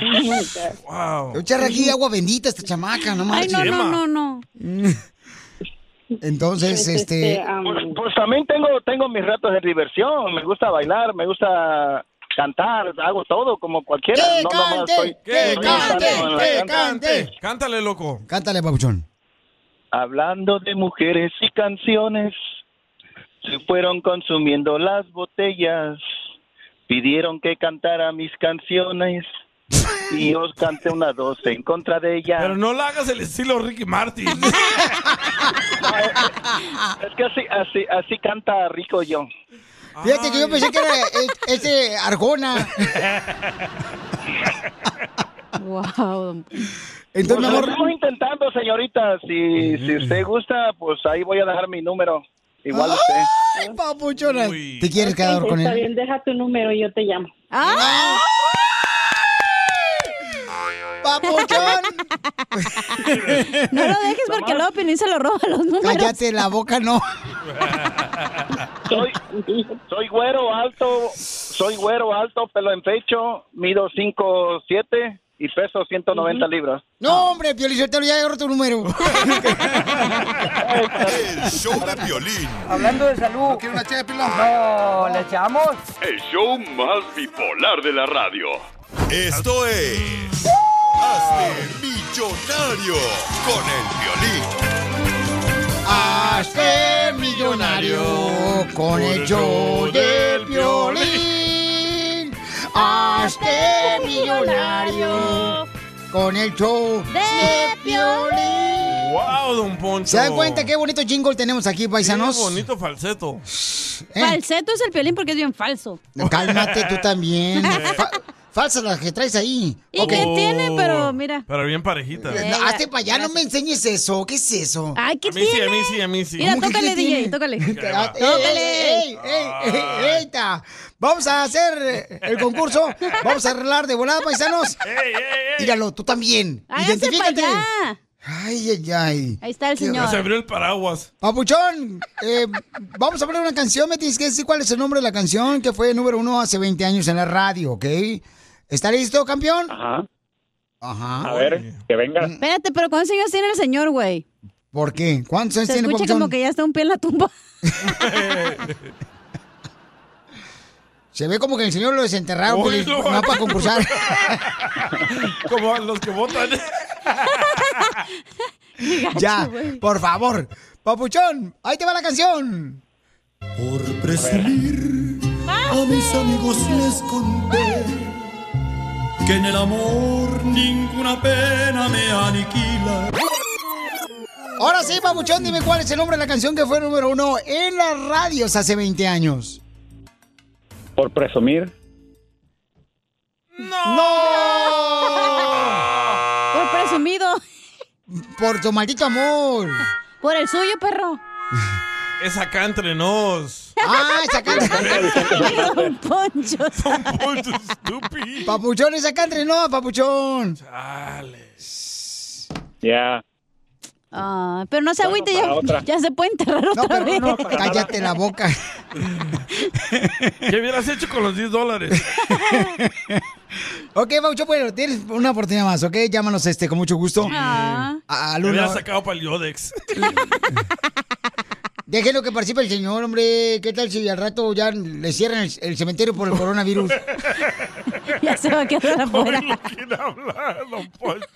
S2: Wow.
S1: Echarle aquí agua bendita a esta chamaca, no
S3: Ay,
S1: marches.
S3: no, no, no, no.
S1: (laughs) Entonces, este.
S8: Pues, pues también tengo, tengo mis ratos de diversión, me gusta bailar, me gusta cantar, hago todo como cualquiera.
S1: ¡Que
S8: no nomás
S1: cante!
S8: soy-
S1: ¡Que
S8: soy un santo
S1: cante!
S8: en la
S1: ¡Que
S8: cancha.
S1: cante!
S2: Cántale, loco.
S1: Cántale, papuchón.
S8: Hablando de mujeres y canciones, se fueron consumiendo las botellas, pidieron que cantara mis canciones y
S2: (laughs)
S8: os canté una doce en contra de ellas.
S2: Pero no la hagas el estilo Ricky
S8: (laughs)
S2: Martin.
S8: Es que así, así, así canta rico yo.
S1: Fíjate que yo pensé que era eh, este Arjona.
S3: Wow.
S1: Eh.
S8: Pues,
S1: Entonces, mi
S8: lo
S1: amor.
S8: estamos intentando, señorita. Si, si usted gusta, pues ahí voy a dejar mi número. Igual usted.
S1: Ay, papuchona. ¿Te quieres quedar
S22: Ok,
S1: con
S22: Está
S1: él?
S22: bien, deja tu número y yo te llamo.
S3: ¡Ah! No lo dejes porque luego Piolín se lo roba los números.
S1: Cállate la boca, no.
S8: Soy, soy güero alto, soy güero alto, pelo en pecho, mido 5'7 y peso 190 libras.
S1: No, hombre, Piolizotelo, ya agarró tu número.
S3: (laughs)
S7: El show de violín.
S9: Hablando de salud. ¿No una No, ¿le echamos?
S11: El show más bipolar de la radio.
S7: Esto es. Hazte millonario con el violín.
S1: Hazte millonario con el show de violín. Hazte millonario con el show de violín.
S2: ¡Wow, don Poncho!
S1: ¿Se dan cuenta qué bonito jingle tenemos aquí, paisanos?
S2: Qué bonito falseto.
S3: Falseto es el Piolín porque es bien falso.
S1: Eh, Cálmate tú
S2: (laughs)
S1: también.
S2: Eh,
S1: Fa- falsas las que traes ahí.
S3: ¿Y qué tiene? Pero mira.
S2: Pero bien parejita.
S1: Eh,
S3: Eh,
S1: No, hazte para allá, no me enseñes eso. ¿Qué es eso?
S3: Ay, ¿qué
S2: A mí sí, a mí sí, a mí sí.
S3: Mira,
S1: ¿Cómo que
S3: tócale,
S1: qué
S3: DJ,
S1: tiene?
S3: tócale.
S1: Ah, ey,
S3: Tócale.
S1: ey, ey, ey, ey, ey, ta. Vamos a hacer eh, el concurso. Vamos a arreglar de volada,
S2: (laughs)
S1: paisanos. Míralo, tú también.
S3: Háganse para
S1: Identifícate.
S3: allá.
S1: Ay, ay, ay.
S3: Ahí está el
S1: Qué
S3: señor.
S2: Se abrió el paraguas.
S1: Papuchón, eh, vamos a poner una canción. Me tienes que decir cuál es el nombre de la canción que fue número uno hace 20 años en la radio, ¿ok? ¿Está listo, campeón? Ah,
S20: Ajá.
S1: Ajá.
S20: A ver, que venga.
S3: Espérate, pero ¿cuántos años tiene el señor, güey?
S1: ¿Por qué? ¿Cuántos años
S3: Se
S1: tiene,
S3: escucha
S1: Papuchón?
S3: como que ya está un pie en la tumba. (laughs)
S1: Se ve como que el señor lo desenterraron,
S2: Uy,
S1: pero
S2: no.
S1: no para concursar.
S2: (laughs) Como los que votan.
S1: ya, por favor. Papuchón, ahí te va la canción.
S5: Por presumir, a mis amigos les conté que en el amor ninguna pena me aniquila.
S1: Ahora sí, Papuchón, dime cuál es el nombre de la canción que fue número uno en las radios hace 20 años.
S20: Por presumir.
S3: ¡No! Por presumido.
S1: Por tu maldito amor.
S3: Por el suyo, perro.
S2: Es acá entre
S1: (laughs)
S2: nos.
S1: Ah, esa
S2: (laughs)
S3: Don Poncho. Don
S2: Poncho.
S1: Papuchón, esa country no, Papuchón.
S20: Ya.
S3: Ah, pero no se
S1: Bueno,
S3: agüite, ya,
S1: para otra.
S3: ya se puede enterrar
S1: No,
S3: otra
S1: pero
S3: vez.
S1: no, cállate la boca.
S2: ¿Qué hubieras hecho con los 10 dólares?
S1: Ok, Papuchón, bueno, tienes una oportunidad más, ¿ok? Llámanos este, con mucho gusto.
S3: Ah.
S1: A- al
S2: Lo hubiera
S1: uno-
S2: sacado para el Yodex.
S1: Déjenlo que participe el señor, hombre. ¿Qué tal si al rato ya le cierran el, el cementerio por
S3: (laughs)
S1: el coronavirus?
S3: Ya se va a
S1: (laughs)
S3: quedar afuera.
S2: Hoy no quiere hablar,
S3: (laughs)
S2: don Poncho.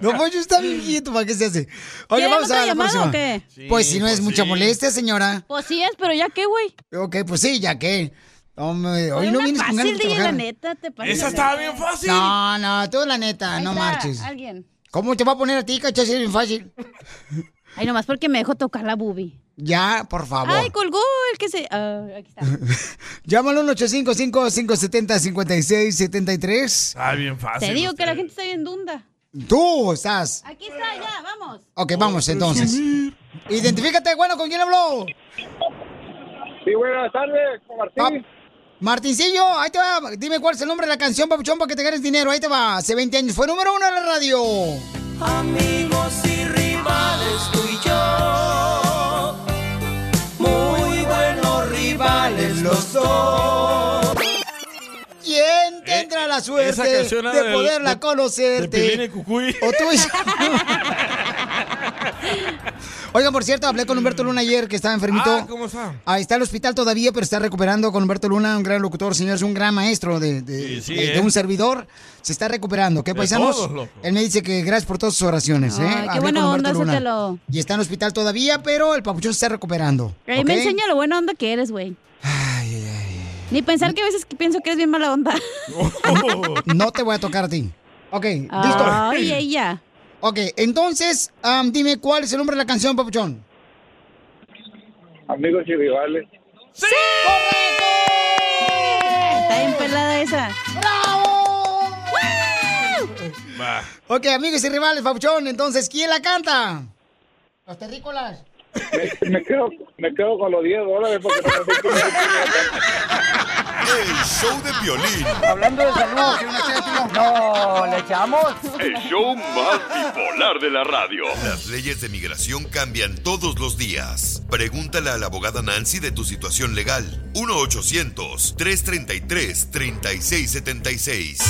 S1: No, pues yo está bien viejito, ¿para qué se hace? Oye,
S3: ¿Quieren
S1: vamos
S3: otra
S1: a la
S3: llamada
S1: próxima.
S3: o qué? Sí,
S1: pues si no es
S3: pues
S1: mucha
S3: sí.
S1: molestia, señora.
S3: Pues sí es, pero ya qué, güey.
S1: Ok, pues sí, ya que. Hombre, hoy
S3: Fue
S1: no
S3: una
S1: vienes con ganas
S3: fácil,
S1: de
S3: DJ, la
S1: trabajar.
S3: neta, te pasas
S2: Esa
S3: de
S2: estaba
S3: ver.
S2: bien fácil.
S1: No, no, tú la neta,
S3: Ahí
S1: no
S3: está,
S1: marches.
S3: Alguien.
S1: ¿Cómo te va a poner a ti, cacha? Si es bien fácil.
S3: (laughs) Ay, nomás porque me dejó tocar la boobie.
S1: Ya, por favor.
S3: Ay, colgó el que se. ah, aquí está.
S1: Llámalo al 855-570-5673.
S2: Ah, bien fácil.
S3: Te digo que la gente está bien dunda.
S1: Tú estás.
S3: Aquí está, ya, vamos.
S1: Ok, vamos entonces. Identifícate, bueno, ¿con quién habló?
S12: Sí, buenas tardes, con Martín.
S1: Martincillo, ahí te va. Dime cuál es el nombre de la canción, papuchón, para que te ganes dinero. Ahí te va. Hace 20 años fue número uno en la radio.
S5: Amigos y rivales, tú y yo. Muy buenos rivales los dos.
S2: Eh,
S1: ¿Quién tendrá la suerte
S5: esa canción
S1: de
S5: era del-
S1: poderla
S5: de-
S1: conocerte?
S5: de Pilín y
S1: O tú
S2: (laughs)
S1: Oigan, por cierto, hablé con Humberto Luna ayer que estaba enfermito.
S2: Ah, ¿cómo está?
S1: Ahí está en el hospital todavía, pero está recuperando con Humberto Luna, un gran locutor, señor, es un gran maestro de, de-
S2: Sí, sí,
S1: de- de
S2: ¿eh?
S1: un servidor. Se está recuperando, ¿qué
S2: De
S1: paisanos?
S2: todos, loco.
S1: Él me dice que gracias por todas sus oraciones, ¿eh?
S3: Ay, qué
S1: Hablé con
S3: buena
S1: Humberto
S3: onda,
S1: Luna.
S3: Sotelo.
S1: Y está en el hospital todavía, pero el papuchón se está recuperando.
S3: Ahí
S1: ¿ok?
S3: eh, me enseña lo buena onda que eres, güey. Ni pensar que a veces que pienso que eres bien mala onda.
S1: (laughs) No te voy a tocar a ti. Ok, listo. (clears throat)
S3: Ay, ella.
S1: Ok, entonces, am, dime cuál es el nombre de la canción, papuchón.
S12: Amigos y rivales.
S3: ¡Sí! Está bien pelada esa.
S2: Va.
S1: Ok, amigos y rivales, papuchón. Entonces, ¿quién la canta? Los terrícolas.
S12: Me, me quedo, me quedo con los 10 dólares porque no me fui con el
S7: El show de violín.
S9: Hablando de salud, ¿quiere una chépilo? No, ¿le echamos?
S11: El show más bipolar de la radio.
S7: Las leyes de migración cambian todos los días. Pregúntale a la abogada Nancy de tu situación legal. 1-800-333-3676.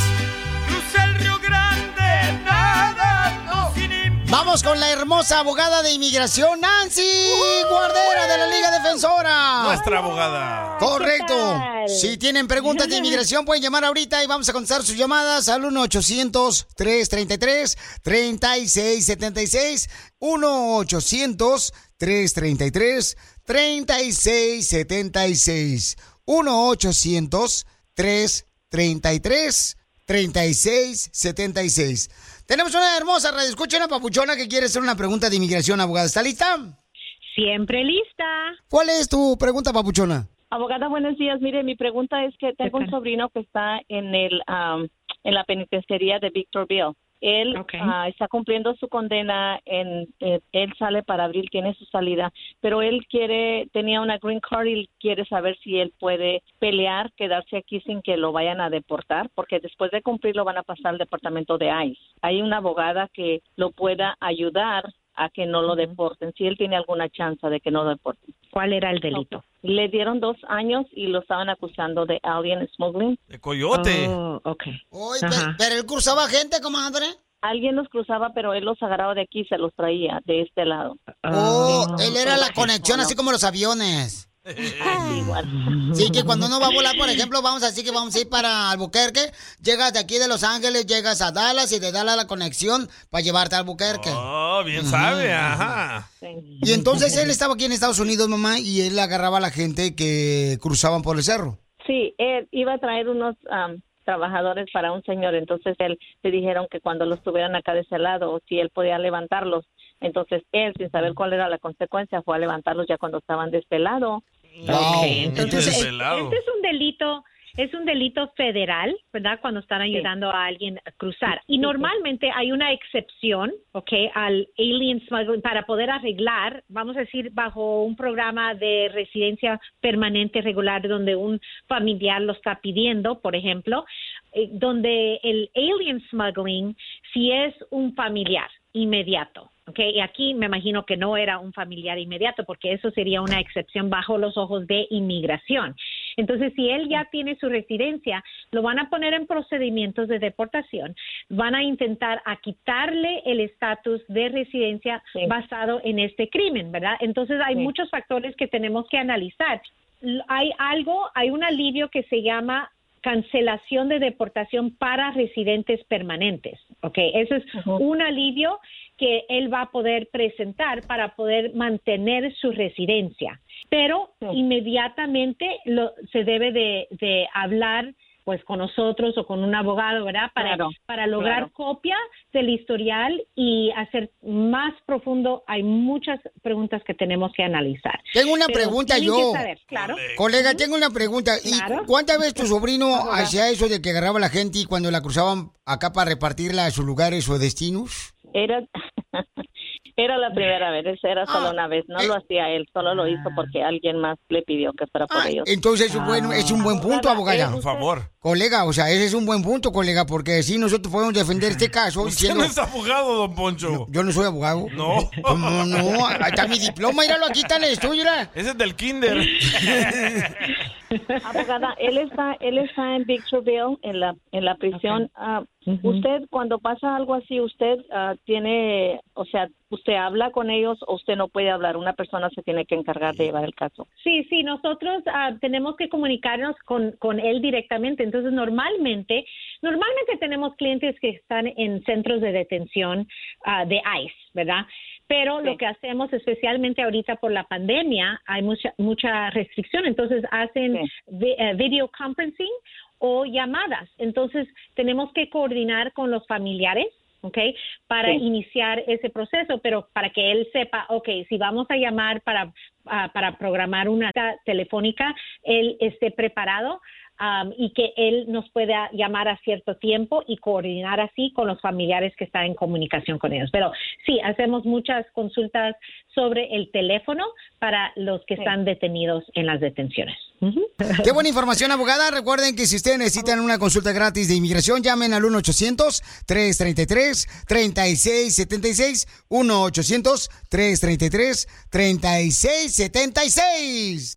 S5: el Río Grande nadando sin
S1: Vamos con la hermosa abogada de inmigración, Nancy Guardera de la Liga Defensora.
S2: Nuestra abogada.
S1: Correcto.
S2: ¿Qué tal?
S1: Si tienen preguntas de inmigración, pueden llamar ahorita y vamos a contestar sus llamadas al 1-800-333-3676. 1-800-333-3676. 1-800-333-3676. Tenemos una hermosa radio. Escucha una papuchona que quiere hacer una pregunta de inmigración, abogada. ¿Está lista?
S25: Siempre lista.
S1: ¿Cuál es tu pregunta, papuchona?
S25: Abogada, buenos días. Mire, mi pregunta es que tengo un sobrino que está en el am, en la penitenciaría de Victorville. Él ah, está cumpliendo su condena, en, eh, él sale para abril, tiene su salida, pero él quiere, tenía una green card y quiere saber si él puede pelear, quedarse aquí sin que lo vayan a deportar, porque después de cumplir lo van a pasar al departamento de ICE. Hay una abogada que lo pueda ayudar a que no lo deporten, si él tiene alguna chance de que no lo deporten. ¿Cuál era el delito? Le dieron dos años y lo estaban acusando de alien smuggling.
S2: De coyote.
S25: Oh, ok.
S1: Ajá. ¿Pero él cruzaba gente, comadre?
S25: Alguien los cruzaba, pero él los agarraba de aquí y se los traía de este lado.
S1: Oh,
S25: Ah,
S1: él era la conexión, así como los aviones. Sí, que cuando uno va a volar, por ejemplo, vamos así que vamos a ir para Albuquerque, llegas de aquí de Los Ángeles, llegas a Dallas y te da la conexión para llevarte a Albuquerque.
S2: Oh, bien sabe, ajá.
S1: Y entonces él estaba aquí en Estados Unidos, mamá, y él agarraba a la gente que cruzaban por el cerro.
S25: Sí, él iba a traer unos am, trabajadores para un señor, entonces él le dijeron que cuando los tuvieran acá de ese lado, si él podía levantarlos, entonces él, sin saber cuál era la consecuencia, fue a levantarlos ya cuando estaban de este lado.
S1: Wow.
S25: Entonces, Entonces, este es un delito,
S23: es un delito federal, ¿verdad? Cuando están ayudando a alguien a cruzar. Y normalmente hay una excepción, ¿ok? Al alien smuggling para poder arreglar, vamos a decir, bajo un programa de residencia permanente regular donde un familiar lo está pidiendo, por ejemplo, eh, donde el alien smuggling si es un familiar inmediato. ¿ok? Y aquí me imagino que no era un familiar inmediato porque eso sería una excepción bajo los ojos de inmigración. Entonces, si él ya tiene su residencia, lo van a poner en procedimientos de deportación, van a intentar a quitarle el estatus de residencia basado en este crimen, ¿verdad? Entonces, hay muchos factores que tenemos que analizar. L- Hay algo, hay un alivio que se llama cancelación de deportación para residentes permanentes, ¿ok? Eso es un alivio que él va a poder presentar para poder mantener su residencia. Pero inmediatamente lo- se debe de, de hablar pues con nosotros o con un abogado, ¿verdad? Para,
S25: Claro,
S23: para lograr
S25: claro.
S23: copia del historial y hacer más profundo. Hay muchas preguntas que tenemos que analizar.
S1: Tengo una
S23: Pero
S1: pregunta
S23: tienen que
S1: yo.
S23: saber, claro.
S1: Colega, tengo una pregunta. ¿Y
S23: Claro.
S1: cuántas veces tu sobrino hacía eso de que agarraba a la gente y cuando la cruzaban acá para repartirla a sus lugares o destinos?
S25: Era, (laughs) era la primera vez, era solo una vez, no lo hacía él, solo lo hizo porque alguien más le pidió que fuera por ellos.
S1: Entonces es un buen, es un buen punto, abogada.
S25: Por
S2: Ah, eh, favor.
S1: Colega, o sea, ese es un buen punto, colega, porque si nosotros podemos defender
S2: (laughs)
S1: este caso
S2: Usted
S1: diciendo...
S2: no es abogado, don Poncho.
S1: Yo no soy abogado.
S2: No.
S1: ¿Cómo no? Ahí está mi diploma, míralo aquí, está en el estudio, mira.
S2: Ese es del
S1: (laughs)
S2: kinder.
S25: Abogada, él está, él está en Victorville, en la, en la prisión. Ah, Usted, cuando pasa algo así, usted ah, tiene, o sea, usted habla con ellos o usted no puede hablar. Una persona se tiene que encargar de llevar el caso.
S23: Sí, sí, nosotros ah, tenemos que comunicarnos con, con él directamente. Entonces, normalmente, normalmente tenemos clientes que están en centros de detención ah, de ICE, ¿verdad? Pero lo que hacemos, especialmente ahorita por la pandemia, hay mucha, mucha restricción. Entonces, hacen vi- eh, video conferencing o llamadas. Entonces, tenemos que coordinar con los familiares ¿ok? Para
S25: Sí.
S23: iniciar ese proceso, pero para que él sepa, ok, si vamos a llamar para, ah, para programar una cita telefónica, él esté preparado. ah, um, y que él nos pueda llamar a cierto tiempo y coordinar así con los familiares que están en comunicación con ellos. Pero sí, hacemos muchas consultas sobre el teléfono para los que están detenidos en las detenciones.
S1: (laughs) Qué buena información, abogada. Recuerden que si ustedes necesitan una consulta gratis de inmigración, llamen al 1-800-333-3676. 1-800-333-3676.